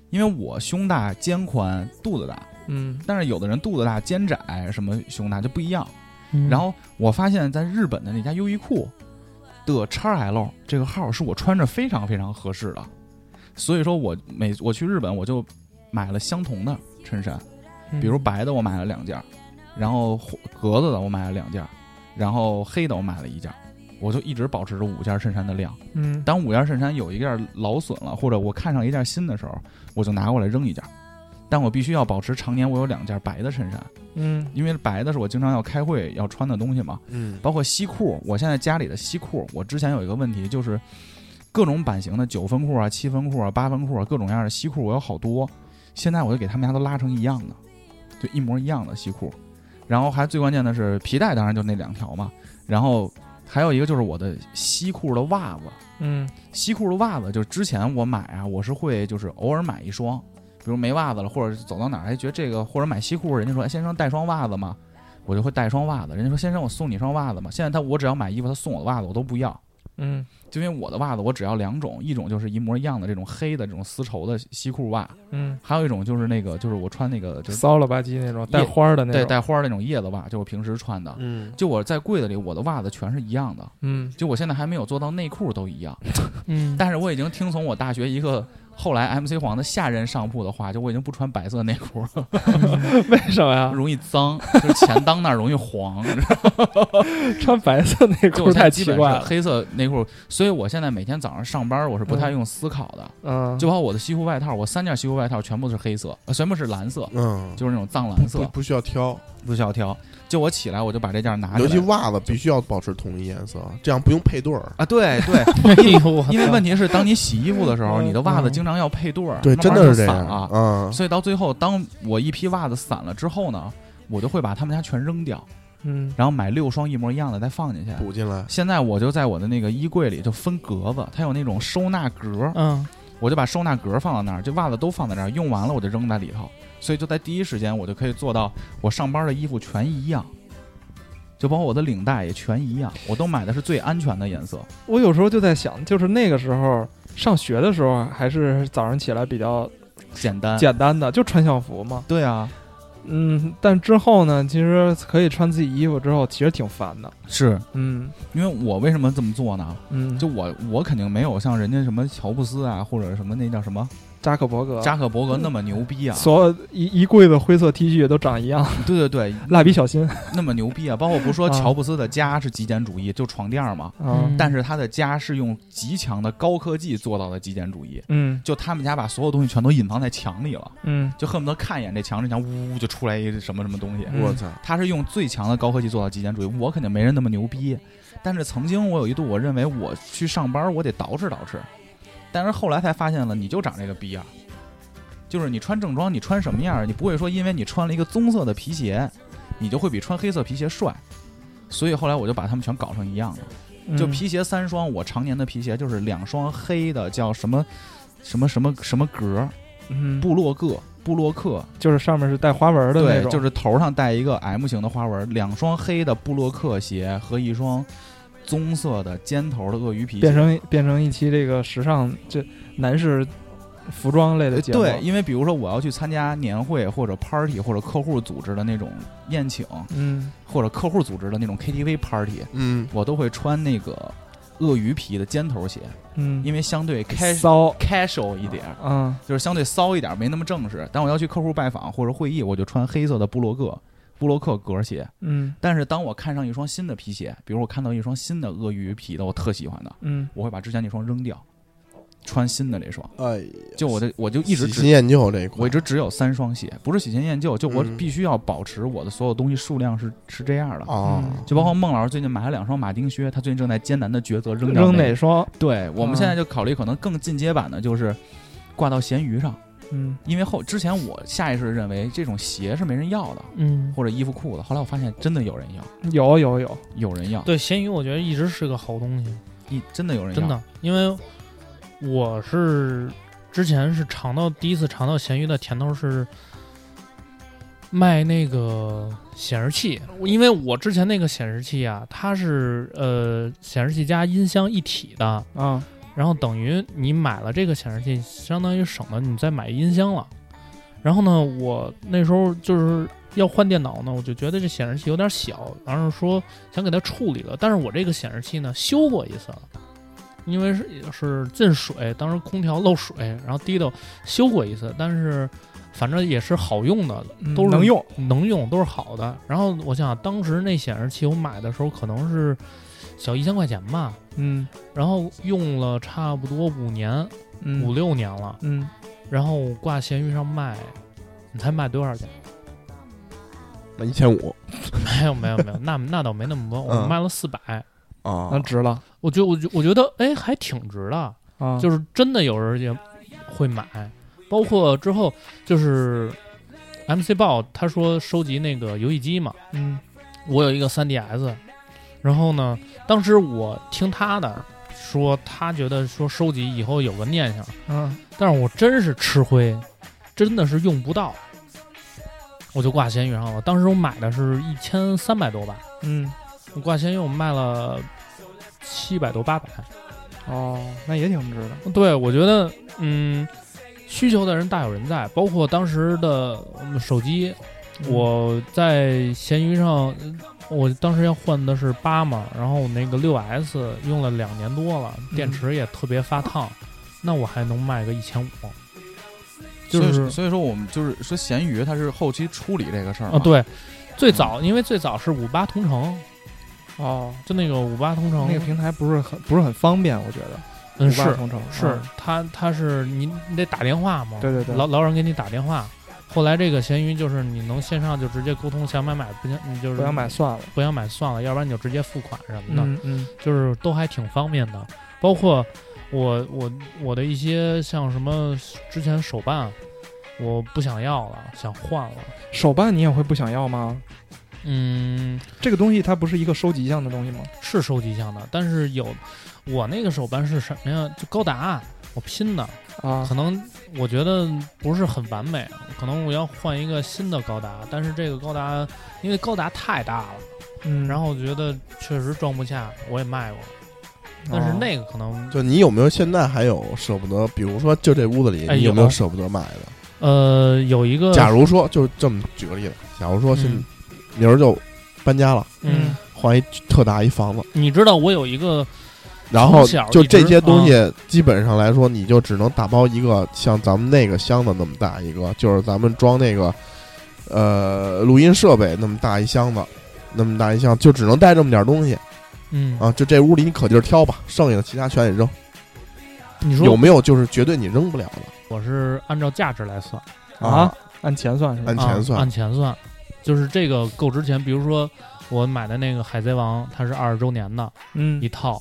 Speaker 2: 因为我胸大、肩宽、肚子大，
Speaker 4: 嗯
Speaker 2: 但是有的人肚子大、肩窄，什么胸大就不一样。
Speaker 6: 嗯
Speaker 2: 然后我发现，在日本的那家优衣库的 XL 这个号是我穿着非常非常合适的，所以说我每我去日本我就买了相同的衬衫，
Speaker 6: 嗯
Speaker 2: 比如白的我买了两件儿，然后红格子的我买了两件儿，然后黑的我买了一件儿，我就一直保持着五件衬衫的量。
Speaker 4: 嗯，
Speaker 2: 当五件衬衫有一件劳损了，或者我看上一件新的时候，我就拿过来扔一件儿。但我必须要保持常年我有两件白的衬衫，
Speaker 4: 嗯
Speaker 2: 因为白的是我经常要开会要穿的东西嘛，
Speaker 5: 嗯
Speaker 2: 包括西裤。我现在家里的西裤，我之前有一个问题就是，各种版型的九分裤啊、七分裤啊、八分裤啊，各种样的西裤我有好多，现在我就给他们家都拉成一样的。就一模一样的西裤，然后还最关键的是皮带，当然就那两条嘛，然后还有一个就是我的西裤的袜子，
Speaker 4: 嗯
Speaker 2: 西裤的袜子，就是之前我买啊，我是会就是偶尔买一双，比如没袜子了，或者是走到哪儿还觉得这个，或者买西裤，人家说哎先生带双袜子吗？我就会带双袜子。人家说先生我送你双袜子吗？现在他我只要买衣服，他送我的袜子我都不要，
Speaker 4: 嗯
Speaker 2: 就因为我的袜子我只要两种，一种就是一模一样的这种黑的这种丝绸的西裤袜，
Speaker 4: 嗯，
Speaker 2: 还有一种就是那个就是我穿那个就是
Speaker 4: 骚了吧唧那种带花儿的那
Speaker 2: 对
Speaker 4: 种，
Speaker 2: 带花儿那种叶子袜，就是我平时穿的。
Speaker 5: 嗯，
Speaker 2: 就我在柜子里，我的袜子全是一样的，
Speaker 4: 嗯
Speaker 2: 就我现在还没有做到内裤都一样。
Speaker 6: 嗯，
Speaker 2: 但是我已经听从我大学一个 后来 MC 黄的下任上铺的话，就我已经不穿白色内裤了，
Speaker 4: 为什么呀？
Speaker 2: 容易脏，就是钱当那儿容易 黄，你知道吗
Speaker 4: 穿白色内
Speaker 2: 就我
Speaker 4: 裤
Speaker 2: 现在
Speaker 4: 太
Speaker 2: 基
Speaker 4: 奇
Speaker 2: 本
Speaker 4: 怪
Speaker 2: 是
Speaker 4: 了，
Speaker 2: 黑色内裤，所以我现在每天早上上班我是不太用思考的，
Speaker 4: 嗯，
Speaker 2: 就包括我的西服外套，我三件西服外套全部都是黑色，呃全部是蓝色，
Speaker 5: 嗯，
Speaker 2: 就是那种藏蓝
Speaker 5: 不
Speaker 2: 色，
Speaker 5: 不需要挑，
Speaker 2: 不需要挑，就我起来我就把这件拿起
Speaker 5: 尤其
Speaker 2: 来。
Speaker 5: 袜子必须要保持统一颜色，这样不用配对儿。
Speaker 2: 啊，对对，
Speaker 6: 哎呦我操
Speaker 2: 因为问题是，当你洗衣服的时候，
Speaker 4: 嗯
Speaker 2: 你的袜子经常要配对儿，
Speaker 5: 对，
Speaker 2: 慢
Speaker 5: 真
Speaker 2: 慢
Speaker 5: 的
Speaker 2: 就是
Speaker 5: 这
Speaker 2: 散
Speaker 5: 样
Speaker 2: 了。啊
Speaker 5: 嗯，
Speaker 2: 所以到最后，当我一批袜子散了之后呢，我就会把它们家全扔掉，
Speaker 4: 嗯
Speaker 2: 然后买六双一模一样的再放进去。
Speaker 5: 补进来。
Speaker 2: 现在我就在我的那个衣柜里就分格子，它有那种收纳格，
Speaker 6: 嗯，
Speaker 2: 我就把收纳格放到那儿，这袜子都放在那儿，用完了我就扔在里头，所以就在第一时间我就可以做到我上班的衣服全一样，就包括我的领带也全一样，我都买的是最安全的颜色。
Speaker 4: 我有时候就在想，就是那个时候上学的时候，啊还是早上起来比较
Speaker 2: 嗯简单，
Speaker 4: 简单的，就穿校服嘛。
Speaker 2: 对啊，
Speaker 4: 嗯，但之后呢，其实可以穿自己衣服之后，其实挺烦的。
Speaker 2: 是
Speaker 4: 嗯
Speaker 2: 因为我为什么这么做呢？
Speaker 4: 嗯，
Speaker 2: 就我我肯定没有像人家什么乔布斯啊，或者什么那叫什么
Speaker 4: 扎克伯格，
Speaker 2: 扎克伯格那么牛逼啊！
Speaker 4: 所有一一柜子灰色 T 恤都长一样，
Speaker 2: 对对对，
Speaker 4: 蜡笔小新
Speaker 2: 那么牛逼啊！包括不说
Speaker 4: 啊
Speaker 2: 乔布斯的家是极简主义，就床垫嘛，
Speaker 4: 啊，
Speaker 6: 嗯
Speaker 2: 但是他的家是用极强的高科技做到的极简主义。
Speaker 4: 嗯
Speaker 2: 就他们家把所有东西全都隐藏在墙里了，
Speaker 4: 嗯
Speaker 2: 就恨不得看一眼这墙，这墙呜呜就出来一什么什么东西。
Speaker 4: 嗯
Speaker 5: 我操，
Speaker 2: 他是用最强的高科技做到极简主义，我肯定没人那么牛逼。但是曾经我有一度我认为我去上班我得捯饬捯饬，但是后来才发现了，你就长这个逼样儿，啊就是你穿正装，你穿什么样儿，你不会说因为你穿了一个棕色的皮鞋，你就会比穿黑色皮鞋帅。所以后来我就把他们全搞成一样了，
Speaker 4: 嗯，
Speaker 2: 就皮鞋三双，我常年的皮鞋就是两双黑的，叫什么什么什么什么格儿，
Speaker 4: 嗯
Speaker 2: 布洛克布洛克，
Speaker 4: 就是上面是带花纹的那
Speaker 2: 对，
Speaker 4: 种，
Speaker 2: 就是头上戴一个 M 型的花纹，两双黑的布洛克鞋和一双棕色的尖头的鳄鱼皮鞋。
Speaker 4: 变成变成一期这个时尚这男士服装类的节目，
Speaker 2: 对，，因为比如说我要去参加年会或者 party 或者客户组织的那种宴请，
Speaker 4: 嗯
Speaker 2: 或者客户组织的那种 KTV party，
Speaker 5: 嗯，
Speaker 2: 我都会穿那个鳄鱼皮的尖头鞋，
Speaker 4: 嗯，
Speaker 2: 因为相对 cas
Speaker 4: 骚，
Speaker 2: casual 一点儿，
Speaker 4: 嗯
Speaker 2: 就是相对骚一点儿，没那么正式。但我要去客户拜访或者会议，我就穿黑色的布洛克布洛克格鞋。
Speaker 4: 嗯
Speaker 2: 但是当我看上一双新的皮鞋，比如我看到一双新的鳄鱼皮的，我特喜欢的，
Speaker 4: 嗯
Speaker 2: 我会把之前那双扔掉，穿新的这双。
Speaker 5: 哎呀，
Speaker 2: 就我的我就一直
Speaker 5: 喜新
Speaker 2: 只
Speaker 5: 厌旧这一块，
Speaker 2: 我一直只有三双鞋，不是喜新厌旧，就我
Speaker 5: 嗯
Speaker 2: 必须要保持我的所有东西数量是是这样的。
Speaker 5: 啊，
Speaker 4: 嗯
Speaker 2: 就包括孟老师最近买了两双马丁靴，他最近正在艰难的抉择扔掉
Speaker 4: 嗯扔
Speaker 2: 哪
Speaker 4: 哪双？
Speaker 2: 对我们
Speaker 4: 啊
Speaker 2: 现
Speaker 5: 嗯
Speaker 2: 在就考虑可能更进阶版的就是挂到闲鱼上，
Speaker 4: 嗯
Speaker 2: 因为后之前我下意识地认为这种鞋是没人要的，
Speaker 6: 嗯，
Speaker 2: 或者衣服裤子，后来我发现真的有人要，
Speaker 4: 有有有，
Speaker 2: 有人要，
Speaker 6: 对，咸鱼我觉得一直是个好东西，
Speaker 2: 一真的有人要，
Speaker 6: 真的，因为我是之前是尝到第一次尝到咸鱼的甜头是卖那个显示器，因为我之前那个显示器啊，它是呃显示器加音箱一体的，
Speaker 4: 啊，
Speaker 6: 然后等于你买了这个显示器，相当于省了你再买音箱了。然后呢，我那时候就是要换电脑呢，我就觉得这显示器有点小，然后说想给它处理了。但是我这个显示器呢，修过一次了，因为是呃是进水，当时空调漏水，然后滴到修过一次，但是反正也是好用的，
Speaker 4: 嗯
Speaker 6: 都是
Speaker 4: 能用，
Speaker 6: 能用都是好的。然后我想当时那显示器我买的时候可能是小一千块钱吧，
Speaker 4: 嗯
Speaker 6: 然后用了差不多五年、
Speaker 4: 嗯
Speaker 6: 五六年了，
Speaker 4: 嗯，
Speaker 6: 然后挂闲鱼上卖，你猜卖多少钱？
Speaker 5: 那一千五
Speaker 6: 没有没有没有，那那倒没那么多，我
Speaker 5: 嗯
Speaker 6: 卖了四百，
Speaker 5: 啊
Speaker 4: 那，值了
Speaker 6: 我觉得我觉我觉得哎还挺值的，
Speaker 4: 啊，
Speaker 6: 就是真的有人也会买，包括之后就是 MC 豹他说收集那个游戏机嘛，
Speaker 4: 嗯
Speaker 6: 我有一个 3DS，然后呢，当时我听他的说，他觉得说收集以后有个念想，
Speaker 4: 嗯，
Speaker 6: 但是我真是吃灰，真的是用不到，我就挂闲鱼上了。当时我买的是一千三百多吧，
Speaker 4: 嗯，
Speaker 6: 我挂闲鱼我卖了七百多八百。
Speaker 4: 哦，那也挺值的。
Speaker 6: 对，我觉得，嗯，需求的人大有人在，包括当时的嗯手机，
Speaker 4: 嗯
Speaker 6: 我在闲鱼上，嗯我当时要换的是八嘛，然后我那个六 S 用了两年多了，电
Speaker 4: 嗯
Speaker 6: 池也特别发烫，那我还能卖个一千五。就
Speaker 2: 所以
Speaker 6: 是
Speaker 2: 所以说我们就是说咸鱼它是后期处理这个事儿
Speaker 6: 啊，
Speaker 2: 嘛，
Speaker 6: 对，
Speaker 4: 嗯
Speaker 6: 最早、因为最早是五八同城，
Speaker 4: 哦，
Speaker 6: 就那个五八同城，
Speaker 4: 那个平台不是很不是很方便，我觉得。
Speaker 6: 嗯
Speaker 4: 五八
Speaker 6: 是
Speaker 4: 同城
Speaker 6: 是
Speaker 4: 嗯，
Speaker 6: 他他是你你得打电话嘛，
Speaker 4: 对对对
Speaker 6: 老老有人给你打电话。后来这个闲鱼就是你能线上就直接沟通，想买买，不想你就是
Speaker 4: 不想买算了。
Speaker 6: 不想买算了，要不然你就直接付款什么的，
Speaker 4: 嗯嗯
Speaker 6: 就是都还挺方便的。包括我我我的一些像什么之前手办，我不想要了，想换了。
Speaker 4: 手办你也会不想要吗？
Speaker 6: 嗯，
Speaker 4: 这个东西它不是一个收集项的东西吗？
Speaker 6: 是收集项的，但是有我那个手办是什么呀？就高达，我拼的。
Speaker 4: 啊
Speaker 6: 可，能我觉得不是很完美，啊可能我要换一个新的高达，但是这个高达因为高达太大了，
Speaker 4: 嗯，
Speaker 6: 然后我觉得确实装不下，我也卖过，但是那个可能、
Speaker 5: 哦就你有没有现在还有舍不得？比如说，就这屋子里，
Speaker 6: 哎
Speaker 5: 你有
Speaker 6: 有
Speaker 5: 没有舍不得买的？
Speaker 6: 呃有一
Speaker 2: 嗯
Speaker 6: 个
Speaker 5: 假如说，就这么举个例子，假如说现
Speaker 6: 嗯
Speaker 5: 明儿就搬家了，
Speaker 6: 嗯，
Speaker 5: 换一特大一房子，
Speaker 6: 你知道我有一个
Speaker 5: 然后
Speaker 6: 从小
Speaker 5: 就
Speaker 6: 一直嗯
Speaker 5: 这些东西，基本上来说，你就只能打包一个像咱们那个箱子那么大一个，就是咱们装那个呃录音设备那么大一箱子，那么大一箱，就只能带这么点东西
Speaker 6: 嗯，
Speaker 5: 啊。就这屋里你可劲儿挑吧，剩下的其他全得扔。
Speaker 6: 你
Speaker 5: 有
Speaker 6: 说
Speaker 5: 没有就是绝对你扔不了的
Speaker 6: 我是按照价值来算，
Speaker 4: 啊，，按钱算是吧
Speaker 5: 按？钱
Speaker 6: 啊
Speaker 5: 算
Speaker 6: 按钱算，就是这个够值钱。比如说我买的那个海贼王，它是二十周年的
Speaker 4: 嗯
Speaker 6: 一套，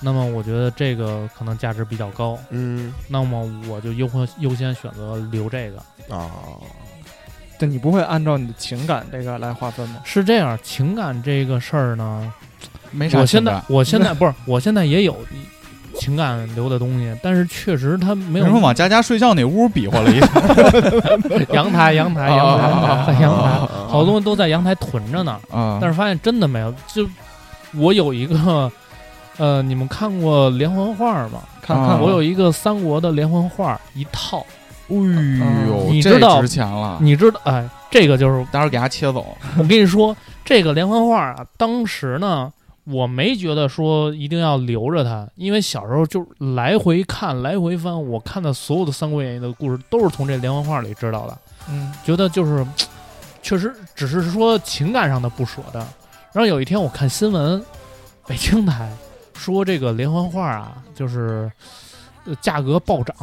Speaker 6: 那么我觉得这个可能价值比较高，
Speaker 5: 嗯
Speaker 6: 那么我就优先优先选择留这个。
Speaker 5: 啊，
Speaker 4: 但你不会按照你的情感这个来划分吗？
Speaker 6: 是这样，情感这个事儿呢，
Speaker 2: 没啥
Speaker 6: 我现
Speaker 2: 情
Speaker 6: 在
Speaker 2: 感。
Speaker 6: 我现在不是，我现在也有情感流的东西，但是确实它
Speaker 2: 为
Speaker 6: 没有
Speaker 2: 什么往佳佳睡觉那屋比划了一下？
Speaker 6: 阳台阳台
Speaker 2: 啊
Speaker 6: 阳
Speaker 2: 啊啊啊
Speaker 6: 台在阳台，
Speaker 5: 啊
Speaker 6: 好多东西都在阳台囤着呢，
Speaker 2: 啊，
Speaker 6: 但是发现真的没有。就我有一个，呃，你们看过连环画吗？
Speaker 4: 看
Speaker 2: 啊
Speaker 4: 看
Speaker 6: 我有一个三国的连环画一套，
Speaker 2: 哎呦，
Speaker 6: 嗯你
Speaker 2: 这
Speaker 6: 知道
Speaker 2: 值钱了，
Speaker 6: 你知道，哎，这个就是
Speaker 2: 待会儿给它切走。
Speaker 6: 我跟你说，这个连环画啊，当时呢，我没觉得说一定要留着它，因为小时候就来回看、来回翻，我看的所有的《三国演义》的故事都是从这连环画里知道的，
Speaker 4: 嗯
Speaker 6: 觉得就是嘖确实只是说情感上的不舍的。然后有一天我看新闻，北京台说这个连环画啊，就是呃价格暴涨，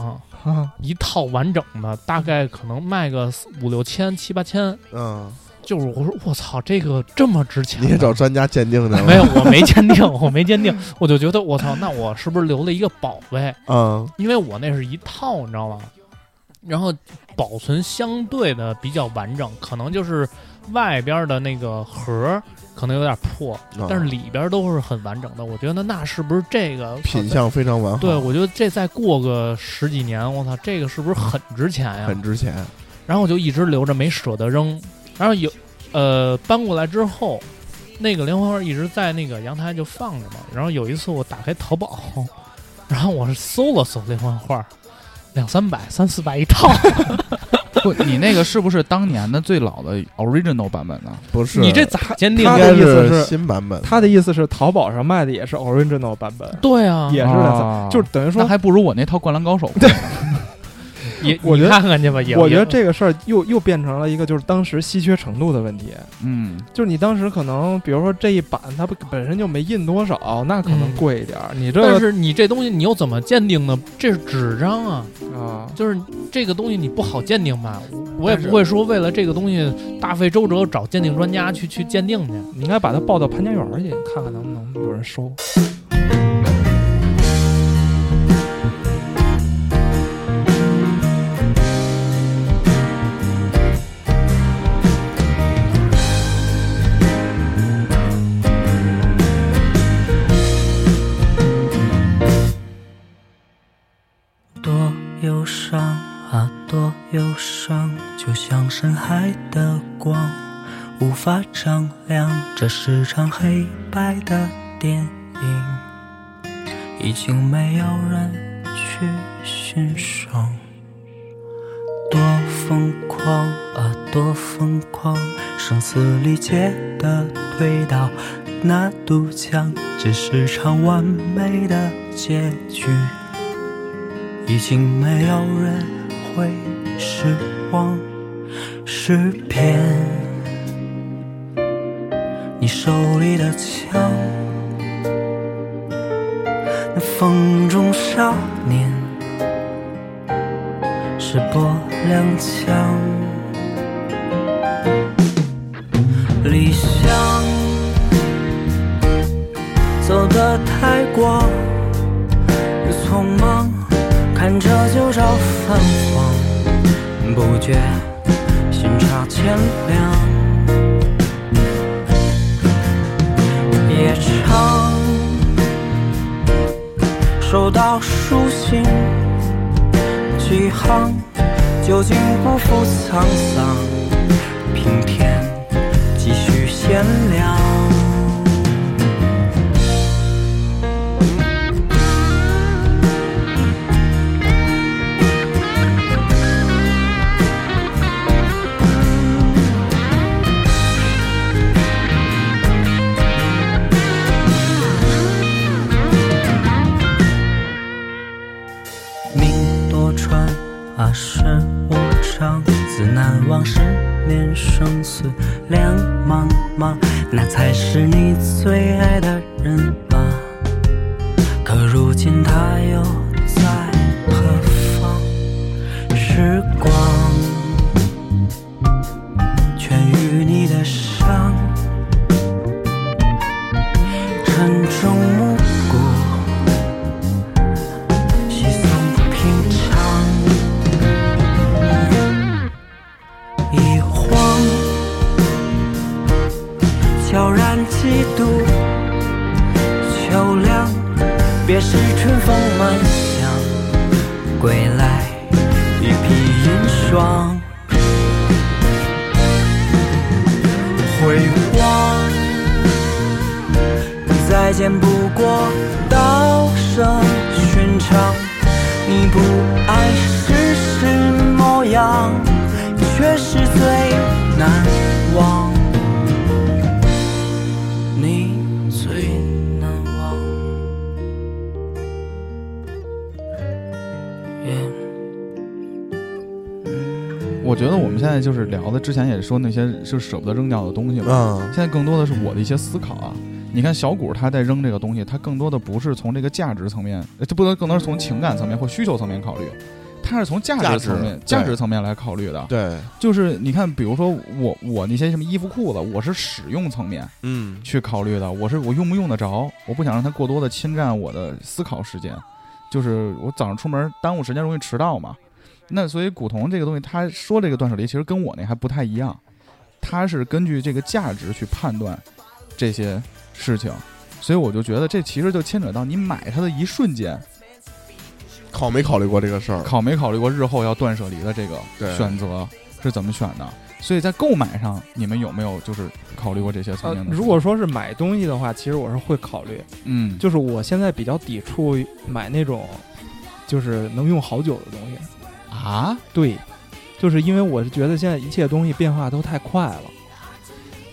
Speaker 4: 啊
Speaker 6: 一套完整的大概可能卖个四五六千、七八千。
Speaker 5: 嗯，
Speaker 6: 就是我说我操，这个这么值钱
Speaker 5: 你
Speaker 6: 呢？
Speaker 5: 也找专家鉴定去了？
Speaker 6: 没有，我没鉴定，我没鉴定，我就觉得我操，那我是不是留了一个宝贝？
Speaker 5: 嗯
Speaker 6: 因为我那是一套，你知道吗？然后保存相对的比较完整，可能就是外边的那个盒儿可能有点破，
Speaker 5: 啊
Speaker 6: 但是里边都是很完整的。我觉得那是不是这个
Speaker 5: 品？相非常完好，
Speaker 6: 对，我觉得这再过个十几年，我操，这个是不是很值钱呀？
Speaker 5: 很值钱。
Speaker 6: 然后我就一直留着，没舍得扔。然后有，呃，搬过来之后，那个莲花花一直在那个阳台就放着嘛。然后有一次我打开淘宝， 然后我是搜了搜莲花花，两三百、三四百 一套。
Speaker 2: 不，你那个是不是当年的最老的 original 版本呢？
Speaker 5: 不是
Speaker 6: 你这咋鉴定
Speaker 5: 应
Speaker 4: 他
Speaker 6: 的？
Speaker 5: 该
Speaker 4: 的意思
Speaker 5: 是
Speaker 4: 是
Speaker 5: 新版本，
Speaker 4: 他的意思是淘宝上卖的也是 original 版本，
Speaker 6: 对啊，
Speaker 4: 也是两三，
Speaker 2: 啊
Speaker 4: 就是等于说
Speaker 2: 那还不如我那套《灌篮高 手》
Speaker 6: 也
Speaker 4: 我觉
Speaker 6: 你
Speaker 4: 得
Speaker 6: 看看去吧。也
Speaker 4: 我觉得
Speaker 6: 也
Speaker 4: 这个事儿又又变成了一个就是当时稀缺程度的问题，
Speaker 2: 嗯，
Speaker 4: 就是你当时可能比如说这一版它不本身就没印多少，那可能
Speaker 6: 嗯
Speaker 4: 贵一点儿。你这
Speaker 6: 但
Speaker 4: 个
Speaker 6: 是你这东西你又怎么鉴定呢？这是纸张啊，
Speaker 4: 啊，
Speaker 6: 就是这个东西你不好鉴定吧？我我也
Speaker 4: 但是
Speaker 6: 不会说为了这个东西大费周折找鉴定专家去去鉴定去。
Speaker 4: 你应该把它抱到潘家园儿去，看看能不能有人收。
Speaker 3: 天
Speaker 7: 忧伤啊，多忧伤，就像深海的光，无法丈量。这是场黑白的电影，已经没有人去欣赏。多疯狂啊，多疯狂！声嘶力竭的推倒那堵墙，这是场完美的结局，已经没有人会失望。诗篇，你手里的枪，那风中少年。是薄凉枪。理想走得太过于匆忙，看着旧照泛黄，不觉心潮千凉。夜长收到书信。几行，究竟不负沧桑，平添几许贤良。命多舛啊，是无常，自难忘十年生死两茫茫，那才是你最爱的人啊。可如今他又在何方？时光痊愈你的伤，沉重暮鼓。稀松平常。一晃，悄然几度秋凉，别是春风满巷，归来一匹银霜。回望，再见不过道声寻常。你不爱世事模样，却是最难忘。你最难忘，也
Speaker 2: 我觉得我们现在就是聊的，之前也说那些是舍不得扔掉的东西嘛。
Speaker 5: 嗯
Speaker 2: 现在更多的是我的一些思考啊。你看小谷他在扔这个东西，他更多的不是从这个价值层面，呃这不能更多是从情感层面或需求层面考虑，他是从价
Speaker 5: 价
Speaker 2: 值
Speaker 5: 值
Speaker 2: 层面
Speaker 5: 对
Speaker 2: 价值层面来考虑的。
Speaker 5: 对，
Speaker 2: 就是你看，比如说我我那些什么衣服裤子，我是使用层面
Speaker 5: 嗯，
Speaker 2: 去考虑的，我是我用不用得着，我不想让它过多的侵占我的思考时间，就是我早上出门耽误时间容易迟到嘛。那所以古潼这个东西，他说这个断舍离其实跟我那还不太一样，他是根据这个价值去判断这些事情，所以我就觉得这其实就牵扯到你买它的一瞬间，
Speaker 5: 考没考虑过这个事儿？
Speaker 2: 考没考虑过日后要断舍离的这个
Speaker 5: 对
Speaker 2: 选择是怎么选的？所以在购买上，你们有没有就是考虑过这些层
Speaker 4: 呃
Speaker 2: 面，的事情？
Speaker 4: 如果说是买东西的话，其实我是会考虑，
Speaker 2: 嗯，
Speaker 4: 就是我现在比较抵触买那种就是能用好久的东西。
Speaker 2: 啊，
Speaker 4: 对，就是因为我是觉得现在一切东西变化都太快了。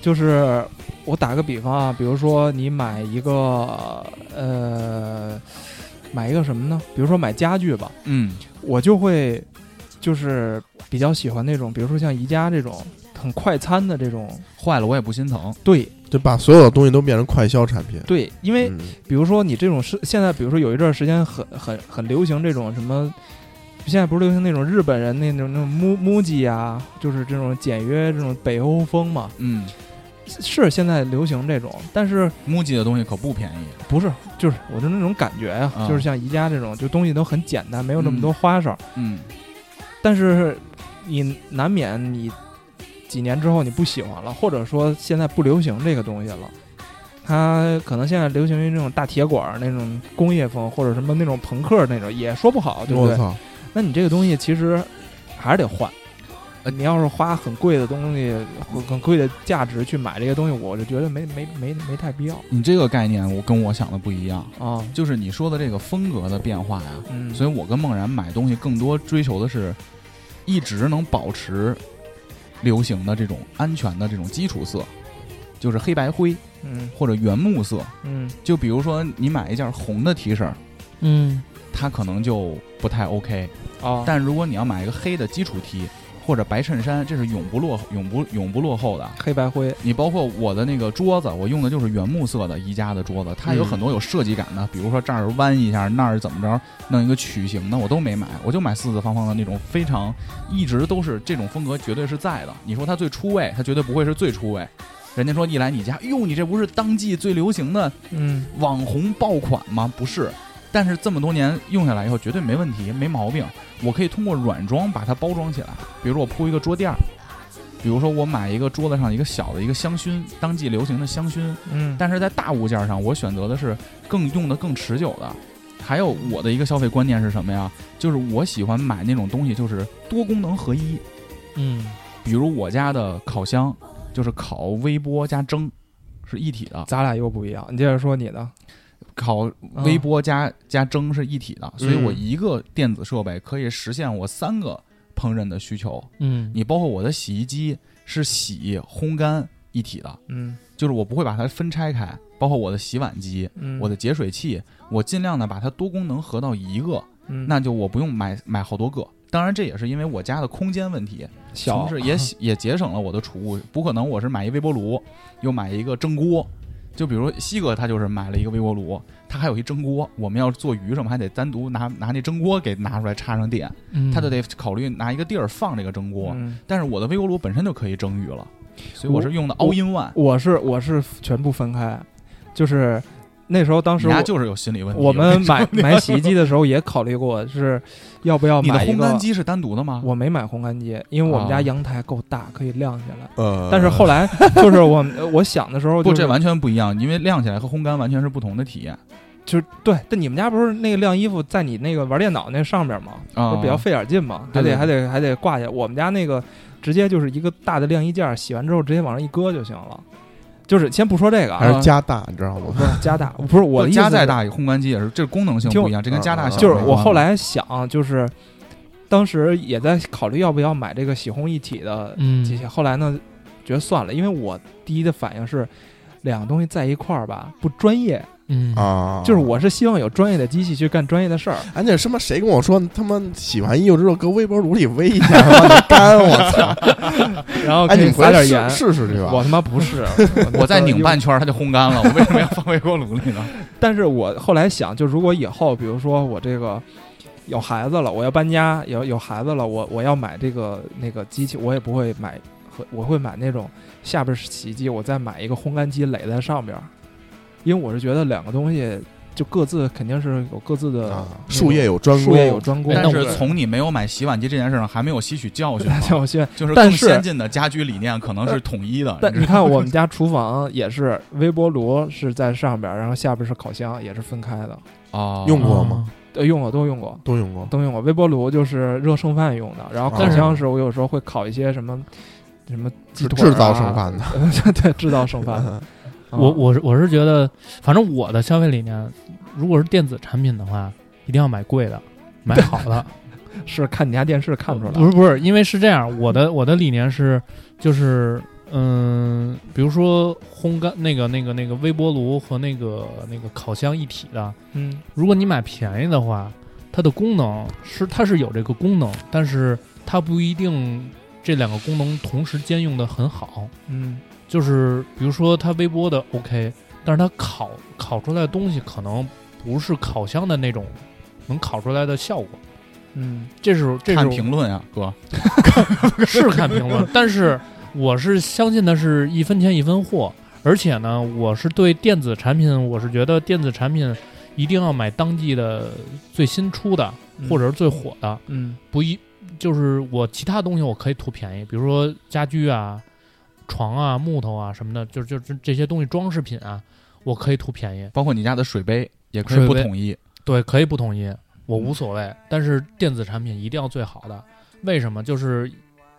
Speaker 4: 就是我打个比方啊，比如说你买一个呃，买一个什么呢？比如说买家具吧，
Speaker 2: 嗯
Speaker 4: 我就会就是比较喜欢那种，比如说像宜家这种很快餐的这种。
Speaker 2: 坏了我也不心疼。
Speaker 4: 对
Speaker 5: 就把所有的东西都变成快消产品。
Speaker 4: 对，因为
Speaker 5: 嗯
Speaker 4: 比如说你这种是现在，比如说有一阵儿时间很很很流行这种什么，现在不是流行那种日本人那种那种 mu muji 啊，就是这种简约这种北欧风嘛，
Speaker 2: 嗯，
Speaker 4: 是现在流行这种，但是
Speaker 2: 木吉的东西可不便宜。
Speaker 4: 不是就是我就那种感觉呀、
Speaker 2: 啊
Speaker 4: 就是像宜家这种，就东西都很简单，没有那么多花哨，
Speaker 2: 嗯，
Speaker 4: 但是你难免你几年之后你不喜欢了，或者说现在不流行这个东西了。它可能现在流行于那种大铁管儿那种工业风，或者什么那种朋克那种，也说不好，对不
Speaker 5: 我
Speaker 4: 对？
Speaker 5: 操，
Speaker 4: 那你这个东西其实还是得换。
Speaker 2: 呃
Speaker 4: 你要是花很贵的东西、很很贵的价值去买这个东西，我就觉得没没没没太必要
Speaker 2: 你这个概念我跟我想的不一样，
Speaker 4: 啊。
Speaker 2: 就是你说的这个风格的变化呀、
Speaker 4: 嗯，
Speaker 2: 所以我跟梦然买东西更多追求的是，一直能保持流行的这种安全的这种基础色，就是黑白灰
Speaker 4: 嗯
Speaker 2: 或者原木色。
Speaker 4: 嗯
Speaker 2: 就比如说你买一件红的 T 恤，
Speaker 6: 嗯，
Speaker 2: 它可能就不太 OK。
Speaker 4: 哦，
Speaker 2: 但如果你要买一个黑的基础 T 或者白衬衫，这是永不落永不永不落后的。
Speaker 4: 黑白灰
Speaker 2: 你包括我的那个桌子，我用的就是原木色的宜家的桌子，它有很多有设计感的，比如说这儿弯一下，那儿怎么着，弄一个曲形的，我都没买，我就买四四方方的那种，非常一直都是这种风格，绝对是在的。你说它最出位，它绝对不会是最出位。人家说一来你家，哎呦，你这不是当季最流行的
Speaker 4: 嗯
Speaker 2: 网红爆款吗？不是，但是这么多年用下来以后，绝对没问题，没毛病。我可以通过软装把它包装起来，比如说我铺一个桌垫儿，比如说我买一个桌子上一个小的一个香薰，当季流行的香薰。
Speaker 4: 嗯，
Speaker 2: 但是在大物件上，我选择的是更用的更持久的。还有我的一个消费观念是什么呀？就是我喜欢买那种东西，就是多功能合一。
Speaker 6: 嗯
Speaker 2: 比如我家的烤箱就是烤、微波加蒸，是一体的。
Speaker 4: 咱俩又不一样。你接着说你的，
Speaker 2: 烤
Speaker 4: 嗯
Speaker 2: 微波加、加蒸是一体的，所以我一个电子设备可以实现我三个烹饪的需求。
Speaker 4: 啊
Speaker 6: 嗯，
Speaker 2: 你包括我的洗衣机是洗、烘干一体的，
Speaker 4: 嗯
Speaker 2: 就是我不会把它分拆开。包括我的洗碗机、
Speaker 4: 嗯，
Speaker 2: 我的节水器，我尽量的把它多功能合到一个，
Speaker 4: 嗯
Speaker 2: 那就我不用买买好多个。当然，这也是因为我家的空间问题，
Speaker 4: 小
Speaker 2: 同时 也也节省了我的储物。不可能我是买一微波炉，又买一个蒸锅。就比如西哥他就是买了一个微波炉，他还有一蒸锅。我们要做鱼什么，还得单独拿拿那蒸锅给拿出来插上电，
Speaker 6: 嗯
Speaker 2: 他就得考虑拿一个地儿放这个蒸锅。
Speaker 4: 嗯
Speaker 2: 但是我的微波炉本身就可以蒸鱼了，所以我是用的 all in one。
Speaker 4: 我是我是全部分开，就是那时候当时
Speaker 2: 你家
Speaker 4: 我
Speaker 2: 就是有心理问题。
Speaker 4: 我们
Speaker 2: 跟你
Speaker 4: 买
Speaker 2: 说
Speaker 4: 买洗衣机的时候也考虑过是要不要
Speaker 2: 你的
Speaker 4: 买一
Speaker 2: 烘
Speaker 4: 个
Speaker 2: 干机是单独的吗？
Speaker 4: 我没买烘干机，因为我们
Speaker 2: 啊
Speaker 4: 家阳台够大，可以晾起来。
Speaker 5: 呃，
Speaker 4: 但是后来就是我们 我想的时候、就
Speaker 2: 不，
Speaker 4: 是，
Speaker 2: 这完全不一样，因为晾起来和烘干完全是不同的体验
Speaker 4: 就是对。但你们家不是那个晾衣服在你那个玩电脑那上边吗？
Speaker 2: 啊。
Speaker 4: 不比较费点劲嘛，还
Speaker 2: 对对
Speaker 4: 得还得还得挂下。我们家那个直接就是一个大的晾衣架，洗完之后直接往上一搁就行了。就是先不说这个
Speaker 5: 还
Speaker 4: 啊
Speaker 5: 是，加大，你知道
Speaker 4: 不
Speaker 5: 吗？
Speaker 4: 是加大，不是我的意思
Speaker 2: 加
Speaker 4: 是
Speaker 2: 再大，烘干机也是，这是功能性不一样，这跟加大小
Speaker 4: 就是
Speaker 2: 没
Speaker 4: 我
Speaker 2: 关
Speaker 4: 后来想，就是当时也在考虑要不要买这个洗烘一体的
Speaker 6: 嗯
Speaker 4: 机器，后来呢，觉得算了，因为我第一的反应是两个东西在一块儿吧不专业，
Speaker 6: 嗯
Speaker 5: 啊，
Speaker 4: 就是我是希望有专业的机器去干专业的事儿，
Speaker 5: 哎，那什么，谁跟我说他妈洗完衣服之后搁微波炉里煨一下，让 它干？我操！
Speaker 4: 然后
Speaker 5: 哎，
Speaker 4: 可以
Speaker 5: 你
Speaker 4: 撒
Speaker 5: 回来
Speaker 4: 点
Speaker 5: 试
Speaker 4: 盐。
Speaker 5: 试试去
Speaker 4: 我
Speaker 5: 吧。啊
Speaker 4: 他妈不 是，
Speaker 2: 我再拧半。圈儿它就烘干了，我为什么要放微波炉里 呢？
Speaker 4: 但是我后来想，就如果以后，比如说我这个有孩子了，我要搬家，有有孩子了，我我要买这个那个机器，我也不会买和我会买那种下边是洗衣机，我再买一个烘干机垒在上边儿，因为我是觉得两个东西就各自肯定是有各自的
Speaker 5: 啊
Speaker 4: 那，个
Speaker 5: 术业有专
Speaker 4: 术
Speaker 5: 攻，
Speaker 4: 业有专攻，
Speaker 2: 但
Speaker 6: 那
Speaker 2: 是
Speaker 6: 我
Speaker 2: 从你没有买洗碗机这件事上还没有吸取教训
Speaker 4: 大
Speaker 2: 嘛，
Speaker 4: 家我 现在
Speaker 2: 就是
Speaker 4: 但
Speaker 2: 更
Speaker 4: 是
Speaker 2: 先进的家居理念可能是统一的。
Speaker 4: 但
Speaker 2: 知
Speaker 4: 你
Speaker 2: 道吗
Speaker 4: 看我们家厨房也是微波炉是在上边儿，然后下边是烤箱，也是分开的，
Speaker 2: 哦，
Speaker 5: 用过吗？
Speaker 4: 呃，用过都用过。
Speaker 5: 都用过。
Speaker 4: 都用过。微波炉就是热剩饭用的，然后烤
Speaker 5: 但是
Speaker 4: 箱是我有时候会烤一些什么什么鸡
Speaker 5: 制
Speaker 4: 腿、啊、
Speaker 5: 制造剩，饭的，
Speaker 4: 对，制造剩饭。
Speaker 5: 嗯
Speaker 4: 啊
Speaker 6: 我我是我是觉得，反正我的消费理念，如果是电子产品的话，一定要买贵的，买好的。
Speaker 4: 是看你家电视看出来，
Speaker 6: 不是不是，因为是这样，我的我的理念是，就是嗯，比如说烘干那个那个那个微波炉和那个那个烤箱一体的，
Speaker 4: 嗯
Speaker 6: 如果你买便宜的话，它的功能是它是有这个功能，但是它不一定这两个功能同时兼用的很好。
Speaker 4: 嗯
Speaker 6: 就是比如说它微波的 OK，但是它烤烤出来的东西可能不是烤箱的那种能烤出来的效果。
Speaker 4: 嗯
Speaker 6: 这是这
Speaker 2: 看
Speaker 6: 是
Speaker 2: 评论啊，哥，
Speaker 6: 是看评论，但是我是相信的是一分钱一分货，而且呢，我是对电子产品，我是觉得电子产品一定要买当季的最新出的，
Speaker 4: 嗯
Speaker 6: 或者是最火的，
Speaker 4: 嗯
Speaker 6: 不一就是我其他东西我可以图便宜，比如说家居啊、床啊、木头啊什么的，就就就这些东西装饰品啊，我可以图便宜，
Speaker 2: 包括你家的水杯也可以
Speaker 6: 水
Speaker 2: 不
Speaker 6: 杯
Speaker 2: 统一。
Speaker 6: 对，可以不统一。我无所谓。但是电子产品一定要最好的，为什么？就是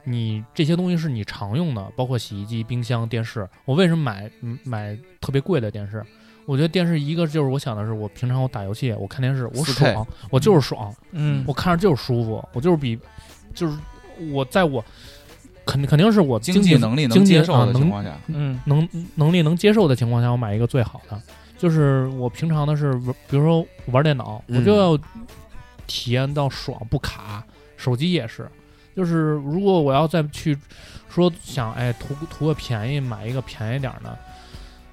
Speaker 6: 你这些东西是你常用的，包括洗衣机、冰箱、电视。我为什么买嗯买特别贵的电视？我觉得电视一个就是我想的是，我平常我打游戏，我看电视，我
Speaker 2: 4K
Speaker 6: 爽，我就是爽，
Speaker 4: 嗯
Speaker 6: 我看着就是舒服，我就是比，就是我在我肯肯定是我
Speaker 2: 经济
Speaker 6: 济
Speaker 2: 能力能
Speaker 6: 经济
Speaker 2: 接受
Speaker 6: 啊
Speaker 2: 的
Speaker 6: 能
Speaker 2: 情况下，
Speaker 4: 嗯
Speaker 6: 能能力能接受的情况下，我买一个最好的。就是我平常的是，比如说我玩电脑，
Speaker 5: 嗯
Speaker 6: 我就要体验到爽不卡。手机也是，就是如果我要再去说想哎图图个便宜买一个便宜点儿的，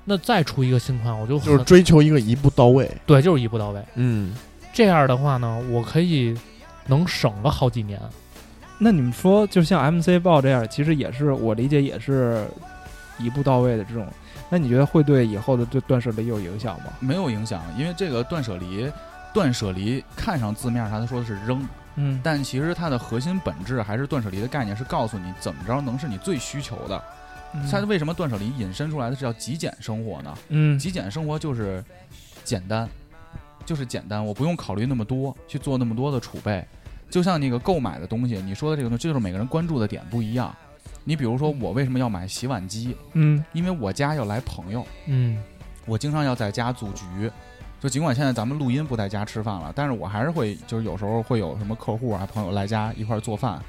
Speaker 6: 那再出一个新款，我就很
Speaker 5: 就是追求一个一步到位。
Speaker 6: 对，就是一步到位。
Speaker 5: 嗯，
Speaker 6: 这样的话呢，我可以能省个好几年。
Speaker 4: 那你们说，就像 MC 报这样，其实也是我理解，也是一步到位的这种。那你觉得会对以后的这断舍离有影响吗？
Speaker 2: 没有影响，因为这个断舍离，断舍离看上字面上它说的是扔，
Speaker 4: 嗯
Speaker 2: 但其实它的核心本质还是断舍离的概念，是告诉你怎么着能是你最需求的。它为什么断舍离引申出来的是叫极简生活呢？
Speaker 4: 嗯
Speaker 2: 极简生活就是简单，就是简单，我不用考虑那么多，去做那么多的储备。就像那个购买的东西，你说的这个东西，这就是每个人关注的点不一样。你比如说，我为什么要买洗碗机？
Speaker 4: 嗯
Speaker 2: 因为我家要来朋友，
Speaker 6: 嗯
Speaker 2: 我经常要在家组局。就尽管现在咱们录音不在家吃饭了，但是我还是会，就是有时候会有什么客户啊、朋友来家一块儿做饭。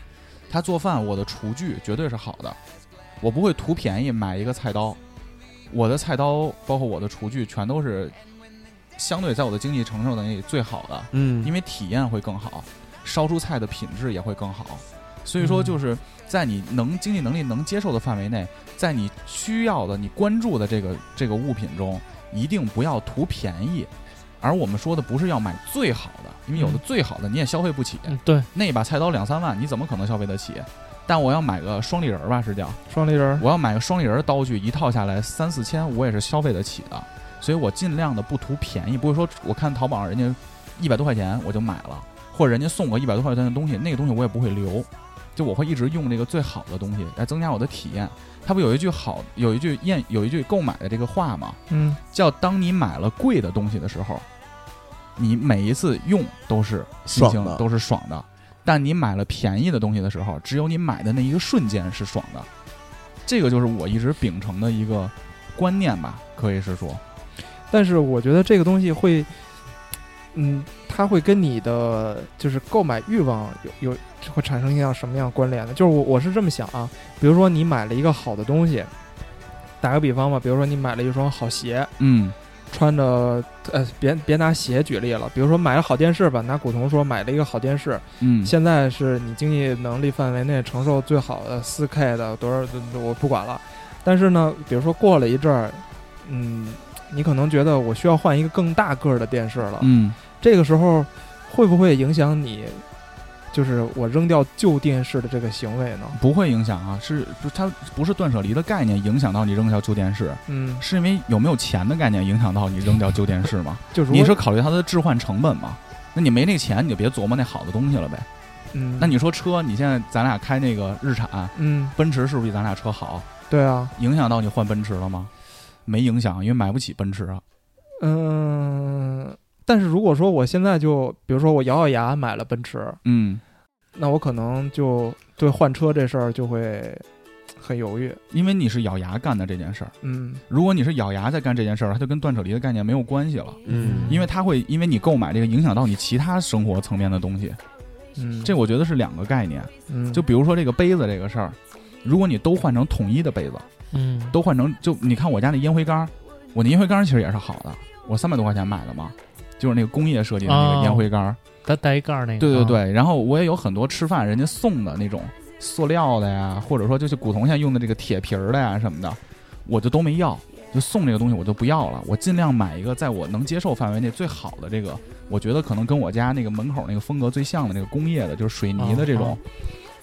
Speaker 2: 他做饭，我的厨具绝对是好的，我不会图便宜买一个菜刀。我的菜刀包括我的厨具全都是相对在我的经济承受能力最好的，
Speaker 5: 嗯
Speaker 2: 因为体验会更好，烧出菜的品质也会更好。所以说，
Speaker 6: 嗯
Speaker 2: 就是在你能经济能力能接受的范围内，在你需要的、你关注的这个这个物品中，一定不要图便宜。而我们说的不是要买最好的，因为有的
Speaker 6: 嗯
Speaker 2: 最好的你也消费不起，
Speaker 6: 嗯，对，
Speaker 2: 那把菜刀两三万，你怎么可能消费得起？但我要买个双立人儿吧，是叫
Speaker 4: 双立人儿，
Speaker 2: 我要买个双立人刀具，一套下来三四千，我也是消费得起的。所以我尽量的不图便宜，不会说我看淘宝上人家一百多块钱我就买了，或者人家送我一百多块钱的东西，那个东西我也不会留，就我会一直用这个最好的东西来增加我的体验。他不有一句好，有一句谚，有一句购买的这个话吗？
Speaker 4: 嗯
Speaker 2: 叫当你买了贵的东西的时候，你每一次用都是心情
Speaker 5: 爽的
Speaker 2: 都是爽的，但你买了便宜的东西的时候，只有你买的那一个瞬间是爽的。这个就是我一直秉承的一个观念吧，可以是说，
Speaker 4: 但是我觉得这个东西会，嗯，它会跟你的就是购买欲望有有会产生一样什么样的关联呢？就是我我是这么想啊，比如说你买了一个好的东西，打个比方吧，比如说你买了一双好鞋，
Speaker 2: 嗯
Speaker 4: 穿着呃，别别拿鞋举例了，比如说买了好电视吧，拿古潼说买了一个好电视，
Speaker 2: 嗯
Speaker 4: 现在是你经济能力范围内承受最好的四 K 的多少，我不管了。但是呢，比如说过了一阵儿，嗯，你可能觉得我需要换一个更大个儿的电视了。
Speaker 2: 嗯，
Speaker 4: 这个时候会不会影响你，就是我扔掉旧电视的这个行为呢？
Speaker 2: 不会影响啊，是不它不是断舍离的概念影响到你扔掉旧电视，
Speaker 4: 嗯，
Speaker 2: 是因为有没有钱的概念影响到你扔掉旧电视吗？
Speaker 4: 就如果
Speaker 2: 你是考虑它的置换成本吗？那你没那钱，你就别琢磨那好的东西了呗。
Speaker 4: 嗯，
Speaker 2: 那你说车，你现在咱俩开那个日产，
Speaker 4: 嗯，
Speaker 2: 奔驰是不是比咱俩车好？
Speaker 4: 对啊，
Speaker 2: 影响到你换奔驰了吗？没影响，因为买不起奔驰啊。
Speaker 4: 嗯、但是如果说我现在就，比如说我咬咬牙买了奔驰，
Speaker 2: 嗯，
Speaker 4: 那我可能就对换车这事儿就会很犹豫。
Speaker 2: 因为你是咬牙干的这件事儿。
Speaker 4: 嗯
Speaker 2: 如果你是咬牙在干这件事儿，它就跟断舍离的概念没有关系了，
Speaker 5: 嗯
Speaker 2: 因为它会因为你购买这个影响到你其他生活层面的东西。
Speaker 4: 嗯，
Speaker 2: 这我觉得是两个概念。
Speaker 4: 嗯
Speaker 2: 就比如说这个杯子这个事儿，如果你都换成统一的杯子，
Speaker 6: 嗯，
Speaker 2: 都换成就你看我家那烟灰缸儿，我那烟灰缸儿其实也是好的，我三百多块钱买的嘛，就是那个工业设计的那个烟灰缸儿。
Speaker 6: 它带一盖儿那个，
Speaker 2: 对对
Speaker 6: 啊，
Speaker 2: 对，然后我也有很多吃饭人家送的那种塑料的呀，或者说就是古铜现在用的这个铁皮儿的呀什么的，我就都没要，就送这个东西我就不要了，我尽量买一个在我能接受范围内最好的这个，我觉得可能跟我家那个门口那个风格最像的那个工业的，就是水泥的这种，哦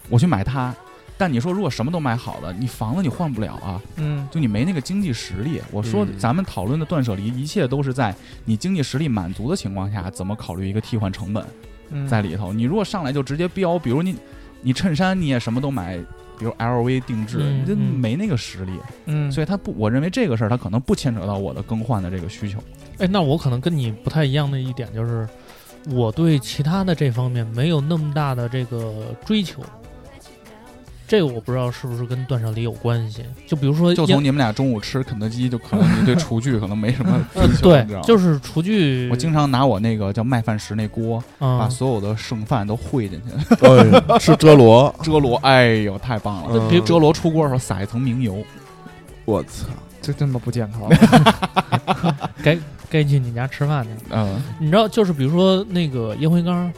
Speaker 2: 我去买它。但你说如果什么都买好的，你房子你换不了啊，
Speaker 4: 嗯
Speaker 2: 就你没那个经济实力。我说
Speaker 5: 嗯
Speaker 2: 咱们讨论的断舍离，一切都是在你经济实力满足的情况下，怎么考虑一个替换成本。
Speaker 4: 嗯
Speaker 2: 在里头。你如果上来就直接标，比如你你衬衫你也什么都买，比如 LV 定制，
Speaker 6: 嗯
Speaker 2: 你就
Speaker 6: 嗯
Speaker 2: 没那个实力，
Speaker 4: 嗯，
Speaker 2: 所以他不，我认为这个事儿他可能不牵扯到我的更换的这个需求。
Speaker 6: 哎，那我可能跟你不太一样的一点就是，我对其他的这方面没有那么大的这个追求。这个我不知道是不是跟断舍离有关系。就比如说，
Speaker 2: 就
Speaker 6: 因
Speaker 2: 从你们俩中午吃肯德基，就可能你对厨具可能没什 么
Speaker 6: 呃
Speaker 2: 追求，你知道
Speaker 6: 对，
Speaker 2: 吗
Speaker 6: 就是厨具，
Speaker 2: 我经常拿我那个叫麦饭石那锅，把
Speaker 6: 啊，
Speaker 2: 所有的剩饭都烩进去，
Speaker 5: 哎吃遮 罗，
Speaker 2: 遮罗，哎呦，太棒了！
Speaker 5: 嗯
Speaker 6: 别
Speaker 2: 遮罗出锅的时候撒一层明油，
Speaker 5: 我操，
Speaker 4: 这这么不健康。
Speaker 6: 该去你家吃饭去了。
Speaker 2: 嗯，
Speaker 6: 你知道，就是比如说那个烟灰缸，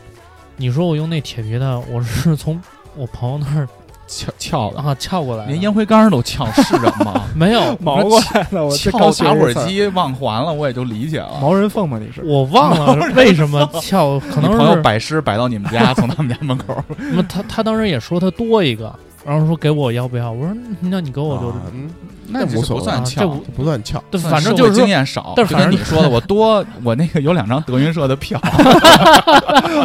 Speaker 6: 你说我用那铁皮的，我 是从我朋友那儿
Speaker 2: 翘翘的，
Speaker 6: 啊撬过来的，？
Speaker 2: 连烟灰缸都翘，是人 吗
Speaker 6: 没有
Speaker 4: 毛 过来了，我这
Speaker 2: 翘
Speaker 4: 刚学
Speaker 2: 打
Speaker 4: 一
Speaker 2: 火
Speaker 4: 次
Speaker 2: 机忘还了，我也就理解了。
Speaker 4: 毛人凤吗？你 是？
Speaker 6: 我忘了为什么撬，可
Speaker 2: 你
Speaker 6: 能
Speaker 2: 朋友
Speaker 6: 是
Speaker 2: 摆尸摆到你们 家，从他们家门口，
Speaker 6: 那他他当时也说他多一个，然后说给我要不要？我说嗯那你给
Speaker 4: 哦
Speaker 6: 我就、
Speaker 5: 啊嗯
Speaker 2: 那
Speaker 5: 无所
Speaker 2: 不
Speaker 5: 谓
Speaker 2: 算
Speaker 6: 啊
Speaker 2: 翘
Speaker 6: 这，无
Speaker 5: 这不算翘，
Speaker 6: 对，
Speaker 2: 算
Speaker 6: 反正
Speaker 2: 社
Speaker 6: 就
Speaker 2: 会
Speaker 6: 是
Speaker 2: 经
Speaker 6: 说
Speaker 2: 验少。
Speaker 6: 但是
Speaker 2: 就
Speaker 6: 反
Speaker 2: 跟你
Speaker 6: 正
Speaker 2: 说的，我多我那个有两张德云社的 票，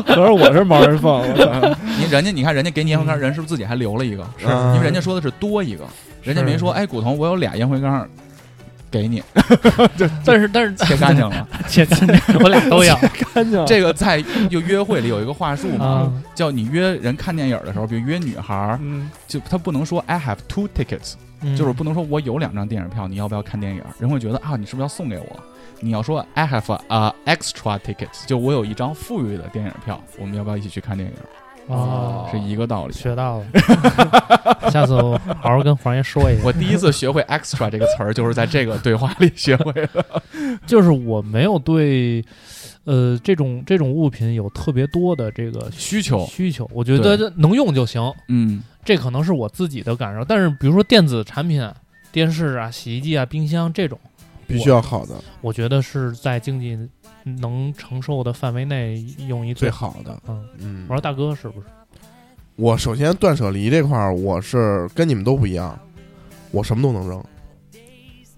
Speaker 4: 合着我是毛人凤，我操！
Speaker 2: 你人家你看人家给你烟灰
Speaker 6: 嗯
Speaker 2: 缸，人是不是自己还留了一个？
Speaker 5: 是
Speaker 2: 因为人家说的是多一个，人家没说哎骨头我有俩烟灰缸，给 你
Speaker 6: 但是 但是
Speaker 2: 切干净 了。
Speaker 6: 切干净，我俩 都要
Speaker 4: 看见
Speaker 2: 这个在就约会里有一个话术嘛，
Speaker 6: 啊
Speaker 2: 叫你约人看电影的时候，比如约女孩儿，
Speaker 4: 嗯，
Speaker 2: 就他不能说 I have two tickets，
Speaker 6: 嗯
Speaker 2: 就是不能说我有两张电影票，你要不要看电影？人会觉得啊，你是不是要送给我？你要说 I have a, a extra tickets，就我有一张富裕的电影票，我们要不要一起去看电影？
Speaker 6: 哦，
Speaker 2: 啊是一个道理。
Speaker 6: 学到了， 下次我好好跟黄爷说一下。
Speaker 2: 我第一次学会 extra 这个词儿，就是在这个对话里学会的。
Speaker 6: 就是我没有对，呃，这种这种物品有特别多的这个
Speaker 2: 需求
Speaker 6: 需求，我觉得能用就行。
Speaker 2: 嗯，
Speaker 6: 这可能是我自己的感受，但是比如说电子产品、电视啊、洗衣机啊、冰箱这种，
Speaker 5: 必须要好的，
Speaker 6: 我觉得是在经济能承受的范围内用一
Speaker 5: 最
Speaker 6: 好。
Speaker 5: 好的。
Speaker 6: 嗯，
Speaker 5: 嗯
Speaker 6: 我，说大哥是不是？
Speaker 5: 啊我首先断舍离这块儿，我是跟你们都不一样，我什么都能扔，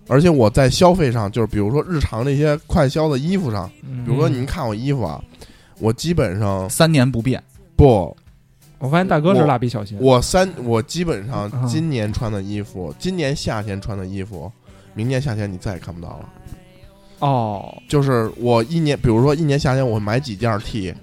Speaker 5: 而且我在消费上，就是比如说日常那些快消的衣服上，比
Speaker 4: 比
Speaker 5: 如说您看我衣服啊，我基本上
Speaker 2: 三年不变，
Speaker 5: 不，
Speaker 4: 我发现大哥是蜡笔小新，
Speaker 5: 我三我基本
Speaker 4: 啊
Speaker 5: 上今年穿的衣服，今年夏天穿的衣服，明年夏天你再也看不到了。
Speaker 4: 哦，
Speaker 5: 就是我一年，比如说一年夏天，我买几件 T，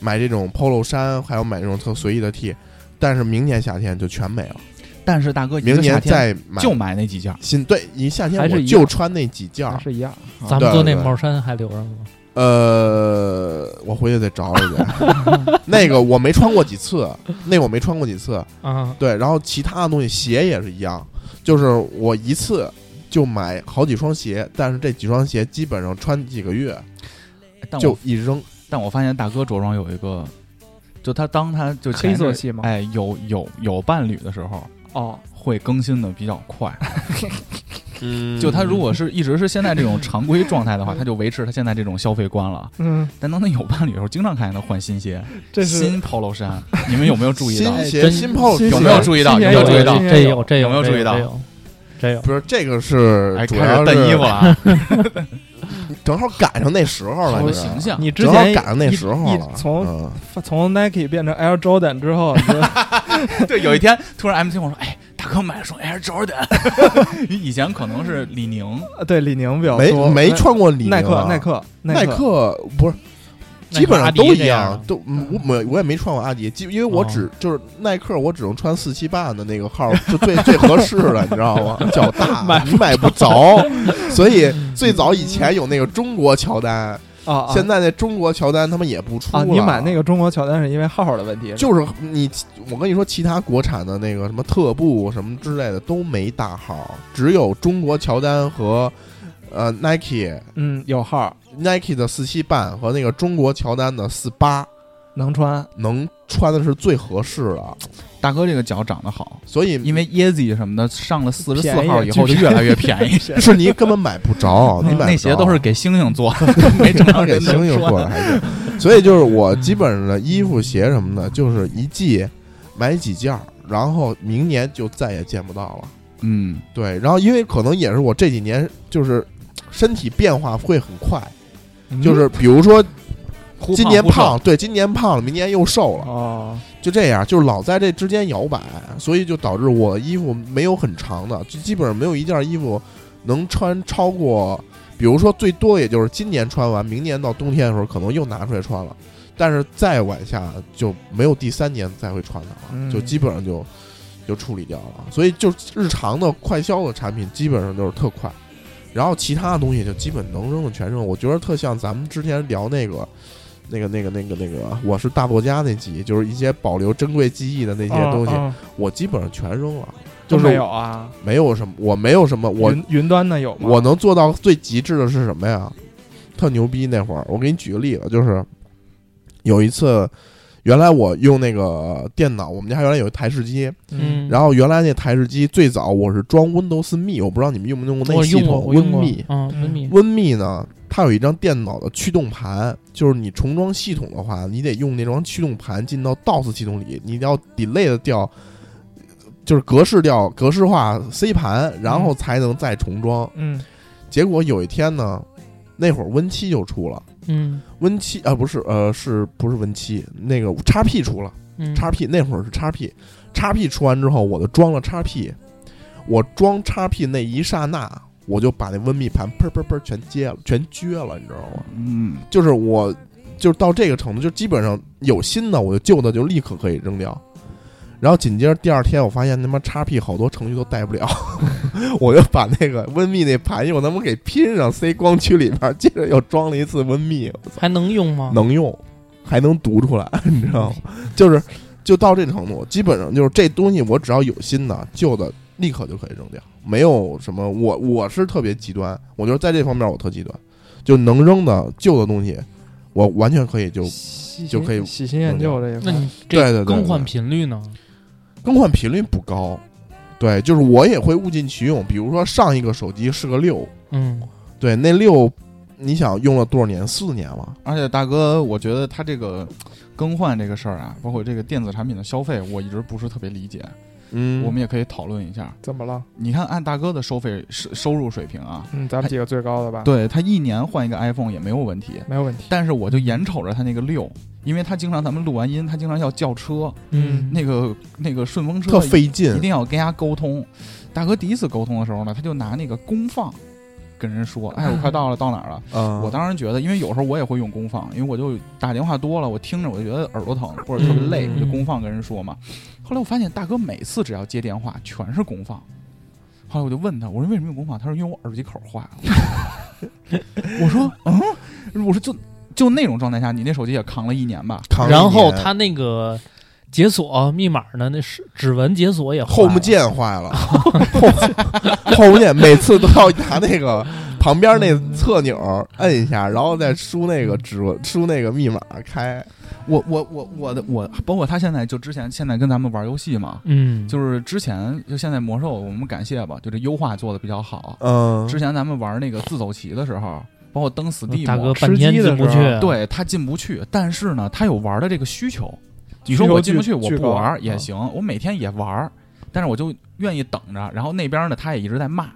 Speaker 5: 买这种 polo 衫，还有买这种特随意的 T，但是明年夏天就全没了，
Speaker 2: 但是大哥一个
Speaker 5: 明年
Speaker 2: 夏天
Speaker 5: 再买
Speaker 2: 就买那几件儿。
Speaker 5: 新对，一夏天
Speaker 4: 还是
Speaker 5: 我
Speaker 4: 一
Speaker 5: 就
Speaker 4: 样
Speaker 5: 穿那几件儿
Speaker 4: 那。是一样。啊
Speaker 6: 咱们哥
Speaker 5: 对
Speaker 6: 那
Speaker 5: 对
Speaker 6: 帽衫还留着吗？
Speaker 5: 呃，我回去得找找去。 那个我没穿过几次，那个我没穿过几次。
Speaker 6: 啊，
Speaker 5: 对，然后其他的东西鞋也是一样，就是我一次就买好几双鞋，但是这几双鞋基本上穿几个月
Speaker 2: 但
Speaker 5: 就
Speaker 2: 我
Speaker 5: 一扔。
Speaker 2: 但我发现大哥着装有一个，就他当他就前
Speaker 4: 黑色
Speaker 2: 阵
Speaker 4: 系吗？
Speaker 2: 哎有有有伴侣的时候，
Speaker 4: 哦，
Speaker 2: 会更新的比较快。
Speaker 5: 嗯
Speaker 2: 就他如果是一直是现在这种常规状态的话，他就维持他现在这种消费观了。
Speaker 4: 嗯，
Speaker 2: 但当他有伴侣的时候，经常看见他换新鞋、
Speaker 4: 这是
Speaker 2: 新 polo 衫，你们有没有注意到？哎
Speaker 5: 新鞋
Speaker 6: 真
Speaker 5: 新 polo
Speaker 4: 新
Speaker 2: 有
Speaker 4: 鞋
Speaker 2: 没有注意到？
Speaker 4: 新
Speaker 2: 有没有
Speaker 4: 鞋
Speaker 2: 注意到
Speaker 4: 新？鞋
Speaker 6: 这有这
Speaker 2: 有没有注意到
Speaker 6: 这有这有。
Speaker 5: 不是这个是
Speaker 2: 哎，
Speaker 5: 主
Speaker 2: 开始
Speaker 5: 要
Speaker 2: 蹬
Speaker 5: 是
Speaker 2: 衣服了啊！
Speaker 5: 正好赶上那时候了，
Speaker 2: 好
Speaker 5: 你知道吗
Speaker 2: 形象，
Speaker 4: 你之
Speaker 5: 正好
Speaker 4: 前
Speaker 5: 赶上那
Speaker 4: 一
Speaker 5: 时候
Speaker 4: 一
Speaker 5: 了。
Speaker 4: 从
Speaker 5: 嗯
Speaker 4: 从 Nike 变成 Air Jordan 之后，你就
Speaker 2: 对，有一天突然 MC 跟我说：“哎，大哥买了双 Air Jordan。” 以前可能是李宁，
Speaker 4: 对李宁比较
Speaker 5: 没
Speaker 4: 多，
Speaker 5: 没
Speaker 4: 耐
Speaker 5: 穿过李宁
Speaker 4: 耐克
Speaker 5: 啊
Speaker 4: 耐克
Speaker 5: 耐
Speaker 4: 克
Speaker 5: 克不是，
Speaker 6: 耐克
Speaker 5: 基本上都一
Speaker 6: 阿
Speaker 5: 样
Speaker 6: 迪，
Speaker 5: 都嗯我我我也没穿过阿迪，基因为我
Speaker 4: 哦
Speaker 5: 只就是耐克，我只能穿四七八的那个号，就最最合适了，你知道吗？脚 大，
Speaker 4: 买
Speaker 5: 你买 不着，所以最早以前有那个中国乔丹，
Speaker 4: 啊啊
Speaker 5: 现在那中国乔丹他们也不出
Speaker 4: 啊！
Speaker 5: 了。
Speaker 4: 你买那个中国乔丹是因为号的问题，
Speaker 5: 就是你，我跟你说，其他国产的那个什么特步什么之类的都没大号，只有中国乔丹和呃 Nike
Speaker 4: 嗯有号
Speaker 5: Nike 的四七半和那个中国乔丹的四八。
Speaker 4: 能穿，
Speaker 5: 能穿的是最合适的，
Speaker 2: 大哥这个脚长得好，
Speaker 5: 所以
Speaker 2: 因为 Yeezy 什么的上了四十四
Speaker 4: 便宜
Speaker 2: 号以后就越来越啊便宜。
Speaker 5: 是你根本买不着，你买不着
Speaker 2: 那鞋都是给猩猩做的， 没正常
Speaker 5: 给
Speaker 2: 人
Speaker 5: 猩
Speaker 2: 能
Speaker 5: 猩做
Speaker 2: 穿。
Speaker 5: 的，还是所以就是我基本上的衣服、鞋什么的，就是一季买几件儿，然后明年就再也见不到了。
Speaker 2: 嗯，
Speaker 5: 对，然后因为可能也是我这几年就是身体变化会很快，就是比如说
Speaker 2: 嗯忽
Speaker 5: 今年
Speaker 2: 忽瘦
Speaker 5: 胖，对，今年胖了，明年又瘦了，
Speaker 4: 哦，
Speaker 5: 就这样，就是老在这之间摇摆，所以就导致我衣服没有很长的，就基本上没有一件衣服能穿超过，比如说最多也就是今年穿完，明年到冬天的时候可能又拿出来穿了，但是再往下就没有第三年再会传的了，啊
Speaker 4: 嗯
Speaker 5: 就基本上就就处理掉了。所以就日常的快销的产品基本上就是特快，然后其他的东西就基本能扔的全扔。我觉得特像咱们之前聊那个。那个、那个、那个、那个，我是大作家那集，就是一些保留珍贵记忆的那些东
Speaker 6: 哦
Speaker 5: 西，
Speaker 4: 嗯
Speaker 5: 我基本上全扔了，
Speaker 4: 都
Speaker 5: 就是
Speaker 4: 没有啊。
Speaker 5: 没有什么，我没有什么，我
Speaker 4: 云云端的有吗？
Speaker 5: 我能做到最极致的是什么呀？特牛逼！那会儿我给你举个例子，就是有一次，原来我用那个电脑，我们家原来有一台式机，
Speaker 4: 嗯，
Speaker 5: 然后原来那台式机最早我是装 Windows ME，我不知道你们用没用过那
Speaker 6: 我
Speaker 5: 系
Speaker 6: 用过，
Speaker 5: 统
Speaker 6: 我用过
Speaker 5: WinMe。
Speaker 6: 嗯
Speaker 4: 嗯
Speaker 6: ，Win Me，
Speaker 5: WinMe 呢，它有一张电脑的驱动盘，就是你重装系统的话，你得用那张驱动盘进到 DOS 系统里，你要 delay 的掉，就是格式掉、格式化 C 盘，然后才能再重装。
Speaker 4: 嗯
Speaker 5: 结果有一天呢，那会儿 Win 七就出了
Speaker 6: 嗯
Speaker 5: ，Win 七啊不是呃是不是 Win 七？那个 x P 出了
Speaker 6: 嗯，
Speaker 5: x P 那会儿是 x P，x P 出完之后，我就装了 x P，我装 x P 那一刹那，我就把那 Win 密盘砰砰砰全接了，全撅了，你知道吗？
Speaker 2: 嗯，
Speaker 5: 就是我就是到这个程度，就基本上有新的我就旧的就立刻可以扔掉。然后紧接着第二天，我发现他妈叉 P 好多程序都带不了， 我就把那个 WinMe 那盘又他妈给拼上塞光驱里边，接着又装了一次 WinMe，
Speaker 6: 还能用
Speaker 2: 啊
Speaker 6: 吗？
Speaker 5: 能用，还能读出来， 你知道吗？就是就到这程度，基本上就是这东西我只要有新的，旧的立刻就可以扔掉，没有什么我我是特别极端，我觉得在这方面我特极端，就能扔的旧的东西，我完全可以就
Speaker 4: 喜
Speaker 5: 就可以
Speaker 4: 喜新厌旧这一
Speaker 6: 那
Speaker 4: 块。
Speaker 6: 你
Speaker 5: 对对
Speaker 6: 这
Speaker 5: 对
Speaker 6: 更换
Speaker 5: 对
Speaker 6: 频率呢？
Speaker 5: 更换频率不高，对，就是我也会物尽其用，比如说上一个手机是个六，
Speaker 6: 嗯，
Speaker 5: 对，那六你想用了多少年？四年了。
Speaker 2: 而且大哥，我觉得他这个更换这个事儿啊，包括这个电子产品的消费，我一直不是特别理解。
Speaker 5: 嗯
Speaker 2: 我们也可以讨论一下。
Speaker 4: 怎么了？
Speaker 2: 你看，按大哥的收费收收入水平啊，
Speaker 4: 嗯，咱们几个最高的吧，
Speaker 2: 对他一年换一个 iPhone 也没有问题。
Speaker 4: 没有问题。
Speaker 2: 但是我就眼瞅着他那个六，因为他经常咱们录完音，他经常要叫车，
Speaker 6: 嗯
Speaker 2: 那个那个顺风车
Speaker 5: 特费劲
Speaker 2: 一，定要跟人家沟通。大哥第一次沟通的时候呢，他就拿那个功放跟人说：“哎，我快到了，到哪儿了？”
Speaker 5: 嗯
Speaker 2: 我当时觉得，因为有时候我也会用功放，因为我就打电话多了，我听着我就觉得耳朵疼或者特别累，
Speaker 6: 嗯
Speaker 2: 我就功放跟人说嘛。后来我发现大哥每次只要接电话全是功放，后来我就问他，我说为什么用功放？他说因为我耳机口坏了。 我说嗯，我说就就那种状态下，你那手机也扛了一年吧？
Speaker 5: 扛了一
Speaker 6: 然后
Speaker 5: 年
Speaker 6: 他那个解锁密码呢，那是指纹解锁也坏了
Speaker 5: home 键坏 了，home 键每次都要拿那个旁边那侧钮摁一下，然后再输那个指纹，输那个密码开。
Speaker 2: 我我我我的我，包括他现在就之前现在跟咱们玩游戏嘛，
Speaker 6: 嗯，
Speaker 2: 就是之前就现在魔兽，我们感谢吧，就这优化做的比较好。
Speaker 5: 嗯
Speaker 2: 之前咱们玩那个自走棋的时候，包括登 Steam，
Speaker 6: 嗯大哥
Speaker 2: 我
Speaker 6: 半天
Speaker 4: 吃鸡的
Speaker 6: 进不去
Speaker 4: 时候，
Speaker 2: 对他进不去，但是呢，他有玩的这个需求。你
Speaker 4: 需
Speaker 2: 说
Speaker 4: 求
Speaker 2: 我进不
Speaker 4: 巨
Speaker 2: 去，我
Speaker 4: 巨
Speaker 2: 不
Speaker 4: 高
Speaker 2: 玩儿
Speaker 4: 嗯
Speaker 2: 也行，我每天也玩儿，但是我就愿意等着。然后那边呢，他也一直在骂。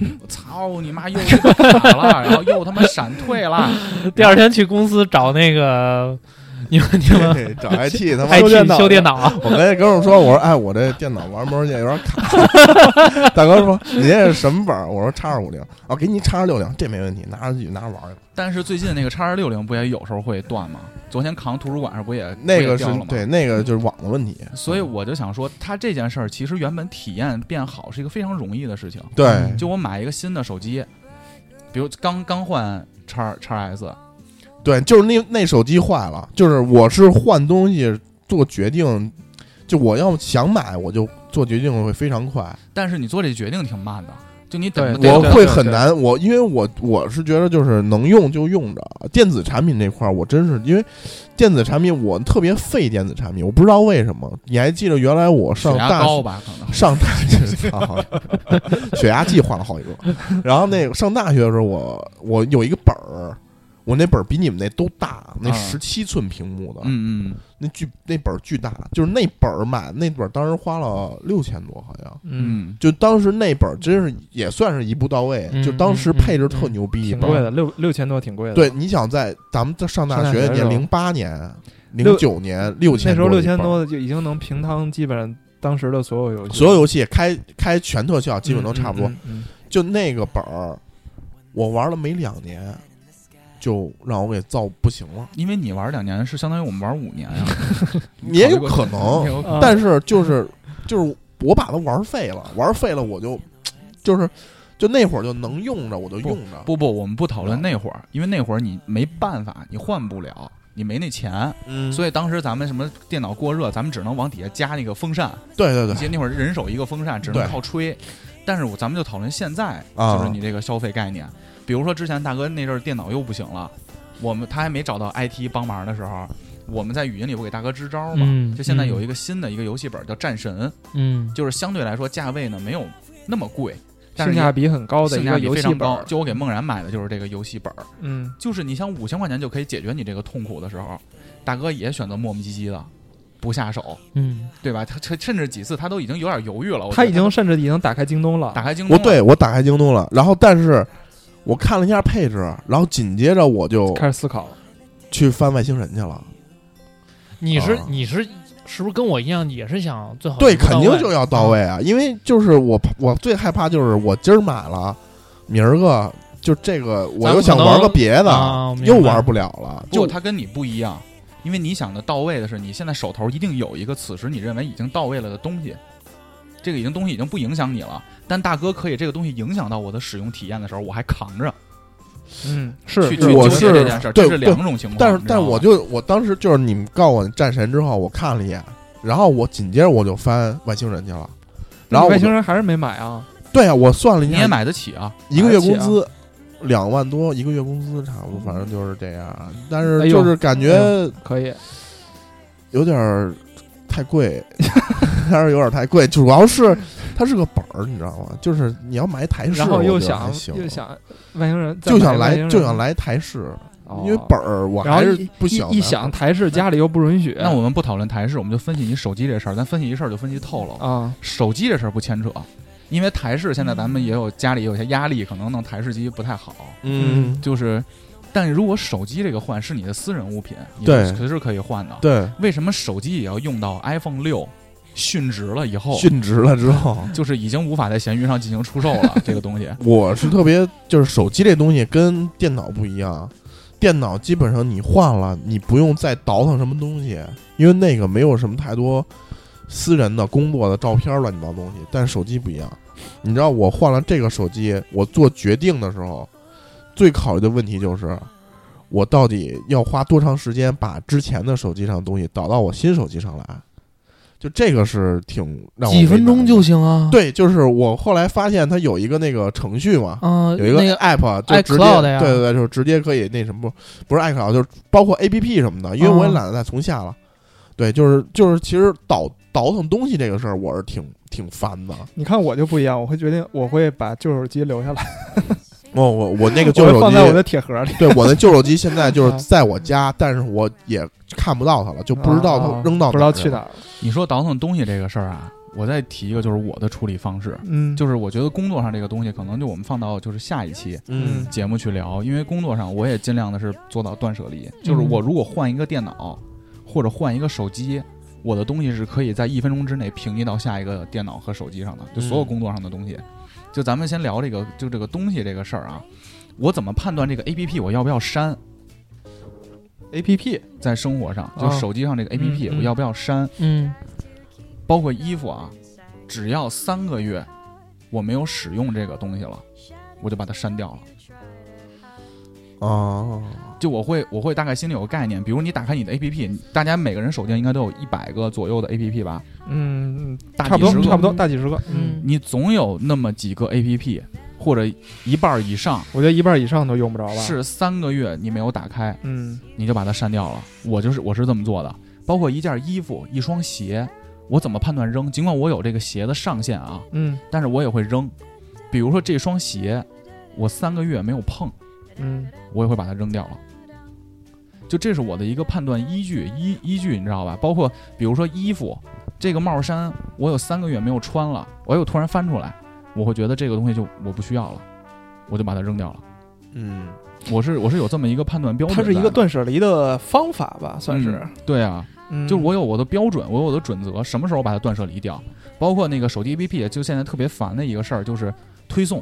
Speaker 2: 我操你妈！又他妈打了，然后又他妈闪退了。
Speaker 6: 第二天去公司找那个你们你们
Speaker 5: 找 IT 他妈
Speaker 6: IT
Speaker 5: 修电脑
Speaker 6: 修电脑，啊
Speaker 5: 我跟那哥们儿说，我说哎，我这电脑玩魔兽世界有点卡。大哥说你这是什么本儿？我说叉二五零，啊，给你叉二六零，这没问题，拿着去拿着玩儿去。
Speaker 2: 但是最近那个叉二六零不也有时候会断吗？昨天扛图书馆上不也
Speaker 5: 那
Speaker 2: 不也
Speaker 5: 个是
Speaker 2: 掉了吗？
Speaker 5: 对，那个就是网的问题。
Speaker 2: 所以我就想说，它这件事儿其实原本体验变好是一个非常容易的事情。
Speaker 5: 对，
Speaker 2: 就我买一个新的手机，比如刚刚换叉叉 S，
Speaker 5: 对，就是那那手机坏了，就是我是换东西做决定，就我要想买，我就做决定会非常快，
Speaker 2: 但是你做这决定挺慢的，就你等着
Speaker 4: 对
Speaker 5: 我
Speaker 2: 得
Speaker 5: 会
Speaker 4: 对
Speaker 5: 很
Speaker 4: 对
Speaker 5: 难。我因为我我是觉得就是能用就用着，电子产品这块儿我真是因为电子产品我特别废电子产品，我不知道为什么。你还记得原来我上
Speaker 2: 血压
Speaker 5: 大学
Speaker 2: 高吧？可能
Speaker 5: 上大学， 操血压计换了好几个。然后那个上大学的时候我，我有一个本儿，我那本儿比你们那都大，那
Speaker 2: 啊
Speaker 5: 十七寸屏幕的，
Speaker 2: 嗯嗯
Speaker 5: 那巨那本儿巨大，就是那本儿买那本儿当时花了六千多，好像
Speaker 2: 嗯，
Speaker 5: 就当时那本儿真是也算是一步到位，
Speaker 6: 嗯
Speaker 5: 就当时配置特
Speaker 6: 嗯嗯
Speaker 5: 牛逼，一
Speaker 4: 挺
Speaker 5: 本
Speaker 4: 贵
Speaker 5: 儿。
Speaker 4: 的，六六千多，挺贵的。
Speaker 5: 对，，你想在咱们在上大
Speaker 4: 上大
Speaker 5: 学
Speaker 4: 学
Speaker 5: 那
Speaker 4: 的时
Speaker 5: 年
Speaker 4: 候
Speaker 5: 零八年、
Speaker 4: 六
Speaker 5: 零九年呃六千，
Speaker 4: 那时候六千
Speaker 5: 多
Speaker 4: 多就已经能平摊基本上当时的所有游
Speaker 5: 一本儿，
Speaker 4: 戏，
Speaker 5: 所有游戏开开全特
Speaker 4: 嗯
Speaker 5: 效基本都差不多。
Speaker 4: 嗯。嗯嗯
Speaker 5: 就那个本儿，我玩了没两年，就让我给造不行了。
Speaker 2: 因为你玩两年是相当于我们玩五年啊，
Speaker 5: 也有可能，
Speaker 2: 有
Speaker 6: 啊
Speaker 5: 但是就是就是我把它玩废了，玩废了我就就是就那会儿就能用着我就用着，
Speaker 2: 不不，我们不讨论那会儿，因为那会儿你没办法，你换不了，你没那钱，
Speaker 5: 嗯
Speaker 2: 所以当时咱们什么电脑过热，咱们只能往底下加那个风扇，
Speaker 5: 对对
Speaker 2: 其
Speaker 5: 对，
Speaker 2: 实那会儿人手一个风扇，只能
Speaker 5: 对
Speaker 2: 靠吹。但是我咱们就讨论现在，
Speaker 5: 啊
Speaker 2: 就是你这个消费概念，比如说之前大哥那阵儿电脑又不行了，我们他还没找到 IT 帮忙的时候，我们在语音里不给大哥支招嘛？
Speaker 6: 嗯
Speaker 2: 就现在有
Speaker 6: 嗯
Speaker 2: 一个新的一个游戏本叫《战神》，
Speaker 6: 嗯，
Speaker 2: 就是相对来说价位呢没有那么贵，但
Speaker 4: 性
Speaker 2: 是
Speaker 4: 价比很高的
Speaker 2: 性
Speaker 4: 一
Speaker 2: 价
Speaker 4: 个
Speaker 2: 比
Speaker 4: 游
Speaker 2: 非
Speaker 4: 戏
Speaker 2: 常
Speaker 4: 本
Speaker 2: 高。
Speaker 4: 儿，
Speaker 2: 就我给梦然买的就是这个游戏本儿，
Speaker 4: 嗯，
Speaker 2: 就是你想五千块钱就可以解决你这个痛苦的时候，大哥也选择磨磨唧唧的不下手，
Speaker 6: 嗯，
Speaker 2: 对吧？他甚甚至几次他都已经有点犹豫了，我
Speaker 4: 他
Speaker 2: 觉
Speaker 4: 已
Speaker 2: 得
Speaker 4: 经甚至已经打开京东了，
Speaker 2: 打开京
Speaker 6: 啊
Speaker 2: 东了
Speaker 5: 我对我打开京东了，然后但是我看了一下配置，然后紧接着我就
Speaker 4: 开始思考了。
Speaker 5: 去翻外星人去了，
Speaker 6: 哦你是
Speaker 5: 啊
Speaker 6: 你是是不是跟我一样，也是想最好
Speaker 5: 对，
Speaker 6: 一步
Speaker 5: 肯
Speaker 6: 到
Speaker 5: 定
Speaker 6: 位
Speaker 5: 就要到位啊，因为就是我我最害怕就是我今儿买了，明儿个就这个我
Speaker 6: 咱
Speaker 5: 又
Speaker 6: 们
Speaker 5: 想
Speaker 6: 可能
Speaker 5: 玩个别
Speaker 6: 啊我
Speaker 5: 的，
Speaker 6: 明白
Speaker 5: 又玩不了了，
Speaker 2: 不，
Speaker 5: 就
Speaker 2: 他跟你不一样，因为你想的到位的是，你现在手头一定有一个此时你认为已经到位了的东西，这个已经东西已经不影响你了。但大哥可以这个东西影响到我的使用体验的时候，我还扛着
Speaker 4: 嗯，
Speaker 2: 去
Speaker 4: 是
Speaker 2: 去
Speaker 5: 我
Speaker 2: 纠结这
Speaker 5: 是
Speaker 2: 件事儿，
Speaker 5: 对
Speaker 2: 这是
Speaker 5: 对
Speaker 2: 两种情况。
Speaker 5: 但是
Speaker 2: 你，知道
Speaker 5: 但
Speaker 2: 吧
Speaker 5: 我就我当时就是你们告我战神之后，我看了一眼，然后我紧接着我就翻外星人去了，然后我
Speaker 4: 外
Speaker 5: 就
Speaker 4: 星人还是没买啊，
Speaker 5: 对啊，我算了一
Speaker 2: 你
Speaker 5: 下，
Speaker 2: 也买得起啊，
Speaker 5: 一个月工
Speaker 4: 买得起
Speaker 5: 资两万多，一个月工资差
Speaker 2: 嗯
Speaker 5: 不多，反正就是这样。啊但
Speaker 4: 哎
Speaker 5: 是
Speaker 4: 呦
Speaker 5: 就是感觉
Speaker 4: 哎可以。
Speaker 5: 有点儿太贵， 还是有点儿太贵。主要是它是个本儿，你知道吗？就是你要买台式，
Speaker 4: 然后
Speaker 5: 我
Speaker 4: 又
Speaker 5: 觉得
Speaker 4: 想
Speaker 5: 还行
Speaker 4: 又想外星人，
Speaker 5: 就
Speaker 4: 再
Speaker 5: 想
Speaker 4: 买外
Speaker 5: 来
Speaker 4: 星人
Speaker 5: 就想，来台式，
Speaker 4: 哦
Speaker 5: 因为本儿我
Speaker 4: 然后
Speaker 5: 还是
Speaker 4: 一
Speaker 5: 不
Speaker 4: 一
Speaker 5: 想
Speaker 4: 一
Speaker 5: 拿
Speaker 4: 想台式家里又不允许，
Speaker 2: 那我们不讨论台式，我们就分析你手机这事儿。咱分析一事儿就分析透了。
Speaker 4: 啊，
Speaker 2: 手机这事儿不牵扯，因为台式现在咱们也有家里有些压力，可能弄台式机不太好。
Speaker 5: 嗯，
Speaker 2: 就是，但如果手机这个换是你的私人物品，你
Speaker 5: 对
Speaker 2: 随时可以换的。
Speaker 5: 对，
Speaker 2: 为什么手机也要用到 iPhone 六殉职了
Speaker 4: 哦
Speaker 2: 以后，
Speaker 5: 殉职了之后。
Speaker 2: 就是已经无法在闲鱼上进行出售 了？这个东西，
Speaker 5: 我是特别，就是手机这东西跟电脑不一样，电脑基本上你换了，你不用再倒腾什么东西，因为那个没有什么太多私人的、工作的照片儿乱七八糟东西。但手机不一样，你知道我换了这个手机，我做决定的时候，最考虑的问题就是，我到底要花多长时间把之前的手机上的东西导到我新手机上来？就这个是挺让我
Speaker 6: 几
Speaker 5: 为
Speaker 6: 分
Speaker 5: 难
Speaker 6: 钟
Speaker 5: 的
Speaker 6: 就行 啊。
Speaker 5: 对，就是我后来发现它有一个那个程序嘛，
Speaker 6: 啊，
Speaker 5: 有一个
Speaker 6: 那个
Speaker 5: app 就直接
Speaker 6: iCloud 呀
Speaker 5: 对对对，就是直接可以那什么，不是 iCloud，就是包括 app 什么的，因为我也
Speaker 6: 哦
Speaker 5: 懒得再从下了。对，就是就是，其实倒倒腾东西这个事儿，我是挺挺烦的。
Speaker 4: 你看我就不一样，我会决定我会把旧手机留下来，
Speaker 5: 哦，我我那个旧
Speaker 4: 我会
Speaker 5: 手
Speaker 4: 放在我
Speaker 5: 机，
Speaker 4: 的铁盒里。
Speaker 5: 对我那旧手机现在就
Speaker 4: 啊
Speaker 5: 是在我家，但是我也看不到它了，就不知道
Speaker 4: 啊
Speaker 5: 它扔到
Speaker 4: 不知道
Speaker 5: 儿
Speaker 4: 去哪。
Speaker 5: 了
Speaker 4: 儿。
Speaker 2: 你说倒腾东西这个事儿啊，我再提一个，就是我的处理方式，
Speaker 4: 嗯，
Speaker 2: 就是我觉得工作上这个东西，可能就我们放到就是下一期。
Speaker 5: 嗯，
Speaker 2: 节目去聊，因为工作上我也尽量的是做到断舍离，就是我如果换一个电脑或者换一个手机，我的东西是可以在一分钟之内平移到下一个电脑和手机上的，就所有
Speaker 5: 嗯
Speaker 2: 工作上的东西。就咱们先聊这个，就这个东西这个事儿啊，我怎么判断这个 A P P 我要不要删？
Speaker 4: A P P
Speaker 2: 在生活上，就手机上这个 A P P
Speaker 4: 嗯嗯
Speaker 2: 我要不要删？
Speaker 6: 嗯
Speaker 2: 包括衣服啊，只要三个月我没有使用这个东西了，我就把它删掉了。
Speaker 5: 哦，
Speaker 2: 就我会我会大概心里有个概念，比如你打开你的 A P P，大家每个人手机上应该都有一百个左右的 A P P 吧，
Speaker 4: 嗯，嗯
Speaker 2: 大
Speaker 4: 差
Speaker 2: 几
Speaker 4: 不
Speaker 2: 十
Speaker 4: 多
Speaker 2: 个
Speaker 4: 差不多大几十个，
Speaker 6: 嗯，
Speaker 2: 你总有那么几个 A P P 或者一半儿以上
Speaker 4: 我觉得一半以上都用不着吧。，
Speaker 2: 是三个月你没有打开，
Speaker 4: 嗯，
Speaker 2: 你就把它删掉了。我就是我是这么做的，包括一件衣服、一双鞋，我怎么判断扔？尽管我有这个鞋的上限啊，
Speaker 4: 嗯
Speaker 2: 但是我也会扔。比如说这双鞋，我三个月没有碰，
Speaker 4: 嗯
Speaker 2: 我也会把它扔掉了。就这是我的一个判断依据依依据，你知道吧？包括比如说衣服，这个帽衫我有三个月没有穿了，我又突然翻出来，我会觉得这个东西就我不需要了，我就把它扔掉了。
Speaker 5: 嗯，
Speaker 2: 我是我是有这么一个判断标准
Speaker 4: 它
Speaker 2: 在的，
Speaker 4: 是一个断舍离的方法吧，算是。
Speaker 2: 对啊，
Speaker 4: 嗯，
Speaker 2: 就是我有我的标准，我有我的准则，什么时候把它断舍离掉？包括那个手机 APP，就现在特别烦的一个事儿就是推送。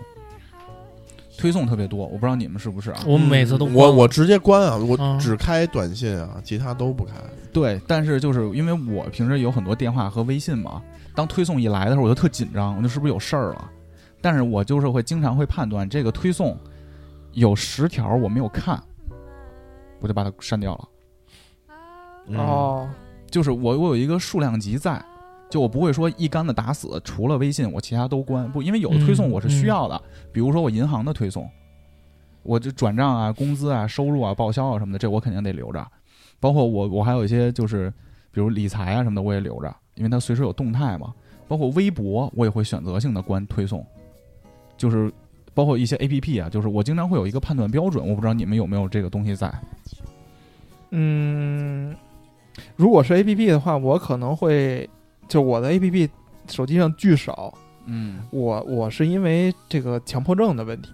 Speaker 2: 推送特别多，我不知道你们是不是啊？
Speaker 6: 我们每次都
Speaker 5: 嗯我我直接关啊，
Speaker 6: 啊
Speaker 5: 我只开短信啊，其他都不开。
Speaker 2: 对，但是就是因为我平时有很多电话和微信嘛，当推送一来的时候，我就特紧张，我就是不是有事儿了？但是我就是会经常会判断这个推送有十条我没有看，我就把它删掉了。
Speaker 5: 嗯，
Speaker 4: 哦，
Speaker 2: 就是我我有一个数量级在，就我不会说一竿子打死，除了微信我其他都关，不，因为有的推送
Speaker 6: 嗯
Speaker 2: 我是需要的，比如说我银行的推送，我这转账啊、工资啊、收入啊、报销啊什么的，这我肯定得留着，包括我我还有一些就是比如理财啊什么的我也留着，因为它随时有动态嘛，包括微博我也会选择性的关推送，就是。包括一些 A P P 啊，就是我经常会有一个判断标准，我不知道你们有没有这个东西在。
Speaker 4: 嗯，如果是 A P P 的话，我可能会就我的 A P P 手机上巨少，
Speaker 2: 嗯，
Speaker 4: 我我是因为这个强迫症的问题，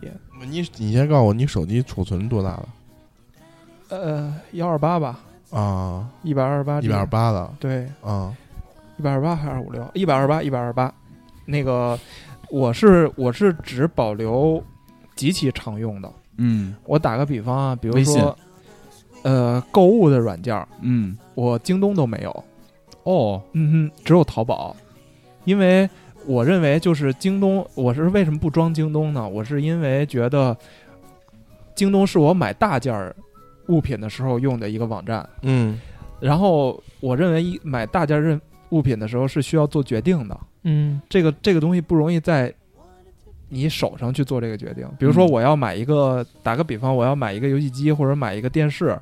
Speaker 5: 你你先告诉我，你手机储存多大的
Speaker 4: 呃，幺二八吧，
Speaker 5: 啊？
Speaker 4: 一百二十八，
Speaker 5: 一百二，八的
Speaker 4: 对，
Speaker 5: 啊？
Speaker 4: 一百二八还是二五六？一百二八，一百二八。那个，我是我是只保留极其常用的。
Speaker 2: 嗯
Speaker 4: 我打个比方啊，比如
Speaker 2: 微信
Speaker 4: 说，呃，购物的软件儿，
Speaker 2: 嗯，
Speaker 4: 我京东都没有，
Speaker 2: 哦，
Speaker 4: 嗯哼，只有淘宝，因为我认为就是京东，我是为什么不装京东呢？我是因为觉得京东是我买大件儿物品的时候用的一个网站，
Speaker 5: 嗯
Speaker 4: 然后我认为一买大件儿任物品的时候是需要做决定的，
Speaker 6: 嗯
Speaker 4: 这个这个东西不容易在你手上去做这个决定。比如说，
Speaker 2: 嗯
Speaker 4: 我要买一个，打个比方，我要买一个游戏机或者买一个电视，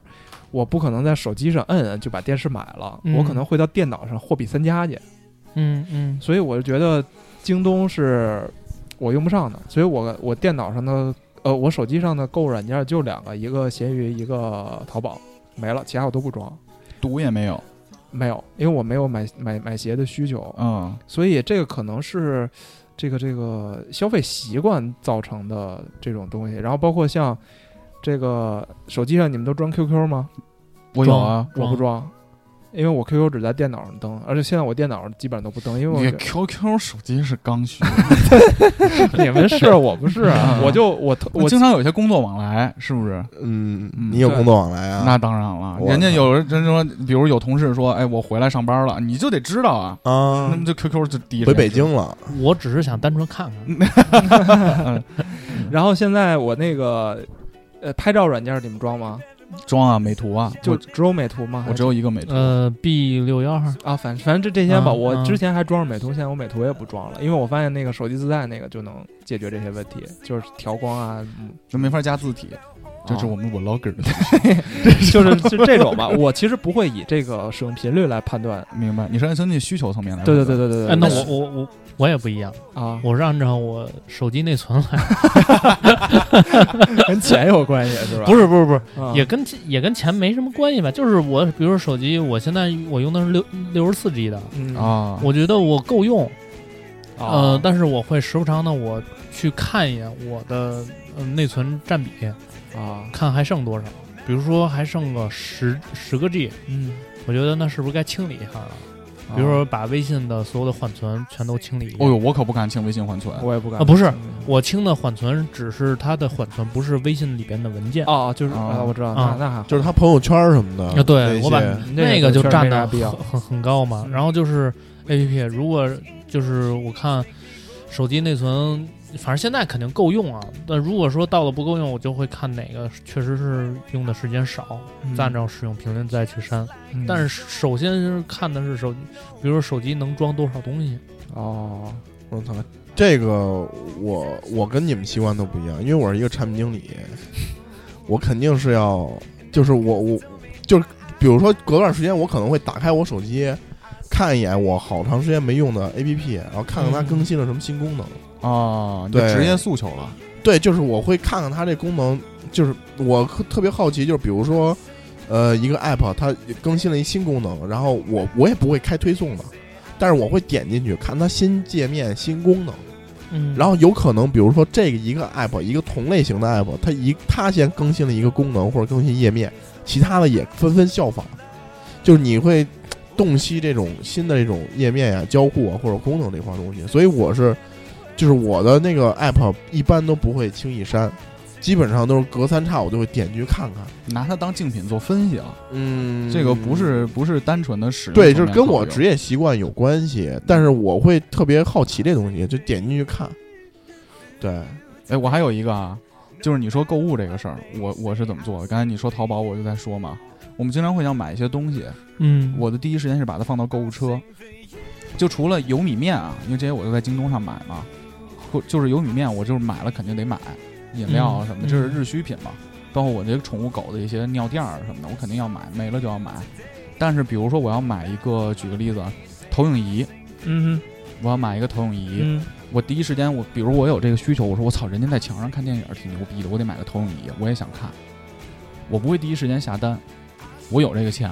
Speaker 4: 我不可能在手机上摁摁就把电视买了，
Speaker 6: 嗯
Speaker 4: 我可能会到电脑上货比三家去。
Speaker 6: 嗯嗯
Speaker 4: 所以我就觉得京东是我用不上的，所以我我电脑上的呃，我手机上的购物软件就两个，一个闲鱼，一个淘宝，没了，其他我都不装。
Speaker 2: 毒也没有。
Speaker 4: 没有，因为我没有买买买鞋的需求，
Speaker 2: 嗯
Speaker 4: 所以这个可能是这个这个消费习惯造成的这种东西。然后包括像这个手机上，你们都装 QQ 吗？，
Speaker 2: 我有啊，
Speaker 4: 我不装，因为我 QQ 只在电脑上登，而且现在我电脑上基本上都不登，因为我
Speaker 2: 你
Speaker 4: 觉
Speaker 2: QQ 手机是刚 需，，
Speaker 4: 得你们是我不是啊 我就我特我
Speaker 2: 经常有一些工作往来，是不是？
Speaker 5: 嗯
Speaker 2: 嗯，
Speaker 5: 你有
Speaker 4: 对
Speaker 5: 工作往来啊？
Speaker 2: 那当然了，
Speaker 5: 我
Speaker 2: 人家有人说，比如有同事说，哎，我回来上班了，你就得知道啊，那
Speaker 5: 啊
Speaker 2: 么，就 QQ 就第一时
Speaker 5: 回
Speaker 2: 间
Speaker 5: 北京了，
Speaker 6: 我只是想单纯看看。
Speaker 4: 然后现在我那个呃拍照软件你们装吗？
Speaker 2: 装啊，美图啊，
Speaker 4: 就
Speaker 2: 我
Speaker 4: 只有美图吗？
Speaker 2: 我只有一个美图，
Speaker 6: 呃，B 六幺二，
Speaker 4: 啊，反反正这这些吧，
Speaker 6: 嗯
Speaker 4: 我
Speaker 6: 嗯
Speaker 4: 之前还装着美图，现在我美图也不装了，因为我发现那个手机自带那个就能解决这些问题，就是调光啊，嗯，
Speaker 2: 就没法加字体，这是
Speaker 4: 啊
Speaker 2: 我们我 logger 的，
Speaker 4: 就是 就这种吧。我其实不会以这个使用频率来判 断。
Speaker 2: 明白？你是按兄弟需求层面来，
Speaker 4: 对对对，对对对。
Speaker 6: 哎，那
Speaker 4: 对
Speaker 6: 我我我我也不一样，
Speaker 4: 啊，
Speaker 6: 我是按照我手机内存来，
Speaker 4: 跟钱有关系是吧？
Speaker 6: 不是嗯不是不是，
Speaker 4: 啊
Speaker 6: 也跟也跟钱没什么关系吧。就是我，比如说手机，我现在我用的是六六十四 G 的，
Speaker 4: 嗯
Speaker 2: 啊，
Speaker 6: 我觉得我够用，呃
Speaker 4: 啊，
Speaker 6: 但是我会时不常的我去看一眼我的呃内存占比，
Speaker 4: 啊
Speaker 6: 看还剩多少。比如说还剩个十十个 G，
Speaker 4: 嗯，
Speaker 6: 我觉得那是不是该清理一下了？
Speaker 4: 啊
Speaker 6: 比如说把微信的所有的缓存全都清理一下。
Speaker 2: 哦呦，我可不敢清微信缓存，
Speaker 4: 我也不敢
Speaker 6: 啊不是
Speaker 4: 嗯
Speaker 6: 我清的缓存只是它的缓存，不是微信里边的文件。
Speaker 4: 哦，就是
Speaker 2: 啊
Speaker 4: 啊，我知道，
Speaker 6: 啊
Speaker 4: 那那还好嗯
Speaker 5: 就是他朋友圈什么
Speaker 6: 啊，
Speaker 5: 的。
Speaker 6: 对，
Speaker 5: 那
Speaker 6: 我把
Speaker 5: 些
Speaker 4: 那个
Speaker 6: 那个就
Speaker 4: 确实
Speaker 6: 占
Speaker 4: 没啥
Speaker 6: 的
Speaker 4: 必
Speaker 6: 很
Speaker 4: 要
Speaker 6: 很很高嘛。
Speaker 4: 嗯
Speaker 6: 然后就是 A P P，如果就是我看手机内存，反正现在肯定够用啊。但如果说到了不够用，我就会看哪个确实是用的时间少，再按，照使用频率再去删。
Speaker 4: 嗯
Speaker 6: 但是首先是看的是手机，比如说手机能装多少东西。
Speaker 4: 哦，
Speaker 5: 我操，这个我我跟你们习惯都不一样，因为我是一个产品经理，我肯定是要，就是我我就是比如说隔段时间，我可能会打开我手机。看一眼我好长时间没用的 A P P，然后看看它
Speaker 6: 嗯
Speaker 5: 更新了什么新功能。
Speaker 2: 啊，你的
Speaker 5: 对
Speaker 2: 职业诉求了，
Speaker 5: 对，就是我会看看它这功能，就是我特别好奇，就是比如说，呃，一个 app 它更新了一新功能，然后我我也不会开推送的，但是我会点进去看它新界面、新功能，
Speaker 6: 嗯，
Speaker 5: 然后有可能比如说这个一个 app 一个同类型的 app，它一它先更新了一个功能或者更新页面，其他的也纷纷效仿，就是你会啊洞悉这种新的这种页面呀、交互啊或者功能这块儿东西，所以我是就是我的那个 app 一般都不会轻易删，基本上都是隔三差五就会点进去看看。
Speaker 2: 拿它当竞品做分析了，
Speaker 5: 嗯
Speaker 2: 这个不是不是单纯的使用
Speaker 5: 对，
Speaker 2: 层
Speaker 5: 就
Speaker 2: 面
Speaker 5: 是跟
Speaker 2: 考
Speaker 5: 我
Speaker 2: 虑
Speaker 5: 职业习惯有关系，但是我会特别好奇这东西，就点进去看。对，
Speaker 2: 哎，我还有一个啊，就是你说购物这个事儿，我我是怎么做的？刚才你说淘宝，我就在说嘛，我们经常会想买一些东西，
Speaker 6: 嗯，
Speaker 2: 我的第一时间是把它放到购物车，就除了油米面啊，因为这些我都在京东上买嘛，或就是油米面，我就是买了肯定得买，饮料啊什么的，
Speaker 6: 嗯
Speaker 2: 这是日需品嘛，包括我这个宠物狗的一些尿垫儿什么的，我肯定要买，没了就要买。但是比如说我要买一个，举个例子，啊，投影仪，
Speaker 4: 嗯
Speaker 2: 我要买一个投影仪，
Speaker 4: 嗯
Speaker 2: 我第一时间我比如我有这个需求，我说我操，人家在墙上看电影儿挺牛逼的，我得买个投影仪，我也想看，我不会第一时间下单，我有这个钱，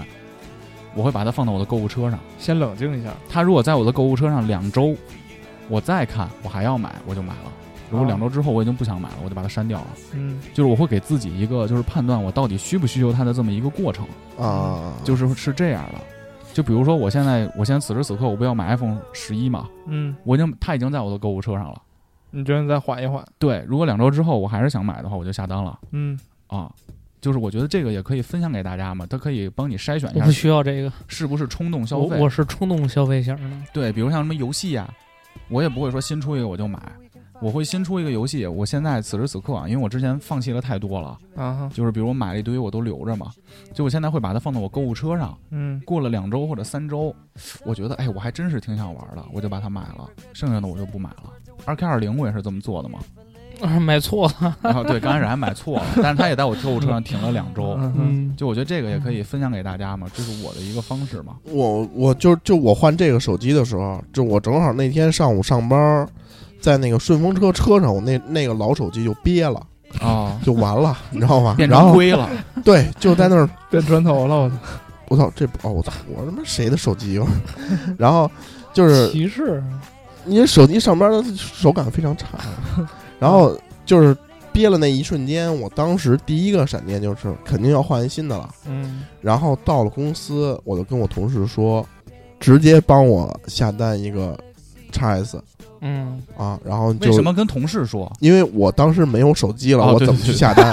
Speaker 2: 我会把它放到我的购物车上。
Speaker 4: 先冷静一下，
Speaker 2: 它如果在我的购物车上两周，我再看我还要买，我就买了。如果两周之后我已经不想买了，我就把它删掉了。
Speaker 4: 嗯
Speaker 2: 就是我会给自己一个就是判断我到底需不需求它的这么一个过程，
Speaker 5: 啊，
Speaker 2: 就是是这样的。就比如说我现在我现在此时此刻我不要买 iPhone 十一嘛，
Speaker 4: 嗯，
Speaker 2: 我已经它已经在我的购物车上了。
Speaker 4: 你觉得你再缓一缓，
Speaker 2: 对，如果两周之后我还是想买的话，我就下单了
Speaker 4: 嗯
Speaker 2: 啊。就是我觉得这个也可以分享给大家嘛，它可以帮你筛选一
Speaker 6: 我
Speaker 2: 下
Speaker 6: 不需要这个，
Speaker 2: 是不是冲动消
Speaker 6: 我
Speaker 2: 费。
Speaker 6: 我是冲动消费型的。
Speaker 2: 对，比如像什么游戏呀、我也不会说新出一个我就买，我会新出一个游戏。我现在此时此刻啊，因为我之前放弃了太多了，
Speaker 4: 啊哈，
Speaker 2: 就是比如我买了一堆我都留着嘛，就我现在会把它放到我购物车上。
Speaker 4: 嗯
Speaker 2: 过了两周或者三周，我觉得哎，我还真是挺想玩的，我就把它买了，剩下的我就不买了。二 K 二零我也是这么做的嘛，
Speaker 6: 啊，买错了，
Speaker 2: 然后对，刚开始还买错了，但是它也在我购物车上停了两周。
Speaker 4: 嗯嗯
Speaker 6: 嗯，
Speaker 2: 就我觉得这个也可以分享给大家嘛，这是我的一个方式嘛。
Speaker 5: 我我就就我换这个手机的时候，就我正好那天上午上班，在那个顺风车车上，我那那个老手机就憋了，
Speaker 4: 哦
Speaker 2: 啊，
Speaker 5: 就完了，你知道吗？
Speaker 2: 变
Speaker 5: 然
Speaker 2: 成
Speaker 5: 后
Speaker 2: 龟了，
Speaker 5: 对，就在那儿
Speaker 4: 变砖头了，我操，
Speaker 5: 我操，这不哦，我操，我他妈谁的手机啊？ 然后就 是
Speaker 6: 歧视，
Speaker 5: 你手机上边的手感非常差，然后就是憋了那一瞬间，我当时第一个闪电就是肯定要换一新的了。
Speaker 4: 嗯
Speaker 5: 然后到了公司，我就跟我同事说，直接帮我下单一个 XS
Speaker 6: 嗯，
Speaker 5: 啊，然后
Speaker 2: 为
Speaker 5: 就
Speaker 2: 什么跟同事说？
Speaker 5: 因为我当时没有手机了，
Speaker 2: 哦
Speaker 5: 我
Speaker 2: 对
Speaker 5: 怎么
Speaker 2: 对
Speaker 5: 去
Speaker 2: 对
Speaker 5: 下单？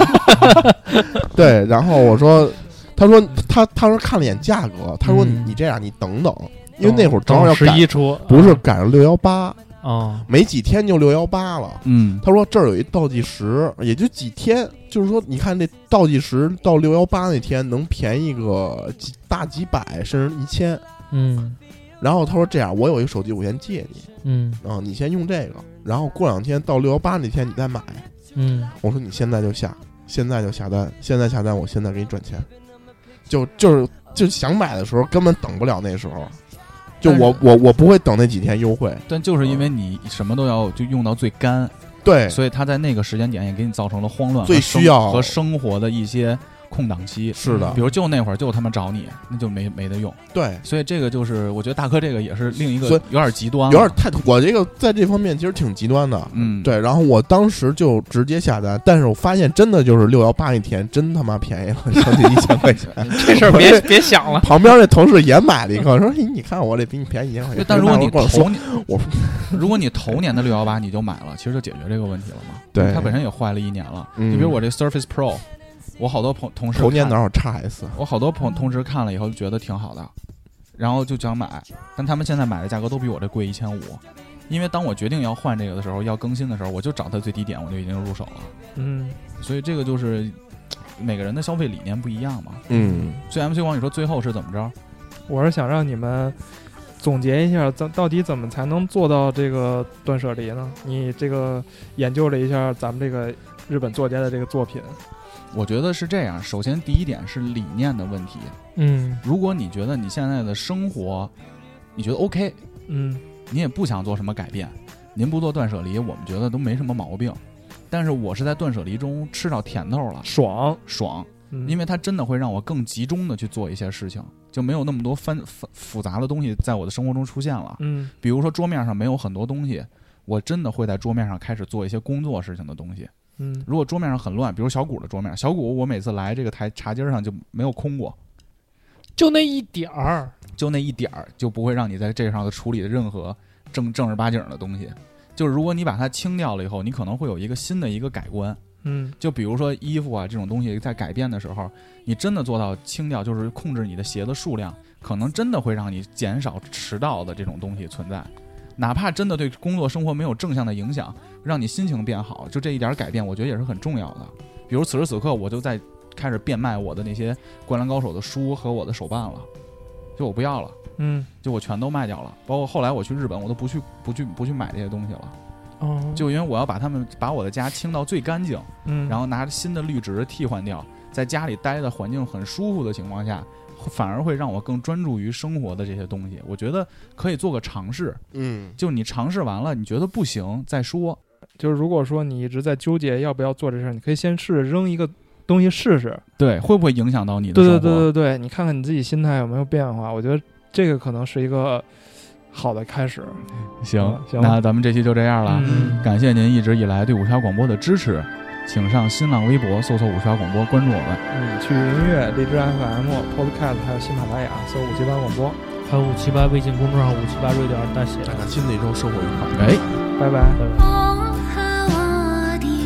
Speaker 5: 对，然后我说，他说他他说看了眼价格，他说你
Speaker 6: 嗯
Speaker 5: 你这样你等等，因为那会儿正好要
Speaker 6: 十
Speaker 5: 赶
Speaker 6: 一出，
Speaker 5: 不是赶上六幺八，
Speaker 6: 啊，
Speaker 5: 没几天就六幺八了。
Speaker 2: 嗯，
Speaker 5: 他说这儿有一倒计时，也就几天，就是说你看这倒计时到六幺八那天能便宜个几大几百，甚至一千。
Speaker 6: 嗯
Speaker 5: 然后他说这样，我有一个手机，我先借你
Speaker 6: 嗯
Speaker 5: 啊，你先用这个，然后过两天到六幺八那天你再买。
Speaker 6: 嗯，
Speaker 5: 我说你现在就下，现在就下单，现在下单，我现在给你转钱。就就是就想买的时候根本等不了那时候，就我我我不会等那几天优惠，
Speaker 2: 但就是因为你什么都要就用到最干，
Speaker 5: 对
Speaker 2: 所以他在那个时间点也给你造成了慌乱和
Speaker 5: 最
Speaker 2: 生
Speaker 5: 需要
Speaker 2: 和生活的一些空档期。
Speaker 5: 是的
Speaker 2: 比如就那会儿就他妈找你，那就没没得用。
Speaker 5: 对，
Speaker 2: 所以这个就是我觉得大哥这个也是另一个
Speaker 5: 所以
Speaker 2: 有点极端
Speaker 5: 有
Speaker 2: 了，
Speaker 5: 点太我这个在这方面其实挺极端的，
Speaker 2: 啊嗯，
Speaker 5: 对，然后我当时就直接下单，但是我发现真的就是六幺八那天，真他妈便宜了， 将近一 千块钱。
Speaker 6: 这事儿别别想了，
Speaker 5: 旁边那同事也买了一个，说：“嘿你看我这比你便宜一千块
Speaker 2: 对。
Speaker 5: 钱。”
Speaker 2: 但如果你
Speaker 5: 哎跟我
Speaker 2: 头
Speaker 5: 说，
Speaker 2: 年，
Speaker 5: 我
Speaker 2: 如果你头年的六幺八你就买了，其实就解决这个问题了嘛。
Speaker 5: 对
Speaker 2: 它本身也坏了一年了。
Speaker 5: 嗯
Speaker 2: 你比如我这 Surface Pro，我好多朋同事
Speaker 5: 头年
Speaker 2: 看
Speaker 5: 哪有 XS
Speaker 2: 我好多朋同事看了以后觉得挺好的，然后就想买，但他们现在买的价格都比我这贵一千五。因为当我决定要换这个的时候，要更新的时候，我就找它最低点，我就已经入手了。
Speaker 4: 嗯，
Speaker 2: 所以这个就是每个人的消费理念不一样嘛。
Speaker 5: 嗯，
Speaker 2: 所以 MC 王，你说最后是怎么着？
Speaker 4: 我是想让你们总结一下，怎到底怎么才能做到这个断舍离呢？你这个研究了一下咱们这个日本作家的这个作品，
Speaker 2: 我觉得是这样，首先第一点是理念的问题。
Speaker 6: 嗯
Speaker 2: 如果你觉得你现在的生活，你觉得 OK，
Speaker 4: 嗯
Speaker 2: 你也不想做什么改变，您不做断舍离，我们觉得都没什么毛病。但是我是在断舍离中吃到甜头了，
Speaker 4: 爽，
Speaker 2: 爽，
Speaker 4: 嗯、
Speaker 2: 因为它真的会让我更集中的去做一些事情，就没有那么多繁繁复杂的东西在我的生活中出现了。
Speaker 4: 嗯
Speaker 2: 比如说桌面上没有很多东西，我真的会在桌面上开始做一些工作事情的东西。
Speaker 4: 嗯
Speaker 2: 如果桌面上很乱，比如小谷的桌面，小谷我每次来这个台茶几儿上就没有空过，
Speaker 6: 就那一点儿，
Speaker 2: 就那一点儿就不会让你在这上头处理任何正正儿八经儿的东西。就是如果你把它清掉了以后，你可能会有一个新的一个改观。
Speaker 4: 嗯，
Speaker 2: 就比如说衣服啊这种东西，在改变的时候，你真的做到清掉，就是控制你的鞋的数量，可能真的会让你减少迟到的这种东西存在。哪怕真的对工作生活没有正向的影响，让你心情变好，就这一点改变，我觉得也是很重要的。比如此时此刻，我就在开始变卖我的那些《灌篮高手》的书和我的手办了，就我不要了。
Speaker 4: 嗯，
Speaker 2: 就我全都卖掉了，包括后来我去日本，我都不去不去不去买这些东西了，
Speaker 6: 哦，
Speaker 2: 就因为我要把它们把我的家清到最干净，
Speaker 4: 嗯，
Speaker 2: 然后拿新的绿植替换掉，在家里待的环境很舒服的情况下，会反而会让我更专注于生活的这些东西。我觉得可以做个尝试，
Speaker 5: 嗯，
Speaker 2: 就你尝试完了，你觉得不行再说。
Speaker 4: 就是如果说你一直在纠结要不要做这事儿，你可以先试着扔一个东西试试。
Speaker 2: 对，会不会影响到你的
Speaker 4: 对
Speaker 2: 生
Speaker 4: 对
Speaker 2: 活？
Speaker 4: 对对对，你看看你自己心态有没有变化。我觉得这个可能是一个好的开始。
Speaker 2: 行
Speaker 4: 嗯，行
Speaker 2: 那咱们这期就这样了。
Speaker 4: 嗯
Speaker 2: 感谢您一直以来对五条广播的支持，请上新浪微博搜索“五条广播”，关注我们。
Speaker 4: 嗯，去音乐、荔枝 FM、Podcast 还有喜马拉雅搜五七八广播。
Speaker 6: 还有五七八微信公众号五七八瑞典儿大写
Speaker 5: 大家新的一周生活愉快。
Speaker 2: 哎。
Speaker 4: 拜拜。
Speaker 3: 我和我的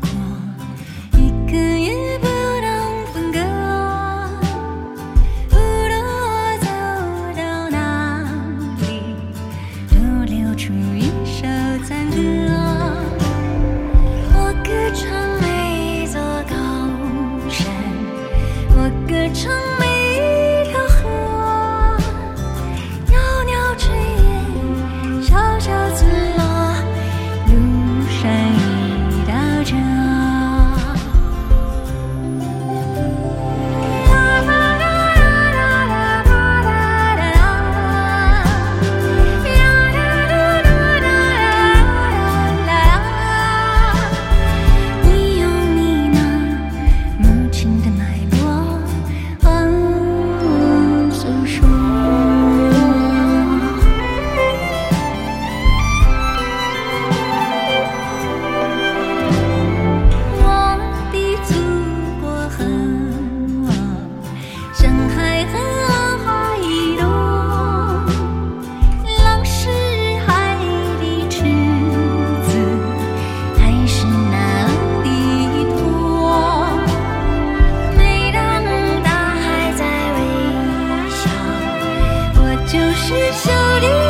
Speaker 3: 国，一刻也不能分割。无论我走到哪里，都流出一首赞歌。我歌唱每座高山，我歌唱每一条河，袅袅炊烟。小小村落，如山一道辙。啦啦啦啦啦啦啦啦啦，呀啦啦啦啦啦啦啦。你用你那母亲的脉搏，缓缓诉说。我的祖国和我，深海和浪花一路，浪是海的赤子，海是那浪的依托。每当大海在微笑，我就是修炼。